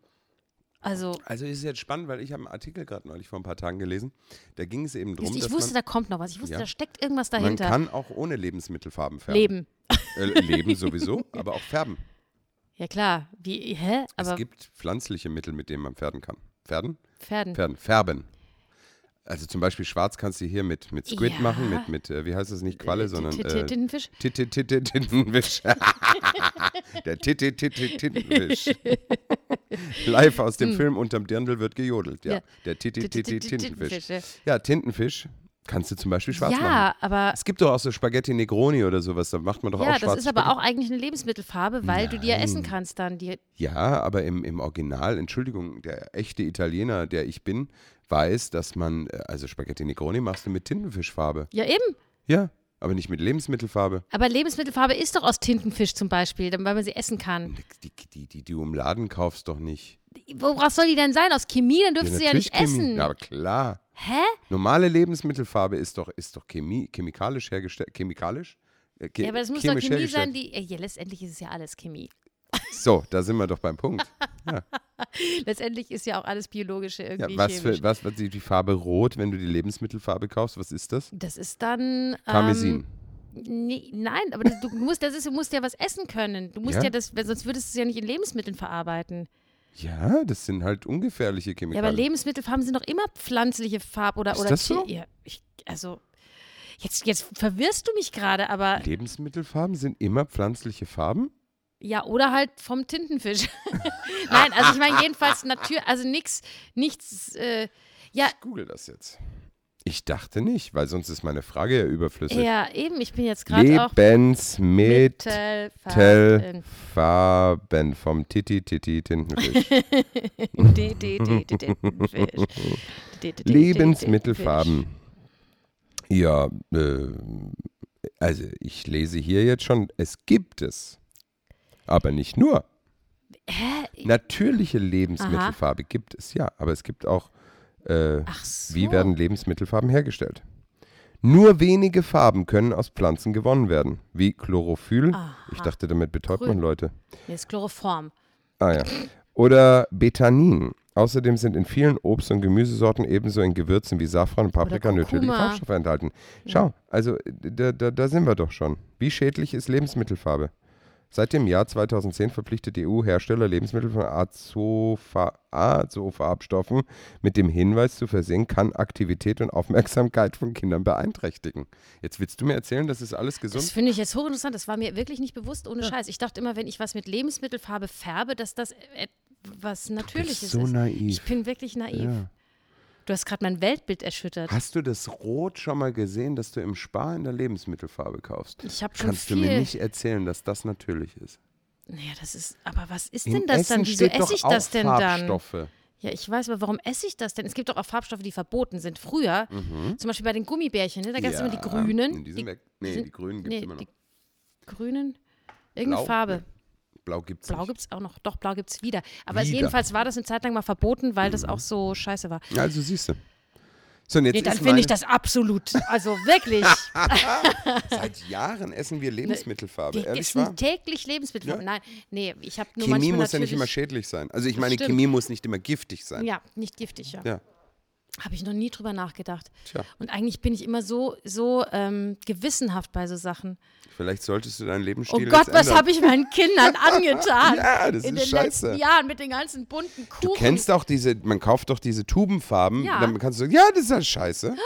[SPEAKER 2] Also,
[SPEAKER 1] Also ist jetzt spannend, weil ich habe einen Artikel gerade neulich vor ein paar Tagen gelesen. Da ging es eben drum,
[SPEAKER 2] siehst du, ich
[SPEAKER 1] dass
[SPEAKER 2] wusste,
[SPEAKER 1] man,
[SPEAKER 2] da kommt noch was. Ich wusste,
[SPEAKER 1] Ja.
[SPEAKER 2] da steckt irgendwas
[SPEAKER 1] man
[SPEAKER 2] dahinter.
[SPEAKER 1] kann auch ohne Lebensmittelfarben färben.
[SPEAKER 2] Leben.
[SPEAKER 1] Äh, Leben sowieso, aber auch färben.
[SPEAKER 2] Ja, klar. Wie, hä?
[SPEAKER 1] es
[SPEAKER 2] Aber
[SPEAKER 1] gibt pflanzliche Mittel, mit denen man färben kann. Färben?
[SPEAKER 2] Pferden.
[SPEAKER 1] Färben. Färben. Also zum Beispiel schwarz kannst du hier mit, mit Squid
[SPEAKER 2] Ja.
[SPEAKER 1] machen, mit, mit äh, wie heißt das, nicht Qualle, sondern
[SPEAKER 2] T- T-
[SPEAKER 1] äh,
[SPEAKER 2] Tintenfisch?
[SPEAKER 1] Tit- Tit- Tit- Tit- Tintenwisch. Der Tit- Tit- Tit- Tit- Tintenwisch. Live aus dem Film Unterm Dirndl wird gejodelt, ja.
[SPEAKER 2] Hm. Ja.
[SPEAKER 1] Der Tit- Tit-
[SPEAKER 2] Tit-
[SPEAKER 1] Tit-
[SPEAKER 2] Tit- Tintenfisch,
[SPEAKER 1] Tintenfisch. Ja, Tintenfisch Kannst du zum Beispiel schwarz machen.
[SPEAKER 2] ja, aber
[SPEAKER 1] Es gibt doch auch so Spaghetti Negroni oder sowas, da macht man doch auch
[SPEAKER 2] ja,
[SPEAKER 1] schwarz.
[SPEAKER 2] das ist aber auch eigentlich eine Lebensmittelfarbe, weil du die ja essen kannst dann. Die,
[SPEAKER 1] Ja, aber im, im Original, Entschuldigung, der echte Italiener, der ich bin, weiß, dass man, äh, also Spaghetti Negroni machst du mit Tintenfischfarbe.
[SPEAKER 2] ja, eben.
[SPEAKER 1] Ja, aber nicht mit Lebensmittelfarbe.
[SPEAKER 2] Aber Lebensmittelfarbe ist doch aus Tintenfisch zum Beispiel, dann- weil man sie essen kann.
[SPEAKER 1] Die, die, die, die du im Laden kaufst doch nicht.
[SPEAKER 2] Woraus soll die denn sein? Aus Chemie? Dann dürfen sie ja
[SPEAKER 1] natürlich
[SPEAKER 2] nicht
[SPEAKER 1] Chemie.
[SPEAKER 2] essen.
[SPEAKER 1] Ja, aber klar.
[SPEAKER 2] Hä?
[SPEAKER 1] Normale Lebensmittelfarbe ist doch, ist doch Chemie, chemikalisch hergestellt. Chemikalisch? Äh, che-
[SPEAKER 2] Ja, aber das muss doch
[SPEAKER 1] chemisch
[SPEAKER 2] Chemie
[SPEAKER 1] hergestellt.
[SPEAKER 2] sein, die. äh, Ja, letztendlich ist es ja alles Chemie.
[SPEAKER 1] So, da sind wir doch beim Punkt.
[SPEAKER 2] Letztendlich ist ja auch alles biologische
[SPEAKER 1] Ja,
[SPEAKER 2] irgendwie.
[SPEAKER 1] was
[SPEAKER 2] chemisch.
[SPEAKER 1] für was, was die, die Farbe Rot, wenn du die Lebensmittelfarbe kaufst, was ist das?
[SPEAKER 2] Das ist dann.
[SPEAKER 1] Parmesan.
[SPEAKER 2] Ähm, nee, nein, aber das, du musst, das ist, du musst ja was essen können. Du musst ja,
[SPEAKER 1] Ja.
[SPEAKER 2] das, weil sonst würdest du es ja nicht in Lebensmitteln verarbeiten.
[SPEAKER 1] ja, das sind halt ungefährliche
[SPEAKER 2] Ja,
[SPEAKER 1] Chemikalien.
[SPEAKER 2] aber Lebensmittelfarben sind doch immer pflanzliche Farb oder
[SPEAKER 1] Ist
[SPEAKER 2] oder
[SPEAKER 1] das so?
[SPEAKER 2] Tier- ja, ich, also jetzt, jetzt verwirrst du mich gerade, aber
[SPEAKER 1] Lebensmittelfarben sind immer pflanzliche Farben?
[SPEAKER 2] ja, oder halt vom Tintenfisch. nein, also ich meine jedenfalls natürlich, also nichts, nichts, äh, ja,
[SPEAKER 1] Google das jetzt. Ich dachte nicht, weil sonst ist meine Frage ja überflüssig.
[SPEAKER 2] ja, eben, ich bin jetzt gerade auch
[SPEAKER 1] Lebensmittelfarben
[SPEAKER 2] Mittelfarben.
[SPEAKER 1] vom Titi Titi Tintenfisch.
[SPEAKER 2] D- D- D- D- Tintenfisch. D- D- D- D-
[SPEAKER 1] Lebensmittelfarben. Ja, äh, also ich lese hier jetzt schon, es gibt es. Aber nicht nur. Natürliche Lebensmittelfarbe gibt es, ja. Aber es gibt auch äh,
[SPEAKER 2] Ach so.
[SPEAKER 1] Wie werden Lebensmittelfarben hergestellt? Nur wenige Farben können aus Pflanzen gewonnen werden, wie Chlorophyll. Ich dachte, damit betäubt
[SPEAKER 2] Grün.
[SPEAKER 1] man Leute.
[SPEAKER 2] Nee, ist Chloroform.
[SPEAKER 1] Ah ja. Oder Betanin. Außerdem sind in vielen Obst- und Gemüsesorten ebenso in Gewürzen wie Safran und Paprika
[SPEAKER 2] Kurkuma.
[SPEAKER 1] natürliche Farbstoffe enthalten. Schau, also äh, da, da, da sind wir doch schon. Wie schädlich ist Lebensmittelfarbe? Seit dem Jahr 2010 verpflichtet die EU Hersteller Lebensmittel von Azofa- Azofarbstoffen mit dem Hinweis zu versehen, kann Aktivität und Aufmerksamkeit von Kindern beeinträchtigen. Jetzt willst du mir erzählen, das ist alles
[SPEAKER 2] Das
[SPEAKER 1] gesund?
[SPEAKER 2] finde ich jetzt hochinteressant. Das war mir wirklich nicht bewusst, ohne Scheiß. Ich dachte immer, wenn ich was mit Lebensmittelfarbe färbe, dass das äh, was Natürliches
[SPEAKER 1] so
[SPEAKER 2] ist.
[SPEAKER 1] naiv.
[SPEAKER 2] Ich bin wirklich naiv.
[SPEAKER 1] Ja.
[SPEAKER 2] Du hast gerade mein Weltbild erschüttert.
[SPEAKER 1] Hast du das Rot schon mal gesehen, dass du im Spar in der Lebensmittelfarbe kaufst?
[SPEAKER 2] Ich habe schon
[SPEAKER 1] Kannst
[SPEAKER 2] viel.
[SPEAKER 1] du mir nicht erzählen, dass das natürlich ist?
[SPEAKER 2] Naja, das ist. Aber was ist
[SPEAKER 1] In
[SPEAKER 2] denn das
[SPEAKER 1] Essen
[SPEAKER 2] dann? Wieso
[SPEAKER 1] steht doch
[SPEAKER 2] esse ich
[SPEAKER 1] auch
[SPEAKER 2] das denn dann?
[SPEAKER 1] Farbstoffe.
[SPEAKER 2] Ja, ich weiß, aber warum esse ich das denn? Es gibt doch auch Farbstoffe, die verboten sind. Früher,
[SPEAKER 1] Mhm.
[SPEAKER 2] zum Beispiel bei den Gummibärchen, ne? da gab es immer die grünen.
[SPEAKER 1] Die sind weg. Nee, die grünen gibt's
[SPEAKER 2] nee,
[SPEAKER 1] immer noch.
[SPEAKER 2] Die grünen.
[SPEAKER 1] Blau?
[SPEAKER 2] Irgendeine Farbe.
[SPEAKER 1] Blau gibt's
[SPEAKER 2] Blau
[SPEAKER 1] nicht.
[SPEAKER 2] gibt es auch noch. Doch, blau gibt es wieder. Aber es-
[SPEAKER 1] Wieder.
[SPEAKER 2] jedenfalls war das eine Zeit lang mal verboten, weil das auch so scheiße war.
[SPEAKER 1] Ja, Also siehst du. So, und jetzt
[SPEAKER 2] Nee, dann
[SPEAKER 1] ist
[SPEAKER 2] finde ich
[SPEAKER 1] meine-
[SPEAKER 2] das absolut. Also wirklich.
[SPEAKER 1] Seit Jahren essen wir Lebensmittelfarbe,
[SPEAKER 2] Wir
[SPEAKER 1] ehrlich
[SPEAKER 2] essen
[SPEAKER 1] wahr?
[SPEAKER 2] täglich Lebensmittel.
[SPEAKER 1] Ja.
[SPEAKER 2] Nein, nee, ich habe nur
[SPEAKER 1] Chemie
[SPEAKER 2] manchmal
[SPEAKER 1] muss ja
[SPEAKER 2] natürlich,
[SPEAKER 1] nicht immer schädlich sein. Also ich
[SPEAKER 2] Das
[SPEAKER 1] meine,
[SPEAKER 2] stimmt.
[SPEAKER 1] Chemie muss nicht immer giftig sein.
[SPEAKER 2] Ja, nicht giftig, ja.
[SPEAKER 1] Ja.
[SPEAKER 2] Habe ich noch nie drüber nachgedacht.
[SPEAKER 1] Tja.
[SPEAKER 2] Und eigentlich bin ich immer so, so ähm, gewissenhaft bei so Sachen.
[SPEAKER 1] Vielleicht solltest du deinen
[SPEAKER 2] Oh
[SPEAKER 1] Lebensstil
[SPEAKER 2] Gott,
[SPEAKER 1] jetzt
[SPEAKER 2] was
[SPEAKER 1] ändern.
[SPEAKER 2] habe ich meinen Kindern angetan?
[SPEAKER 1] Ja, das
[SPEAKER 2] In
[SPEAKER 1] ist
[SPEAKER 2] den
[SPEAKER 1] scheiße.
[SPEAKER 2] letzten Jahren mit den ganzen bunten Kuchen.
[SPEAKER 1] Du kennst auch diese, man kauft doch diese Tubenfarben.
[SPEAKER 2] Ja.
[SPEAKER 1] Dann kannst du sagen, ja, das ist ja scheiße.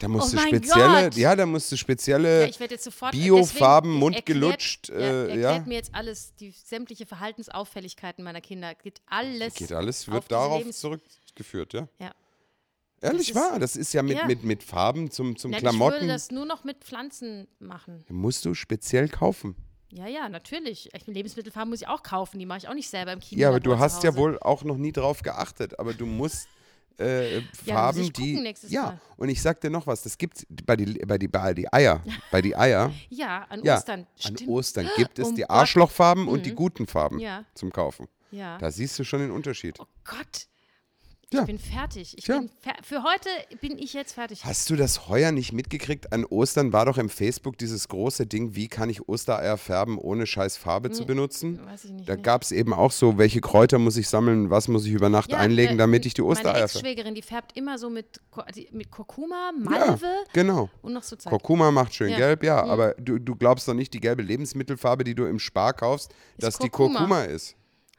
[SPEAKER 1] Da musst
[SPEAKER 2] Oh
[SPEAKER 1] du
[SPEAKER 2] mein
[SPEAKER 1] spezielle,
[SPEAKER 2] Gott.
[SPEAKER 1] ja, da musst du spezielle
[SPEAKER 2] Ja, ich werde jetzt sofort.
[SPEAKER 1] äh, Biofarben,
[SPEAKER 2] deswegen
[SPEAKER 1] Mund
[SPEAKER 2] erklärt-
[SPEAKER 1] gelutscht,
[SPEAKER 2] Ja,
[SPEAKER 1] äh,
[SPEAKER 2] erklärt
[SPEAKER 1] ja.
[SPEAKER 2] mir jetzt alles, die sämtliche Verhaltensauffälligkeiten meiner Kinder. Geht alles.
[SPEAKER 1] Geht alles,
[SPEAKER 2] auf
[SPEAKER 1] wird
[SPEAKER 2] diese
[SPEAKER 1] darauf
[SPEAKER 2] Lebens-
[SPEAKER 1] zurückgeführt, ja.
[SPEAKER 2] Ja.
[SPEAKER 1] Ehrlich
[SPEAKER 2] ist-
[SPEAKER 1] wahr, das ist ja mit,
[SPEAKER 2] ja.
[SPEAKER 1] Mit, mit Farben zum, zum
[SPEAKER 2] Nein, Ich würde
[SPEAKER 1] Klamotten.
[SPEAKER 2] das nur noch mit Pflanzen machen.
[SPEAKER 1] Musst du speziell kaufen.
[SPEAKER 2] Ja, ja, natürlich. Ich, Lebensmittelfarben muss ich auch kaufen. Die mache ich auch nicht selber im Kino.
[SPEAKER 1] Ja, aber du hast ja wohl auch noch nie drauf geachtet, aber du musst äh,
[SPEAKER 2] Ja,
[SPEAKER 1] Farben,
[SPEAKER 2] muss ich gucken
[SPEAKER 1] die.
[SPEAKER 2] nächstes
[SPEAKER 1] ja,
[SPEAKER 2] Mal.
[SPEAKER 1] und ich sag dir noch was, das gibt's bei die, bei die, bei die Eier. Bei die Eier.
[SPEAKER 2] Ja, an
[SPEAKER 1] ja,
[SPEAKER 2] Ostern.
[SPEAKER 1] an
[SPEAKER 2] Stimmt.
[SPEAKER 1] Ostern gibt es
[SPEAKER 2] Um
[SPEAKER 1] die
[SPEAKER 2] Gott. Mhm.
[SPEAKER 1] Arschlochfarben und die guten Farben
[SPEAKER 2] Ja.
[SPEAKER 1] zum Kaufen.
[SPEAKER 2] ja.
[SPEAKER 1] Da siehst du schon den Unterschied.
[SPEAKER 2] Oh Gott. Ich
[SPEAKER 1] Ja.
[SPEAKER 2] bin fertig. Ich
[SPEAKER 1] Tja.
[SPEAKER 2] bin fer für heute bin ich jetzt fertig.
[SPEAKER 1] Hast du das heuer nicht mitgekriegt? An Ostern war doch im Facebook dieses große Ding, wie kann ich Ostereier färben, ohne scheiß Farbe zu benutzen?
[SPEAKER 2] weiß ich nicht, ne.
[SPEAKER 1] Da
[SPEAKER 2] nee.
[SPEAKER 1] gab es eben auch so, welche Kräuter muss ich sammeln, was muss ich über Nacht
[SPEAKER 2] Ja,
[SPEAKER 1] einlegen,
[SPEAKER 2] äh,
[SPEAKER 1] damit ich die
[SPEAKER 2] Meine
[SPEAKER 1] Ostereier färbe.
[SPEAKER 2] Ex-Schwägerin, die färbt immer so mit, Kur- die- mit Kurkuma,
[SPEAKER 1] Ja,
[SPEAKER 2] Malve
[SPEAKER 1] genau.
[SPEAKER 2] und noch so Zeug.
[SPEAKER 1] Kurkuma macht schön
[SPEAKER 2] Ja. Mhm.
[SPEAKER 1] gelb, ja, aber du, du glaubst doch nicht, die gelbe Lebensmittelfarbe, die du im Spar kaufst, dass die
[SPEAKER 2] Kurkuma.
[SPEAKER 1] Kurkuma ist.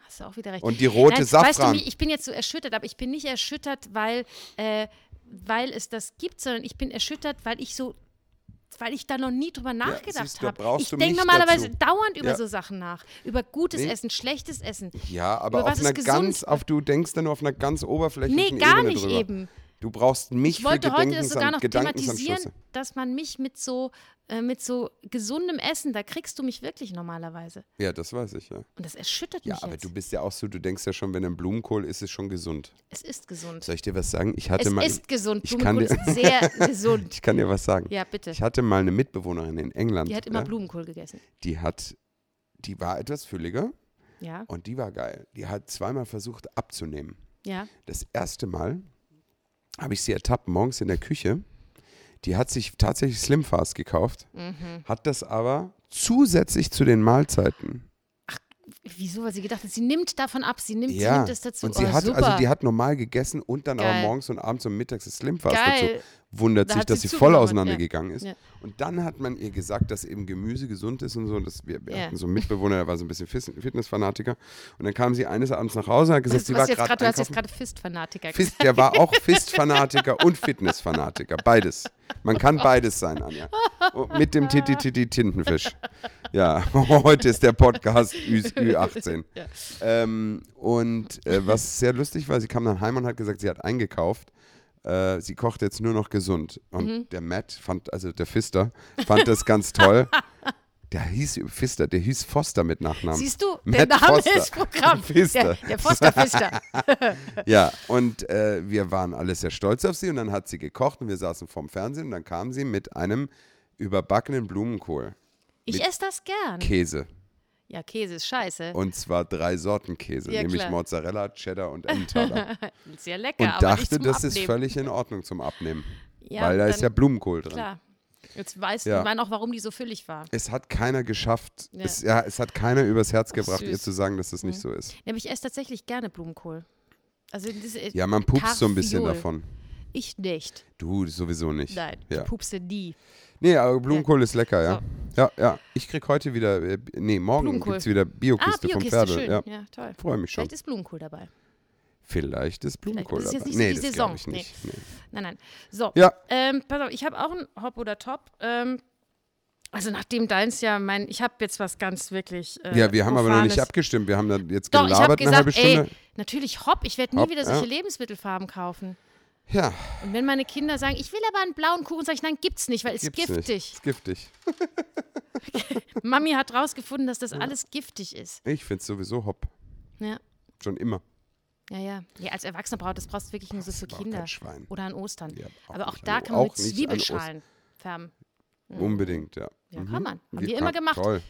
[SPEAKER 2] Hast du auch wieder recht.
[SPEAKER 1] Und die rote
[SPEAKER 2] Weißt du,
[SPEAKER 1] Safran.
[SPEAKER 2] wie- ich bin jetzt so erschüttert, aber ich bin nicht erschüttert, weil, äh, weil es das gibt, sondern ich bin erschüttert, weil ich so, weil ich da noch nie drüber
[SPEAKER 1] siehst
[SPEAKER 2] nachgedacht
[SPEAKER 1] du, da
[SPEAKER 2] habe.
[SPEAKER 1] brauchst
[SPEAKER 2] Ich
[SPEAKER 1] du
[SPEAKER 2] denke
[SPEAKER 1] mich
[SPEAKER 2] normalerweise
[SPEAKER 1] dazu.
[SPEAKER 2] dauernd über
[SPEAKER 1] Ja.
[SPEAKER 2] so Sachen nach. Über gutes
[SPEAKER 1] Nee.
[SPEAKER 2] Essen, schlechtes Essen.
[SPEAKER 1] Ja, aber
[SPEAKER 2] Über
[SPEAKER 1] auf
[SPEAKER 2] was
[SPEAKER 1] einer
[SPEAKER 2] ist gesund?
[SPEAKER 1] ganz, auf du denkst dann nur auf einer ganz oberflächlichen
[SPEAKER 2] Nee, gar
[SPEAKER 1] Ebene
[SPEAKER 2] nicht
[SPEAKER 1] drüber.
[SPEAKER 2] eben.
[SPEAKER 1] Du brauchst mich
[SPEAKER 2] Ich
[SPEAKER 1] für
[SPEAKER 2] wollte heute das
[SPEAKER 1] Gedankensan-
[SPEAKER 2] sogar noch
[SPEAKER 1] Gedankensanschlüsse.
[SPEAKER 2] thematisieren, dass man mich mit so, äh, mit so gesundem Essen, da kriegst du mich wirklich normalerweise.
[SPEAKER 1] Ja, das weiß ich, ja.
[SPEAKER 2] Und das erschüttert
[SPEAKER 1] Ja,
[SPEAKER 2] mich
[SPEAKER 1] aber
[SPEAKER 2] jetzt.
[SPEAKER 1] du bist ja auch so, du denkst ja schon, wenn ein Blumenkohl ist, ist schon gesund.
[SPEAKER 2] es ist gesund.
[SPEAKER 1] Soll ich dir was sagen? Ich hatte
[SPEAKER 2] Es
[SPEAKER 1] mal.
[SPEAKER 2] ist gesund.
[SPEAKER 1] ich kann
[SPEAKER 2] Blumenkohl
[SPEAKER 1] dir-
[SPEAKER 2] ist sehr gesund.
[SPEAKER 1] Ich kann dir was sagen.
[SPEAKER 2] Ja, bitte.
[SPEAKER 1] Ich hatte mal eine Mitbewohnerin in England.
[SPEAKER 2] Die hat immer
[SPEAKER 1] ja?
[SPEAKER 2] Blumenkohl gegessen.
[SPEAKER 1] Die hat, die war etwas fülliger
[SPEAKER 2] Ja,
[SPEAKER 1] und die war geil. Die hat zweimal versucht abzunehmen.
[SPEAKER 2] ja.
[SPEAKER 1] Das erste Mal habe ich sie ertappt morgens in der Küche. Die hat sich tatsächlich Slim Fast gekauft,
[SPEAKER 2] Mhm.
[SPEAKER 1] hat das aber zusätzlich zu den Mahlzeiten.
[SPEAKER 2] Wieso? Weil sie gedacht hat, sie nimmt davon ab, sie nimmt, sie
[SPEAKER 1] ja.
[SPEAKER 2] nimmt es dazu.
[SPEAKER 1] Und sie
[SPEAKER 2] oh,
[SPEAKER 1] hat
[SPEAKER 2] super.
[SPEAKER 1] also die hat normal gegessen und dann
[SPEAKER 2] Geil.
[SPEAKER 1] aber morgens und abends und mittags das Slim Fast
[SPEAKER 2] Geil.
[SPEAKER 1] dazu. Also Wundert
[SPEAKER 2] Da
[SPEAKER 1] sich,
[SPEAKER 2] hat
[SPEAKER 1] dass
[SPEAKER 2] sie
[SPEAKER 1] sie, voll
[SPEAKER 2] zugenommen,
[SPEAKER 1] auseinandergegangen ist.
[SPEAKER 2] Ja.
[SPEAKER 1] Und dann hat man ihr gesagt, dass eben Gemüse gesund ist und so. Und das, wir wir
[SPEAKER 2] Ja.
[SPEAKER 1] hatten so einen Mitbewohner, der war so ein bisschen Fis- Fitnessfanatiker. Und dann kam sie eines Abends nach Hause und hat
[SPEAKER 2] Du,
[SPEAKER 1] gesagt,
[SPEAKER 2] hast
[SPEAKER 1] sie war
[SPEAKER 2] jetzt
[SPEAKER 1] gerade
[SPEAKER 2] grad, du hast jetzt
[SPEAKER 1] einkaufen.
[SPEAKER 2] gerade Fist-Fanatiker
[SPEAKER 1] Fist, der war auch Fist-Fanatiker und Fitness-Fanatiker. Beides. Man kann beides sein, Anja. Oh, Mit dem Titi Titi Tintenfisch. Ja, heute ist der Podcast Ü Ü18. Ähm, und äh, was sehr lustig war, sie kam dann heim und hat gesagt, sie hat eingekauft. Äh, sie kocht jetzt nur noch gesund. Und der Matt fand, also der Fister, fand das ganz toll. Der hieß Fister, der hieß Foster mit Nachnamen.
[SPEAKER 2] Siehst du, der
[SPEAKER 1] Matt
[SPEAKER 2] Name
[SPEAKER 1] Foster.
[SPEAKER 2] ist Programm.
[SPEAKER 1] Fister.
[SPEAKER 2] Der, der Foster-Fister.
[SPEAKER 1] Ja, und äh, wir waren alle sehr stolz auf sie und dann hat sie gekocht und wir saßen vorm Fernsehen und dann kam sie mit einem überbackenen Blumenkohl,
[SPEAKER 2] Ich esse das gern.
[SPEAKER 1] Käse.
[SPEAKER 2] Ja, Käse ist scheiße.
[SPEAKER 1] Und zwar drei Sorten Käse,
[SPEAKER 2] Ja,
[SPEAKER 1] nämlich
[SPEAKER 2] klar.
[SPEAKER 1] Mozzarella, Cheddar und Emmentaler.
[SPEAKER 2] Sehr lecker,
[SPEAKER 1] Und
[SPEAKER 2] aber nicht
[SPEAKER 1] dachte,
[SPEAKER 2] zum
[SPEAKER 1] das
[SPEAKER 2] Abnehmen.
[SPEAKER 1] ist völlig in Ordnung zum Abnehmen,
[SPEAKER 2] Ja,
[SPEAKER 1] weil da ist
[SPEAKER 2] dann-
[SPEAKER 1] ja Blumenkohl drin.
[SPEAKER 2] Klar. Jetzt weiß
[SPEAKER 1] Ja.
[SPEAKER 2] man auch, warum die so füllig war.
[SPEAKER 1] Es hat keiner geschafft,
[SPEAKER 2] Ja.
[SPEAKER 1] Es, ja, es hat keiner übers Herz gebracht,
[SPEAKER 2] süß.
[SPEAKER 1] ihr zu sagen, dass das nicht so ist.
[SPEAKER 2] Ja, aber ich esse tatsächlich gerne Blumenkohl. Also diese,
[SPEAKER 1] Ja, man pupst so ein bisschen
[SPEAKER 2] Karfiol.
[SPEAKER 1] davon.
[SPEAKER 2] Ich nicht.
[SPEAKER 1] Du sowieso nicht.
[SPEAKER 2] Nein,
[SPEAKER 1] ja.
[SPEAKER 2] du pupste die.
[SPEAKER 1] Nee, aber Blumenkohl ist lecker, ja. Ja, ja. Ich krieg heute wieder, äh, nee, morgen
[SPEAKER 2] Blumenkohl.
[SPEAKER 1] gibt es wieder
[SPEAKER 2] Ah,
[SPEAKER 1] Biokiste vom
[SPEAKER 2] Biokiste,
[SPEAKER 1] Pferde.
[SPEAKER 2] schön.
[SPEAKER 1] Ja.
[SPEAKER 2] Ja, toll.
[SPEAKER 1] Freue mich schon.
[SPEAKER 2] Vielleicht ist Blumenkohl dabei.
[SPEAKER 1] Vielleicht ist Blumenkohl
[SPEAKER 2] Das ist jetzt
[SPEAKER 1] dabei.
[SPEAKER 2] nicht so
[SPEAKER 1] nee,
[SPEAKER 2] die
[SPEAKER 1] das
[SPEAKER 2] Saison.
[SPEAKER 1] glaube ich nicht. Nee.
[SPEAKER 2] Nein, nein. So,
[SPEAKER 1] Ja.
[SPEAKER 2] ähm, pass auf, ich habe auch ein Hop oder Top. Ähm, also nachdem deins ja mein, ich habe jetzt was ganz wirklich äh,
[SPEAKER 1] Ja, wir haben aber noch nicht
[SPEAKER 2] Profanes.
[SPEAKER 1] abgestimmt. Wir haben dann jetzt
[SPEAKER 2] Doch, ich habe
[SPEAKER 1] gelabert eine halbe
[SPEAKER 2] gesagt, ey,
[SPEAKER 1] Stunde.
[SPEAKER 2] natürlich Hop, ich werde nie
[SPEAKER 1] Hopp,
[SPEAKER 2] wieder solche
[SPEAKER 1] ja.
[SPEAKER 2] Lebensmittelfarben kaufen.
[SPEAKER 1] ja,
[SPEAKER 2] Und wenn meine Kinder sagen, ich will aber einen blauen Kuchen, sage ich, nein, gibt's nicht, weil es
[SPEAKER 1] gibt's
[SPEAKER 2] giftig.
[SPEAKER 1] Nicht. Ist giftig.
[SPEAKER 2] Mami hat rausgefunden, dass das alles giftig ist. ne?
[SPEAKER 1] Ich finde es sowieso hopp.
[SPEAKER 2] Ja,
[SPEAKER 1] Schon immer.
[SPEAKER 2] ja, ja. ja als Erwachsener braucht das brauchst du wirklich nur so für
[SPEAKER 1] braucht
[SPEAKER 2] Kinder.
[SPEAKER 1] kein Schwein.
[SPEAKER 2] Oder an Ostern.
[SPEAKER 1] Ja, auch
[SPEAKER 2] aber auch
[SPEAKER 1] nicht an-
[SPEAKER 2] da kann man
[SPEAKER 1] auch
[SPEAKER 2] mit
[SPEAKER 1] nicht an
[SPEAKER 2] Zwiebelschalen färben.
[SPEAKER 1] Unbedingt, ja.
[SPEAKER 2] Mhm. Ja, kann man. Haben wir immer
[SPEAKER 1] ah,
[SPEAKER 2] gemacht. Mhm.
[SPEAKER 1] Toll.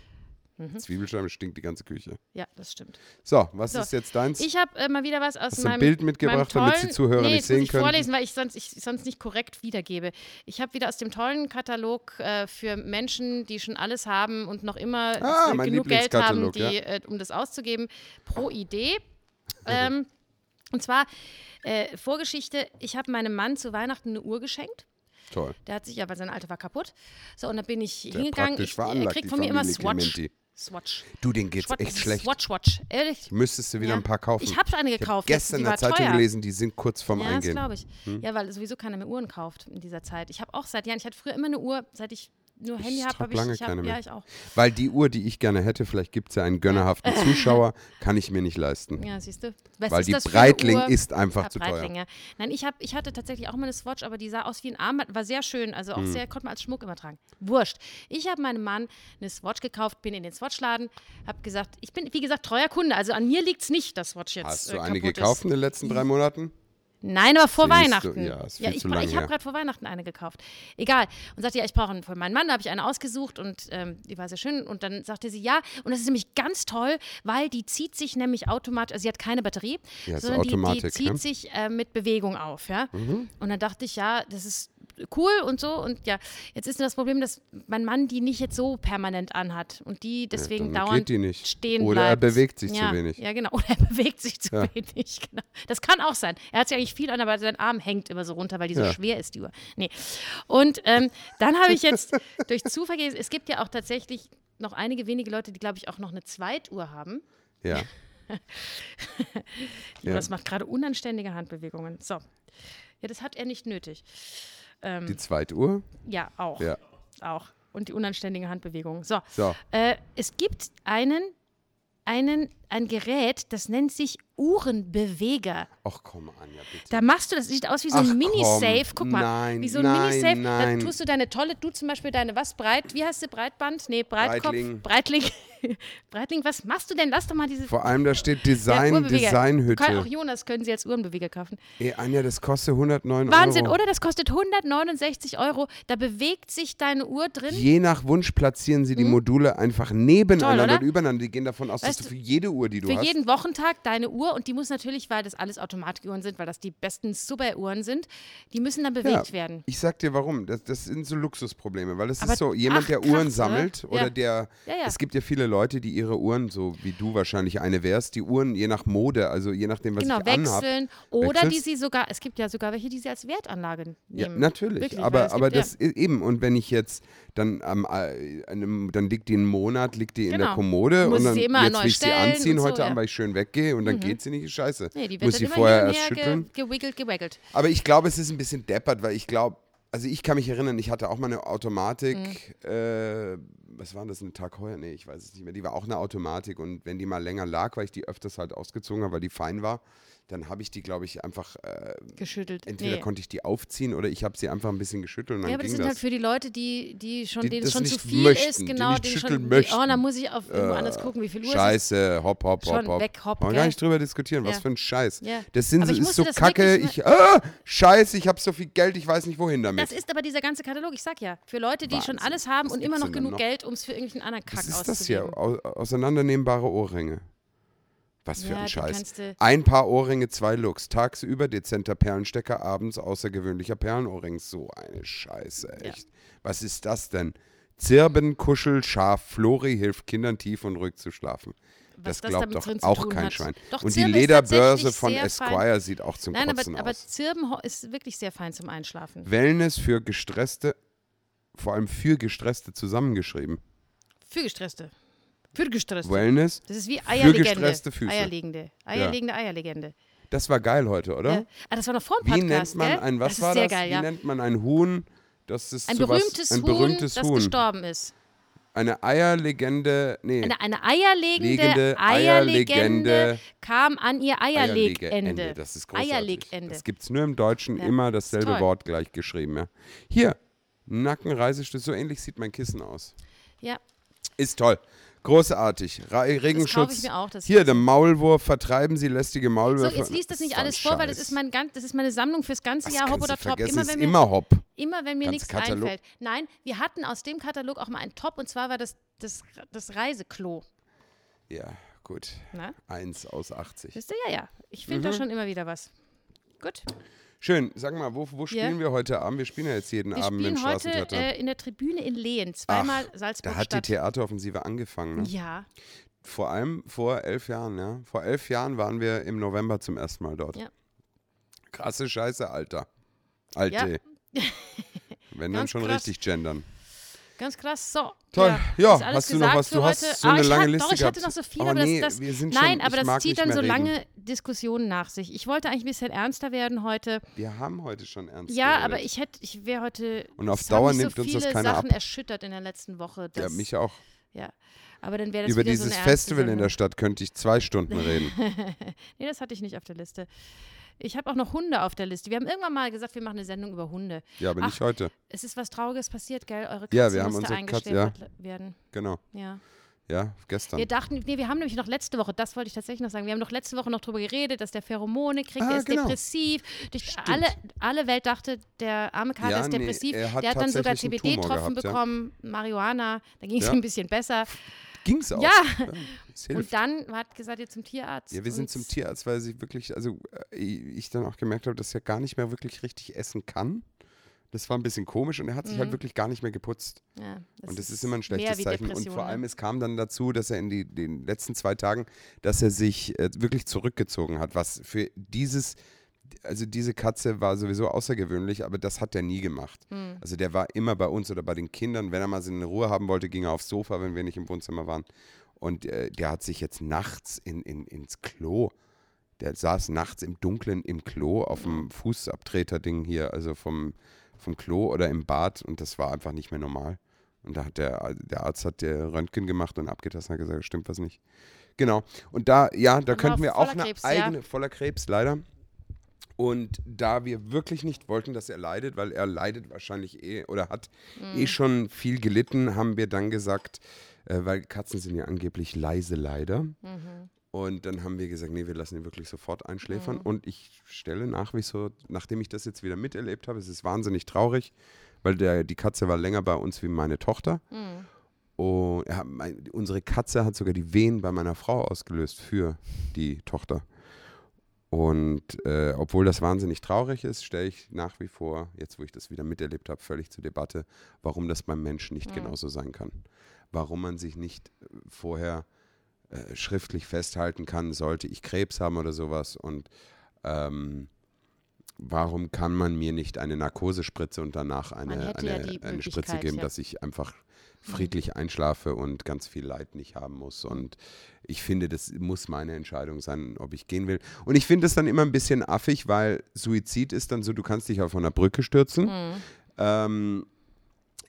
[SPEAKER 1] Zwiebelscheiben stinkt die ganze Küche.
[SPEAKER 2] Ja, das stimmt.
[SPEAKER 1] So, was
[SPEAKER 2] So.
[SPEAKER 1] ist jetzt deins?
[SPEAKER 2] Ich habe äh, mal wieder was aus
[SPEAKER 1] Hast du ein
[SPEAKER 2] meinem
[SPEAKER 1] Bild mitgebracht,
[SPEAKER 2] meinem
[SPEAKER 1] damit
[SPEAKER 2] tollen,
[SPEAKER 1] die Zuhörer
[SPEAKER 2] nee,
[SPEAKER 1] nicht
[SPEAKER 2] das
[SPEAKER 1] sehen
[SPEAKER 2] muss ich
[SPEAKER 1] können?
[SPEAKER 2] vorlesen, weil ich sonst, ich sonst nicht korrekt wiedergebe. Ich habe wieder aus dem tollen Katalog äh, für Menschen, die schon alles haben und noch immer
[SPEAKER 1] Ah,
[SPEAKER 2] äh,
[SPEAKER 1] mein
[SPEAKER 2] genug Geld haben,
[SPEAKER 1] Lieblingskatalog,
[SPEAKER 2] die,
[SPEAKER 1] ja. Ah.
[SPEAKER 2] äh, um das auszugeben, pro Idee. Ähm, und zwar äh, Vorgeschichte, ich habe meinem Mann zu Weihnachten eine Uhr geschenkt.
[SPEAKER 1] Toll.
[SPEAKER 2] Der hat sich aber sein Alter war kaputt. So, und dann bin ich
[SPEAKER 1] Sehr
[SPEAKER 2] hingegangen.
[SPEAKER 1] praktisch
[SPEAKER 2] Ich, er
[SPEAKER 1] veranlagt,
[SPEAKER 2] kriegt
[SPEAKER 1] die
[SPEAKER 2] von mir immer
[SPEAKER 1] Familie
[SPEAKER 2] Swatch.
[SPEAKER 1] Clementi.
[SPEAKER 2] Swatch.
[SPEAKER 1] Du, den geht's
[SPEAKER 2] Swatch,
[SPEAKER 1] echt schlecht.
[SPEAKER 2] Swatch, Watch. Ehrlich?
[SPEAKER 1] Müsstest du wieder
[SPEAKER 2] Ja.
[SPEAKER 1] ein paar kaufen.
[SPEAKER 2] Ich hab eine gekauft,
[SPEAKER 1] Ich hab gestern
[SPEAKER 2] die
[SPEAKER 1] in der
[SPEAKER 2] war
[SPEAKER 1] Zeitung
[SPEAKER 2] teuer.
[SPEAKER 1] gelesen, die sind kurz vorm
[SPEAKER 2] Ja, das
[SPEAKER 1] Eingehen.
[SPEAKER 2] glaube ich.
[SPEAKER 1] Hm?
[SPEAKER 2] Ja, weil sowieso keiner mehr Uhren kauft in dieser Zeit. Ich habe auch seit Jahren, ich hatte früher immer eine Uhr, seit ich nur Handy habe,
[SPEAKER 1] trag
[SPEAKER 2] habe ich,
[SPEAKER 1] lange
[SPEAKER 2] ich hab,
[SPEAKER 1] keine mehr.
[SPEAKER 2] ja, ich auch.
[SPEAKER 1] Weil die Uhr, die ich gerne hätte, vielleicht gibt es ja einen gönnerhaften Zuschauer, kann ich mir nicht leisten.
[SPEAKER 2] Ja, siehst du. Was
[SPEAKER 1] Weil
[SPEAKER 2] ist
[SPEAKER 1] die
[SPEAKER 2] das für eine
[SPEAKER 1] Breitling
[SPEAKER 2] Uhr?
[SPEAKER 1] ist einfach
[SPEAKER 2] ja,
[SPEAKER 1] zu
[SPEAKER 2] Breitling,
[SPEAKER 1] teuer.
[SPEAKER 2] Ja. Nein, ich, hab, ich hatte tatsächlich auch mal eine Swatch, aber die sah aus wie ein Armband, war sehr schön, also
[SPEAKER 1] Hm.
[SPEAKER 2] auch sehr, konnte man als Schmuck immer tragen. Wurscht. Ich habe meinem Mann eine Swatch gekauft, bin in den Swatch-Laden, habe gesagt, ich bin, wie gesagt, treuer Kunde, also an mir liegt es nicht, dass Swatch jetzt
[SPEAKER 1] Hast
[SPEAKER 2] äh,
[SPEAKER 1] du eine
[SPEAKER 2] kaputt
[SPEAKER 1] gekauft
[SPEAKER 2] Ist.
[SPEAKER 1] in den letzten drei Monaten?
[SPEAKER 2] Nein, aber vor
[SPEAKER 1] Siehst du,
[SPEAKER 2] Weihnachten.
[SPEAKER 1] ja, ist viel
[SPEAKER 2] ich,
[SPEAKER 1] zu
[SPEAKER 2] bra-
[SPEAKER 1] lang
[SPEAKER 2] ich habe
[SPEAKER 1] her.
[SPEAKER 2] gerade vor Weihnachten eine gekauft. Egal. Und sagte, ja, ich brauche einen für meinen Mann. Da habe ich eine ausgesucht und ähm, die war sehr schön. Und dann sagte sie, ja. Und das ist nämlich ganz toll, weil die zieht sich nämlich automatisch, also sie hat keine Batterie,
[SPEAKER 1] Ja, ist
[SPEAKER 2] sondern die, die
[SPEAKER 1] Automatik,
[SPEAKER 2] zieht
[SPEAKER 1] ne? Mhm.
[SPEAKER 2] sich äh, mit Bewegung auf. Ja? Und dann dachte ich, ja, das ist cool und so. Und ja, jetzt ist nur das Problem, dass mein Mann die nicht jetzt so permanent anhat. Und die deswegen
[SPEAKER 1] dann geht
[SPEAKER 2] dauernd
[SPEAKER 1] die nicht.
[SPEAKER 2] stehen
[SPEAKER 1] Oder er
[SPEAKER 2] bleibt.
[SPEAKER 1] bewegt sich zu
[SPEAKER 2] ja,
[SPEAKER 1] wenig.
[SPEAKER 2] Ja, genau. Oder er bewegt sich zu
[SPEAKER 1] Ja.
[SPEAKER 2] wenig. Genau. Das kann auch sein. Er hat sich eigentlich viel an, aber sein Arm hängt immer so runter, weil die so
[SPEAKER 1] Ja.
[SPEAKER 2] schwer ist, die Uhr. Nee. Und ähm, dann habe ich jetzt durch Zufall gelesen, es gibt ja auch tatsächlich noch einige wenige Leute, die, glaube ich, auch noch eine Zweituhr haben.
[SPEAKER 1] Ja.
[SPEAKER 2] Ja. Das macht gerade unanständige Handbewegungen. So. Ja, das hat er nicht nötig. ähm,
[SPEAKER 1] Die Zweituhr?
[SPEAKER 2] Ja, auch.
[SPEAKER 1] Ja.
[SPEAKER 2] Auch. Und die unanständige Handbewegung. So.
[SPEAKER 1] So.
[SPEAKER 2] Äh, es gibt einen, einen, ein Gerät, das nennt sich Uhrenbeweger.
[SPEAKER 1] Ach komm, Anja, bitte.
[SPEAKER 2] Da machst du, das sieht aus wie so
[SPEAKER 1] Ach,
[SPEAKER 2] ein
[SPEAKER 1] komm.
[SPEAKER 2] Minisafe. Guck mal,
[SPEAKER 1] Nein,
[SPEAKER 2] wie so ein
[SPEAKER 1] nein,
[SPEAKER 2] Minisafe.
[SPEAKER 1] nein.
[SPEAKER 2] Da tust du deine tolle, du zum Beispiel deine was breit, wie heißt sie, Breitband? Nee, Breitkopf.
[SPEAKER 1] Breitling.
[SPEAKER 2] Breitling. Breitling, was machst du denn? Lass doch mal diese
[SPEAKER 1] Vor allem da steht
[SPEAKER 2] der
[SPEAKER 1] Design,
[SPEAKER 2] Uhrenbeweger. Kann, auch
[SPEAKER 1] Designhütte.
[SPEAKER 2] Jonas können sie als Uhrenbeweger kaufen.
[SPEAKER 1] Ey, Anja, das kostet 109
[SPEAKER 2] Wahnsinn,
[SPEAKER 1] Euro.
[SPEAKER 2] oder? Das kostet 169 Euro. Da bewegt sich deine Uhr drin.
[SPEAKER 1] Je nach Wunsch platzieren sie die Module einfach nebeneinander
[SPEAKER 2] Mhm. Toll, oder?
[SPEAKER 1] und übereinander. Die gehen davon aus,
[SPEAKER 2] Weißt
[SPEAKER 1] dass du für
[SPEAKER 2] du,
[SPEAKER 1] jede Uhr, die du
[SPEAKER 2] für
[SPEAKER 1] hast,
[SPEAKER 2] jeden Wochentag deine Uhr und die muss natürlich, weil das alles Automatikuhren sind, weil das die besten Superuhren sind, die müssen dann bewegt werden.
[SPEAKER 1] Ich sag dir warum. Das, das sind so Luxusprobleme, weil es
[SPEAKER 2] Aber-
[SPEAKER 1] ist so, jemand,
[SPEAKER 2] ach,
[SPEAKER 1] der
[SPEAKER 2] krass,
[SPEAKER 1] Uhren
[SPEAKER 2] ne?
[SPEAKER 1] sammelt
[SPEAKER 2] Ja.
[SPEAKER 1] oder der.
[SPEAKER 2] Ja, ja.
[SPEAKER 1] Es gibt ja viele Leute, die ihre Uhren, so wie du wahrscheinlich eine wärst, die Uhren je nach Mode, also je nachdem, was
[SPEAKER 2] Genau,
[SPEAKER 1] ich anhab.
[SPEAKER 2] wechseln. Oder die
[SPEAKER 1] Wechselst?
[SPEAKER 2] sie sogar, es gibt ja sogar welche, die sie als Wertanlage nehmen.
[SPEAKER 1] Ja, natürlich.
[SPEAKER 2] Wirklich, weil
[SPEAKER 1] aber
[SPEAKER 2] es
[SPEAKER 1] aber
[SPEAKER 2] gibt, ja.
[SPEAKER 1] das i- eben, und wenn ich jetzt dann am äh, einem, dann liegt die einen Monat, liegt die in
[SPEAKER 2] Genau.
[SPEAKER 1] der Kommode
[SPEAKER 2] Muss
[SPEAKER 1] und dann
[SPEAKER 2] sie immer
[SPEAKER 1] jetzt
[SPEAKER 2] neu
[SPEAKER 1] will ich sie
[SPEAKER 2] stellen
[SPEAKER 1] anziehen
[SPEAKER 2] und so,
[SPEAKER 1] heute Abend,
[SPEAKER 2] ja. Mhm.
[SPEAKER 1] weil ich schön weggehe und dann geht sie nicht, ist scheiße.
[SPEAKER 2] Nee, die wird
[SPEAKER 1] Muss
[SPEAKER 2] dann
[SPEAKER 1] sie
[SPEAKER 2] immer
[SPEAKER 1] vorher
[SPEAKER 2] hin und
[SPEAKER 1] erst
[SPEAKER 2] her ge-
[SPEAKER 1] schütteln.
[SPEAKER 2] gewiggelt, gewaggelt.
[SPEAKER 1] Aber ich glaube, es ist ein bisschen deppert, weil ich glaube, also ich kann mich erinnern, ich hatte auch mal eine Automatik,
[SPEAKER 2] Mhm.
[SPEAKER 1] äh, was war denn das, eine Tag heuer? Nee, ich weiß es nicht mehr. Die war auch eine Automatik und wenn die mal länger lag, weil ich die öfters halt ausgezogen habe, weil die fein war, dann habe ich die, glaube ich, einfach, äh,
[SPEAKER 2] Geschüttelt.
[SPEAKER 1] entweder
[SPEAKER 2] nee.
[SPEAKER 1] konnte ich die aufziehen oder ich habe sie einfach ein bisschen geschüttelt und dann
[SPEAKER 2] Ja, aber das
[SPEAKER 1] ging
[SPEAKER 2] sind
[SPEAKER 1] das.
[SPEAKER 2] halt für die Leute, die, die schon,
[SPEAKER 1] Die
[SPEAKER 2] denen
[SPEAKER 1] das
[SPEAKER 2] es schon zu
[SPEAKER 1] nicht
[SPEAKER 2] viel
[SPEAKER 1] möchten,
[SPEAKER 2] ist,
[SPEAKER 1] die
[SPEAKER 2] genau,
[SPEAKER 1] nicht
[SPEAKER 2] denen
[SPEAKER 1] schütteln
[SPEAKER 2] schon,
[SPEAKER 1] möchten. Äh,
[SPEAKER 2] oh, dann muss ich auf irgendwo anders gucken, wie viel Uhr es ist.
[SPEAKER 1] Scheiße, hopp, hopp, hopp,
[SPEAKER 2] Schon
[SPEAKER 1] hopp.
[SPEAKER 2] weg, hopp,
[SPEAKER 1] Wollen wir gar
[SPEAKER 2] gell?
[SPEAKER 1] nicht drüber diskutieren, was
[SPEAKER 2] Ja.
[SPEAKER 1] für ein Scheiß.
[SPEAKER 2] Ja.
[SPEAKER 1] Das sind
[SPEAKER 2] Aber
[SPEAKER 1] so,
[SPEAKER 2] ich
[SPEAKER 1] ist
[SPEAKER 2] musste
[SPEAKER 1] so
[SPEAKER 2] das
[SPEAKER 1] kacke,
[SPEAKER 2] wirklich
[SPEAKER 1] ich, ah, scheiße, ich habe so viel Geld, ich weiß nicht wohin damit.
[SPEAKER 2] Das ist aber dieser ganze Katalog, ich sag ja, für Leute, die
[SPEAKER 1] Wahnsinn.
[SPEAKER 2] schon alles haben
[SPEAKER 1] Was
[SPEAKER 2] und immer
[SPEAKER 1] gibt's
[SPEAKER 2] noch
[SPEAKER 1] denn da
[SPEAKER 2] genug
[SPEAKER 1] noch?
[SPEAKER 2] Geld, um es für irgendeinen anderen Kack
[SPEAKER 1] Was ist das
[SPEAKER 2] auszugeben.
[SPEAKER 1] hier? Au auseinandernehmbare Ohrringe. Was für
[SPEAKER 2] Ja,
[SPEAKER 1] ein
[SPEAKER 2] die
[SPEAKER 1] Scheiß.
[SPEAKER 2] kannst du-
[SPEAKER 1] Ein paar Ohrringe, zwei Looks. Tagsüber dezenter Perlenstecker, abends außergewöhnlicher Perlenohrring. So eine Scheiße, echt. Was ist das denn? Zirben, Kuschel, Schaf, Flori hilft Kindern tief und ruhig zu schlafen.
[SPEAKER 2] Was
[SPEAKER 1] das
[SPEAKER 2] das
[SPEAKER 1] glaubt
[SPEAKER 2] damit
[SPEAKER 1] doch
[SPEAKER 2] drin zu
[SPEAKER 1] auch
[SPEAKER 2] tun
[SPEAKER 1] kein
[SPEAKER 2] hat.
[SPEAKER 1] Schwein.
[SPEAKER 2] Doch,
[SPEAKER 1] und die
[SPEAKER 2] Zirbe ist
[SPEAKER 1] Lederbörse
[SPEAKER 2] tatsächlich
[SPEAKER 1] von
[SPEAKER 2] sehr
[SPEAKER 1] Esquire sieht auch zum
[SPEAKER 2] Nein, aber,
[SPEAKER 1] Kotzen
[SPEAKER 2] aber
[SPEAKER 1] aus.
[SPEAKER 2] Zirben ho- ist wirklich sehr fein zum Einschlafen.
[SPEAKER 1] Wellness für gestresste, vor allem für gestresste zusammengeschrieben.
[SPEAKER 2] Für Gestresste. Für Gestresste.
[SPEAKER 1] Wellness,
[SPEAKER 2] das ist wie Eierlegende.
[SPEAKER 1] gestresste Füße.
[SPEAKER 2] Eierlegende. Eierlegende, Eierlegende.
[SPEAKER 1] das war geil heute, oder?
[SPEAKER 2] Ja. Ah, das war noch vor dem
[SPEAKER 1] Wie nennt
[SPEAKER 2] Podcast,
[SPEAKER 1] man
[SPEAKER 2] gell?
[SPEAKER 1] ein, was
[SPEAKER 2] das
[SPEAKER 1] war
[SPEAKER 2] ist sehr
[SPEAKER 1] das?
[SPEAKER 2] Geil,
[SPEAKER 1] Wie
[SPEAKER 2] ja.
[SPEAKER 1] nennt man ein Huhn? Das ist
[SPEAKER 2] ein
[SPEAKER 1] zu was-
[SPEAKER 2] berühmtes,
[SPEAKER 1] ein
[SPEAKER 2] Huhn,
[SPEAKER 1] berühmtes
[SPEAKER 2] das
[SPEAKER 1] Huhn.
[SPEAKER 2] gestorben ist.
[SPEAKER 1] Eine Eierlegende, nee,
[SPEAKER 2] Eine, eine eierlegende
[SPEAKER 1] Legende,
[SPEAKER 2] Eierlegende
[SPEAKER 1] Eierlegende,
[SPEAKER 2] kam an ihr Eierlegende.
[SPEAKER 1] Eierlegende. Das ist großartig.
[SPEAKER 2] Eierlegende.
[SPEAKER 1] Das gibt es nur im Deutschen,
[SPEAKER 2] Ja.
[SPEAKER 1] immer dasselbe
[SPEAKER 2] Ist toll.
[SPEAKER 1] Wort gleich geschrieben. Ja. Hier, Nackenreisestütze, so ähnlich sieht mein Kissen aus.
[SPEAKER 2] ja,
[SPEAKER 1] Ist toll. Großartig. Re
[SPEAKER 2] kaufe
[SPEAKER 1] Regenschutz.
[SPEAKER 2] ich mir auch, das
[SPEAKER 1] Hier, der Maulwurf, vertreiben Sie lästige
[SPEAKER 2] So,
[SPEAKER 1] Maulwürfe.
[SPEAKER 2] jetzt liest das nicht
[SPEAKER 1] war ein
[SPEAKER 2] alles vor, weil das
[SPEAKER 1] Scheiß.
[SPEAKER 2] ist, mein ganz, das ist meine Sammlung fürs ganze
[SPEAKER 1] das
[SPEAKER 2] Jahr, Hop
[SPEAKER 1] kannst du
[SPEAKER 2] oder Top.
[SPEAKER 1] vergessen,
[SPEAKER 2] Immer
[SPEAKER 1] ist
[SPEAKER 2] wenn, mir,
[SPEAKER 1] immer Hopp.
[SPEAKER 2] immer wenn mir
[SPEAKER 1] Ganz
[SPEAKER 2] nichts
[SPEAKER 1] Katalog.
[SPEAKER 2] einfällt. Nein, wir hatten aus dem Katalog auch mal einen Top und zwar war das das, das Reiseklo.
[SPEAKER 1] Ja, gut.
[SPEAKER 2] Na?
[SPEAKER 1] Eins aus 80.
[SPEAKER 2] Wisst ihr? Ja, ja. Ich
[SPEAKER 1] Mhm.
[SPEAKER 2] finde da schon immer wieder was. Gut.
[SPEAKER 1] Schön, sag mal, wo, wo spielen wir heute Abend? Wir spielen ja jetzt jeden
[SPEAKER 2] Wir
[SPEAKER 1] Abend mit dem
[SPEAKER 2] spielen heute
[SPEAKER 1] Straßentheater.
[SPEAKER 2] äh, in der Tribüne in Lehen. Zweimal Salzburg
[SPEAKER 1] da hat die
[SPEAKER 2] Stadt.
[SPEAKER 1] Theateroffensive angefangen. Ne?
[SPEAKER 2] ja,
[SPEAKER 1] Vor allem vor elf Jahren, ja. Vor elf Jahren waren wir im November zum ersten Mal dort.
[SPEAKER 2] Ja.
[SPEAKER 1] Krasse Scheiße, Alter. Alte. Wenn dann
[SPEAKER 2] Ganz
[SPEAKER 1] schon
[SPEAKER 2] krass.
[SPEAKER 1] richtig gendern.
[SPEAKER 2] ganz krass. So.
[SPEAKER 1] Toll. Ja,
[SPEAKER 2] ist alles
[SPEAKER 1] hast du noch
[SPEAKER 2] gesagt
[SPEAKER 1] was?
[SPEAKER 2] für
[SPEAKER 1] Du hast
[SPEAKER 2] heute.
[SPEAKER 1] so eine
[SPEAKER 2] Ah, ich
[SPEAKER 1] lange
[SPEAKER 2] hatte,
[SPEAKER 1] Liste
[SPEAKER 2] Doch, ich
[SPEAKER 1] gehabt.
[SPEAKER 2] hatte noch so viel,
[SPEAKER 1] oh,
[SPEAKER 2] aber
[SPEAKER 1] nee,
[SPEAKER 2] das, das
[SPEAKER 1] wir sind
[SPEAKER 2] Nein,
[SPEAKER 1] schon,
[SPEAKER 2] aber
[SPEAKER 1] ich
[SPEAKER 2] das
[SPEAKER 1] mag
[SPEAKER 2] zieht
[SPEAKER 1] nicht
[SPEAKER 2] dann
[SPEAKER 1] mehr
[SPEAKER 2] so
[SPEAKER 1] reden.
[SPEAKER 2] lange Diskussionen nach sich. Ich wollte eigentlich ein bisschen ernster werden heute.
[SPEAKER 1] Wir haben heute schon ernst
[SPEAKER 2] Ja,
[SPEAKER 1] geredet.
[SPEAKER 2] aber ich hätte, ich wäre heute.
[SPEAKER 1] Und auf
[SPEAKER 2] es
[SPEAKER 1] Dauer
[SPEAKER 2] haben mich
[SPEAKER 1] nimmt
[SPEAKER 2] so
[SPEAKER 1] uns das
[SPEAKER 2] viele
[SPEAKER 1] keiner ab.
[SPEAKER 2] Sachen erschüttert in der letzten Woche.
[SPEAKER 1] Ja,
[SPEAKER 2] dass-
[SPEAKER 1] mich auch.
[SPEAKER 2] ja. Aber dann wäre das
[SPEAKER 1] Über
[SPEAKER 2] wieder
[SPEAKER 1] dieses
[SPEAKER 2] so eine ernste
[SPEAKER 1] Festival in der
[SPEAKER 2] Sendung.
[SPEAKER 1] Stadt könnte ich zwei Stunden reden.
[SPEAKER 2] Nee, das hatte ich nicht auf der Liste. Ich habe auch noch Hunde auf der Liste. Wir haben irgendwann mal gesagt, wir machen eine Sendung über Hunde.
[SPEAKER 1] Ja, aber
[SPEAKER 2] Ach,
[SPEAKER 1] nicht heute.
[SPEAKER 2] Es ist was Trauriges passiert, gell? Eure Katze
[SPEAKER 1] Ja, wir haben
[SPEAKER 2] musste
[SPEAKER 1] unsere Katze,
[SPEAKER 2] eingeschläfert werden.
[SPEAKER 1] Genau.
[SPEAKER 2] Ja.
[SPEAKER 1] Ja, gestern.
[SPEAKER 2] Wir dachten, nee, wir haben nämlich noch letzte Woche, das wollte ich tatsächlich noch sagen, wir haben noch letzte Woche noch drüber geredet, dass der Pheromone kriegt,
[SPEAKER 1] Ah,
[SPEAKER 2] der ist
[SPEAKER 1] genau.
[SPEAKER 2] depressiv. Durch alle, alle Welt dachte, der arme Kater
[SPEAKER 1] Ja,
[SPEAKER 2] ist
[SPEAKER 1] nee,
[SPEAKER 2] depressiv.
[SPEAKER 1] er hat
[SPEAKER 2] der hat dann sogar
[SPEAKER 1] tatsächlich einen Tumor
[SPEAKER 2] CBD-Tropfen
[SPEAKER 1] gehabt, ja.
[SPEAKER 2] bekommen, Marihuana, da ging es
[SPEAKER 1] Ja.
[SPEAKER 2] ihm ein bisschen besser.
[SPEAKER 1] Ging's auch.
[SPEAKER 2] Ja.
[SPEAKER 1] Es hilft.
[SPEAKER 2] Und dann hat gesagt, ihr zum Tierarzt.
[SPEAKER 1] Ja, wir sind
[SPEAKER 2] und-
[SPEAKER 1] zum Tierarzt, weil sie wirklich, also äh, ich dann auch gemerkt habe, dass er gar nicht mehr wirklich richtig essen kann. Das war ein bisschen komisch und er hat sich
[SPEAKER 2] Mhm.
[SPEAKER 1] halt wirklich gar nicht mehr geputzt.
[SPEAKER 2] Ja,
[SPEAKER 1] und das ist, immer ein
[SPEAKER 2] mehr
[SPEAKER 1] schlechtes
[SPEAKER 2] wie
[SPEAKER 1] Zeichen. Und
[SPEAKER 2] Depression,
[SPEAKER 1] vor
[SPEAKER 2] ne?
[SPEAKER 1] allem, es kam dann dazu, dass er in die, den letzten zwei Tagen, dass er sich äh, wirklich zurückgezogen hat, was für dieses, also diese Katze war sowieso außergewöhnlich, aber das hat er nie gemacht.
[SPEAKER 2] Hm.
[SPEAKER 1] Also der war immer bei uns oder bei den Kindern. Wenn er mal seine Ruhe haben wollte, ging er aufs Sofa, wenn wir nicht im Wohnzimmer waren. Und äh, der hat sich jetzt nachts in, in, ins Klo, der saß nachts im Dunkeln im Klo auf dem Fußabtreterding hier, also vom, vom Klo oder im Bad und das war einfach nicht mehr normal. Und da hat der, der Arzt hat der Röntgen gemacht und abgetastet und hat gesagt, stimmt was nicht. Genau. Und da, ja, da
[SPEAKER 2] Aber
[SPEAKER 1] könnten wir auch
[SPEAKER 2] voller
[SPEAKER 1] eine
[SPEAKER 2] Krebs, ja.
[SPEAKER 1] eigene, voller Krebs, leider. Und da wir wirklich nicht wollten, dass er leidet, weil er leidet wahrscheinlich eh oder hat
[SPEAKER 2] Mhm.
[SPEAKER 1] eh schon viel gelitten, haben wir dann gesagt, äh, weil Katzen sind ja angeblich leise Leider. Und dann haben wir gesagt, nee, wir lassen ihn wirklich sofort einschläfern. Und ich stelle nach wie so, nachdem ich das jetzt wieder miterlebt habe, es ist wahnsinnig traurig, weil der, die Katze war länger bei uns wie meine Tochter.
[SPEAKER 2] Mhm.
[SPEAKER 1] Und er, hat- mein, unsere Katze hat sogar die Wehen bei meiner Frau ausgelöst für die Tochter. Und äh, obwohl das wahnsinnig traurig ist, stelle ich nach wie vor, jetzt wo ich das wieder miterlebt habe, völlig zur Debatte, warum das beim Menschen nicht genauso sein kann. Warum man sich nicht äh, vorher äh, schriftlich festhalten kann, sollte ich Krebs haben oder sowas und ähm, warum kann man mir nicht eine Narkosespritze und danach
[SPEAKER 2] Man
[SPEAKER 1] eine,
[SPEAKER 2] hätte ja
[SPEAKER 1] eine,
[SPEAKER 2] die
[SPEAKER 1] eine Spritze
[SPEAKER 2] Möglichkeit,
[SPEAKER 1] geben,
[SPEAKER 2] ja. Mhm.
[SPEAKER 1] dass ich einfach friedlich einschlafe und ganz viel Leid nicht haben muss und ich finde, das muss meine Entscheidung sein, ob ich gehen will. Und ich finde das dann immer ein bisschen affig, weil Suizid ist dann so, du kannst dich ja von der Brücke stürzen.
[SPEAKER 2] Hm.
[SPEAKER 1] Ähm,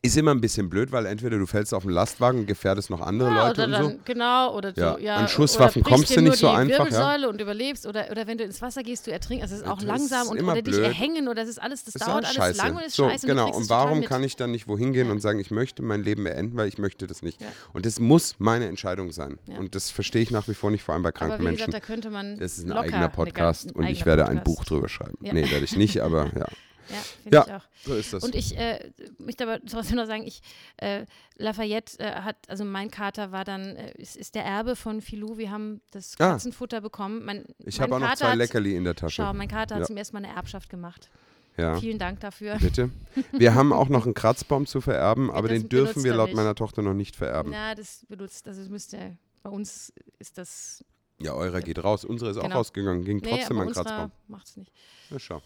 [SPEAKER 1] ist immer ein bisschen blöd, weil entweder du fällst auf den Lastwagen und gefährdest noch andere
[SPEAKER 2] Ja,
[SPEAKER 1] Leute
[SPEAKER 2] oder
[SPEAKER 1] und
[SPEAKER 2] dann,
[SPEAKER 1] so.
[SPEAKER 2] Genau, oder
[SPEAKER 1] Ja,
[SPEAKER 2] so, ja.
[SPEAKER 1] an Schusswaffen
[SPEAKER 2] oder brichst
[SPEAKER 1] kommst
[SPEAKER 2] dir
[SPEAKER 1] du
[SPEAKER 2] nur
[SPEAKER 1] nicht so
[SPEAKER 2] die
[SPEAKER 1] einfach, ja.
[SPEAKER 2] Wirbelsäule und überlebst. Oder, oder wenn du ins Wasser gehst, du ertrinkst. Also es ist auch
[SPEAKER 1] Das
[SPEAKER 2] langsam
[SPEAKER 1] ist
[SPEAKER 2] und,
[SPEAKER 1] immer
[SPEAKER 2] oder dich
[SPEAKER 1] blöd.
[SPEAKER 2] erhängen oder das ist alles, das
[SPEAKER 1] Das
[SPEAKER 2] dauert
[SPEAKER 1] ist
[SPEAKER 2] alles
[SPEAKER 1] alles scheiße.
[SPEAKER 2] lang und ist
[SPEAKER 1] so,
[SPEAKER 2] scheiße.
[SPEAKER 1] genau.
[SPEAKER 2] Und,
[SPEAKER 1] Und warum kann ich dann nicht wohin gehen und sagen, ich möchte mein Leben beenden, weil ich möchte das nicht.
[SPEAKER 2] Ja.
[SPEAKER 1] Und das muss meine Entscheidung sein.
[SPEAKER 2] Ja.
[SPEAKER 1] Und das verstehe ich nach wie vor nicht, vor allem bei kranken
[SPEAKER 2] Aber wie
[SPEAKER 1] Menschen.
[SPEAKER 2] gesagt, da könnte man.
[SPEAKER 1] das ist ein
[SPEAKER 2] locker
[SPEAKER 1] eigener
[SPEAKER 2] eine
[SPEAKER 1] Podcast
[SPEAKER 2] ganz- ein
[SPEAKER 1] und ich
[SPEAKER 2] eigener
[SPEAKER 1] werde ein
[SPEAKER 2] Podcast.
[SPEAKER 1] Buch drüber schreiben.
[SPEAKER 2] Ja.
[SPEAKER 1] Nee, werde ich nicht, aber ja.
[SPEAKER 2] Ja, finde ich
[SPEAKER 1] Ja,
[SPEAKER 2] auch.
[SPEAKER 1] so ist das.
[SPEAKER 2] Und ich äh, möchte aber trotzdem noch sagen, ich, äh, Lafayette äh, hat, also mein Kater war dann, äh, ist, ist der Erbe von Filou, wir haben das
[SPEAKER 1] Ah.
[SPEAKER 2] Katzenfutter bekommen. Mein,
[SPEAKER 1] Ich
[SPEAKER 2] mein
[SPEAKER 1] habe auch noch
[SPEAKER 2] Kater
[SPEAKER 1] zwei
[SPEAKER 2] hat-
[SPEAKER 1] Leckerli in der Tasche.
[SPEAKER 2] Schau, mein Kater
[SPEAKER 1] Ja.
[SPEAKER 2] hat zum ersten Mal eine Erbschaft gemacht.
[SPEAKER 1] ja.
[SPEAKER 2] Vielen Dank dafür.
[SPEAKER 1] Bitte. Wir haben auch noch einen Kratzbaum zu vererben, aber
[SPEAKER 2] das
[SPEAKER 1] den dürfen
[SPEAKER 2] benutzt
[SPEAKER 1] wir
[SPEAKER 2] er
[SPEAKER 1] laut
[SPEAKER 2] nicht.
[SPEAKER 1] meiner Tochter noch nicht vererben.
[SPEAKER 2] Na, das benutzt, also das müsste, bei uns ist das,
[SPEAKER 1] Ja, eurer geht raus. Unsere ist auch
[SPEAKER 2] Genau.
[SPEAKER 1] rausgegangen, ging
[SPEAKER 2] nee,
[SPEAKER 1] trotzdem
[SPEAKER 2] aber Oh,
[SPEAKER 1] an den
[SPEAKER 2] unserer
[SPEAKER 1] Kratzbaum.
[SPEAKER 2] macht's nicht.
[SPEAKER 1] Na, schau.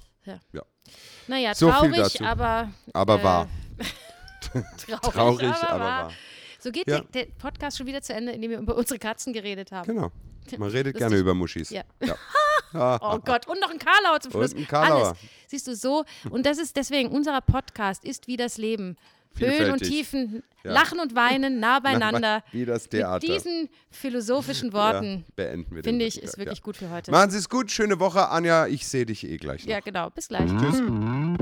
[SPEAKER 2] Naja,
[SPEAKER 1] So viel
[SPEAKER 2] traurig,
[SPEAKER 1] dazu.
[SPEAKER 2] aber
[SPEAKER 1] Aber
[SPEAKER 2] Äh,
[SPEAKER 1] wahr.
[SPEAKER 2] traurig,
[SPEAKER 1] Traurig, aber wahr.
[SPEAKER 2] So geht
[SPEAKER 1] Ja.
[SPEAKER 2] der, der Podcast schon wieder zu Ende, indem wir über unsere Katzen geredet haben.
[SPEAKER 1] Genau. Man redet gerne
[SPEAKER 2] Lustig.
[SPEAKER 1] über Muschis.
[SPEAKER 2] Ja.
[SPEAKER 1] Ah,
[SPEAKER 2] Oh Gott, und noch ein Karlauer zum Schluss.
[SPEAKER 1] ein Karlauer.
[SPEAKER 2] Alles. Siehst du, so, und das ist deswegen, unser Podcast ist wie das Leben. Höhen und
[SPEAKER 1] Vielfältig.
[SPEAKER 2] Tiefen,
[SPEAKER 1] Ja.
[SPEAKER 2] Lachen und Weinen, nah beieinander.
[SPEAKER 1] Wie das Theater.
[SPEAKER 2] Mit diesen philosophischen
[SPEAKER 1] ja,
[SPEAKER 2] Worten,
[SPEAKER 1] beenden wir den
[SPEAKER 2] finde ich,
[SPEAKER 1] Mittag,
[SPEAKER 2] ist wirklich
[SPEAKER 1] ja.
[SPEAKER 2] gut für heute.
[SPEAKER 1] Machen Sie es gut, schöne Woche, Anja. Ich sehe dich eh gleich noch.
[SPEAKER 2] Ja, genau. Bis gleich.
[SPEAKER 1] Tschüss.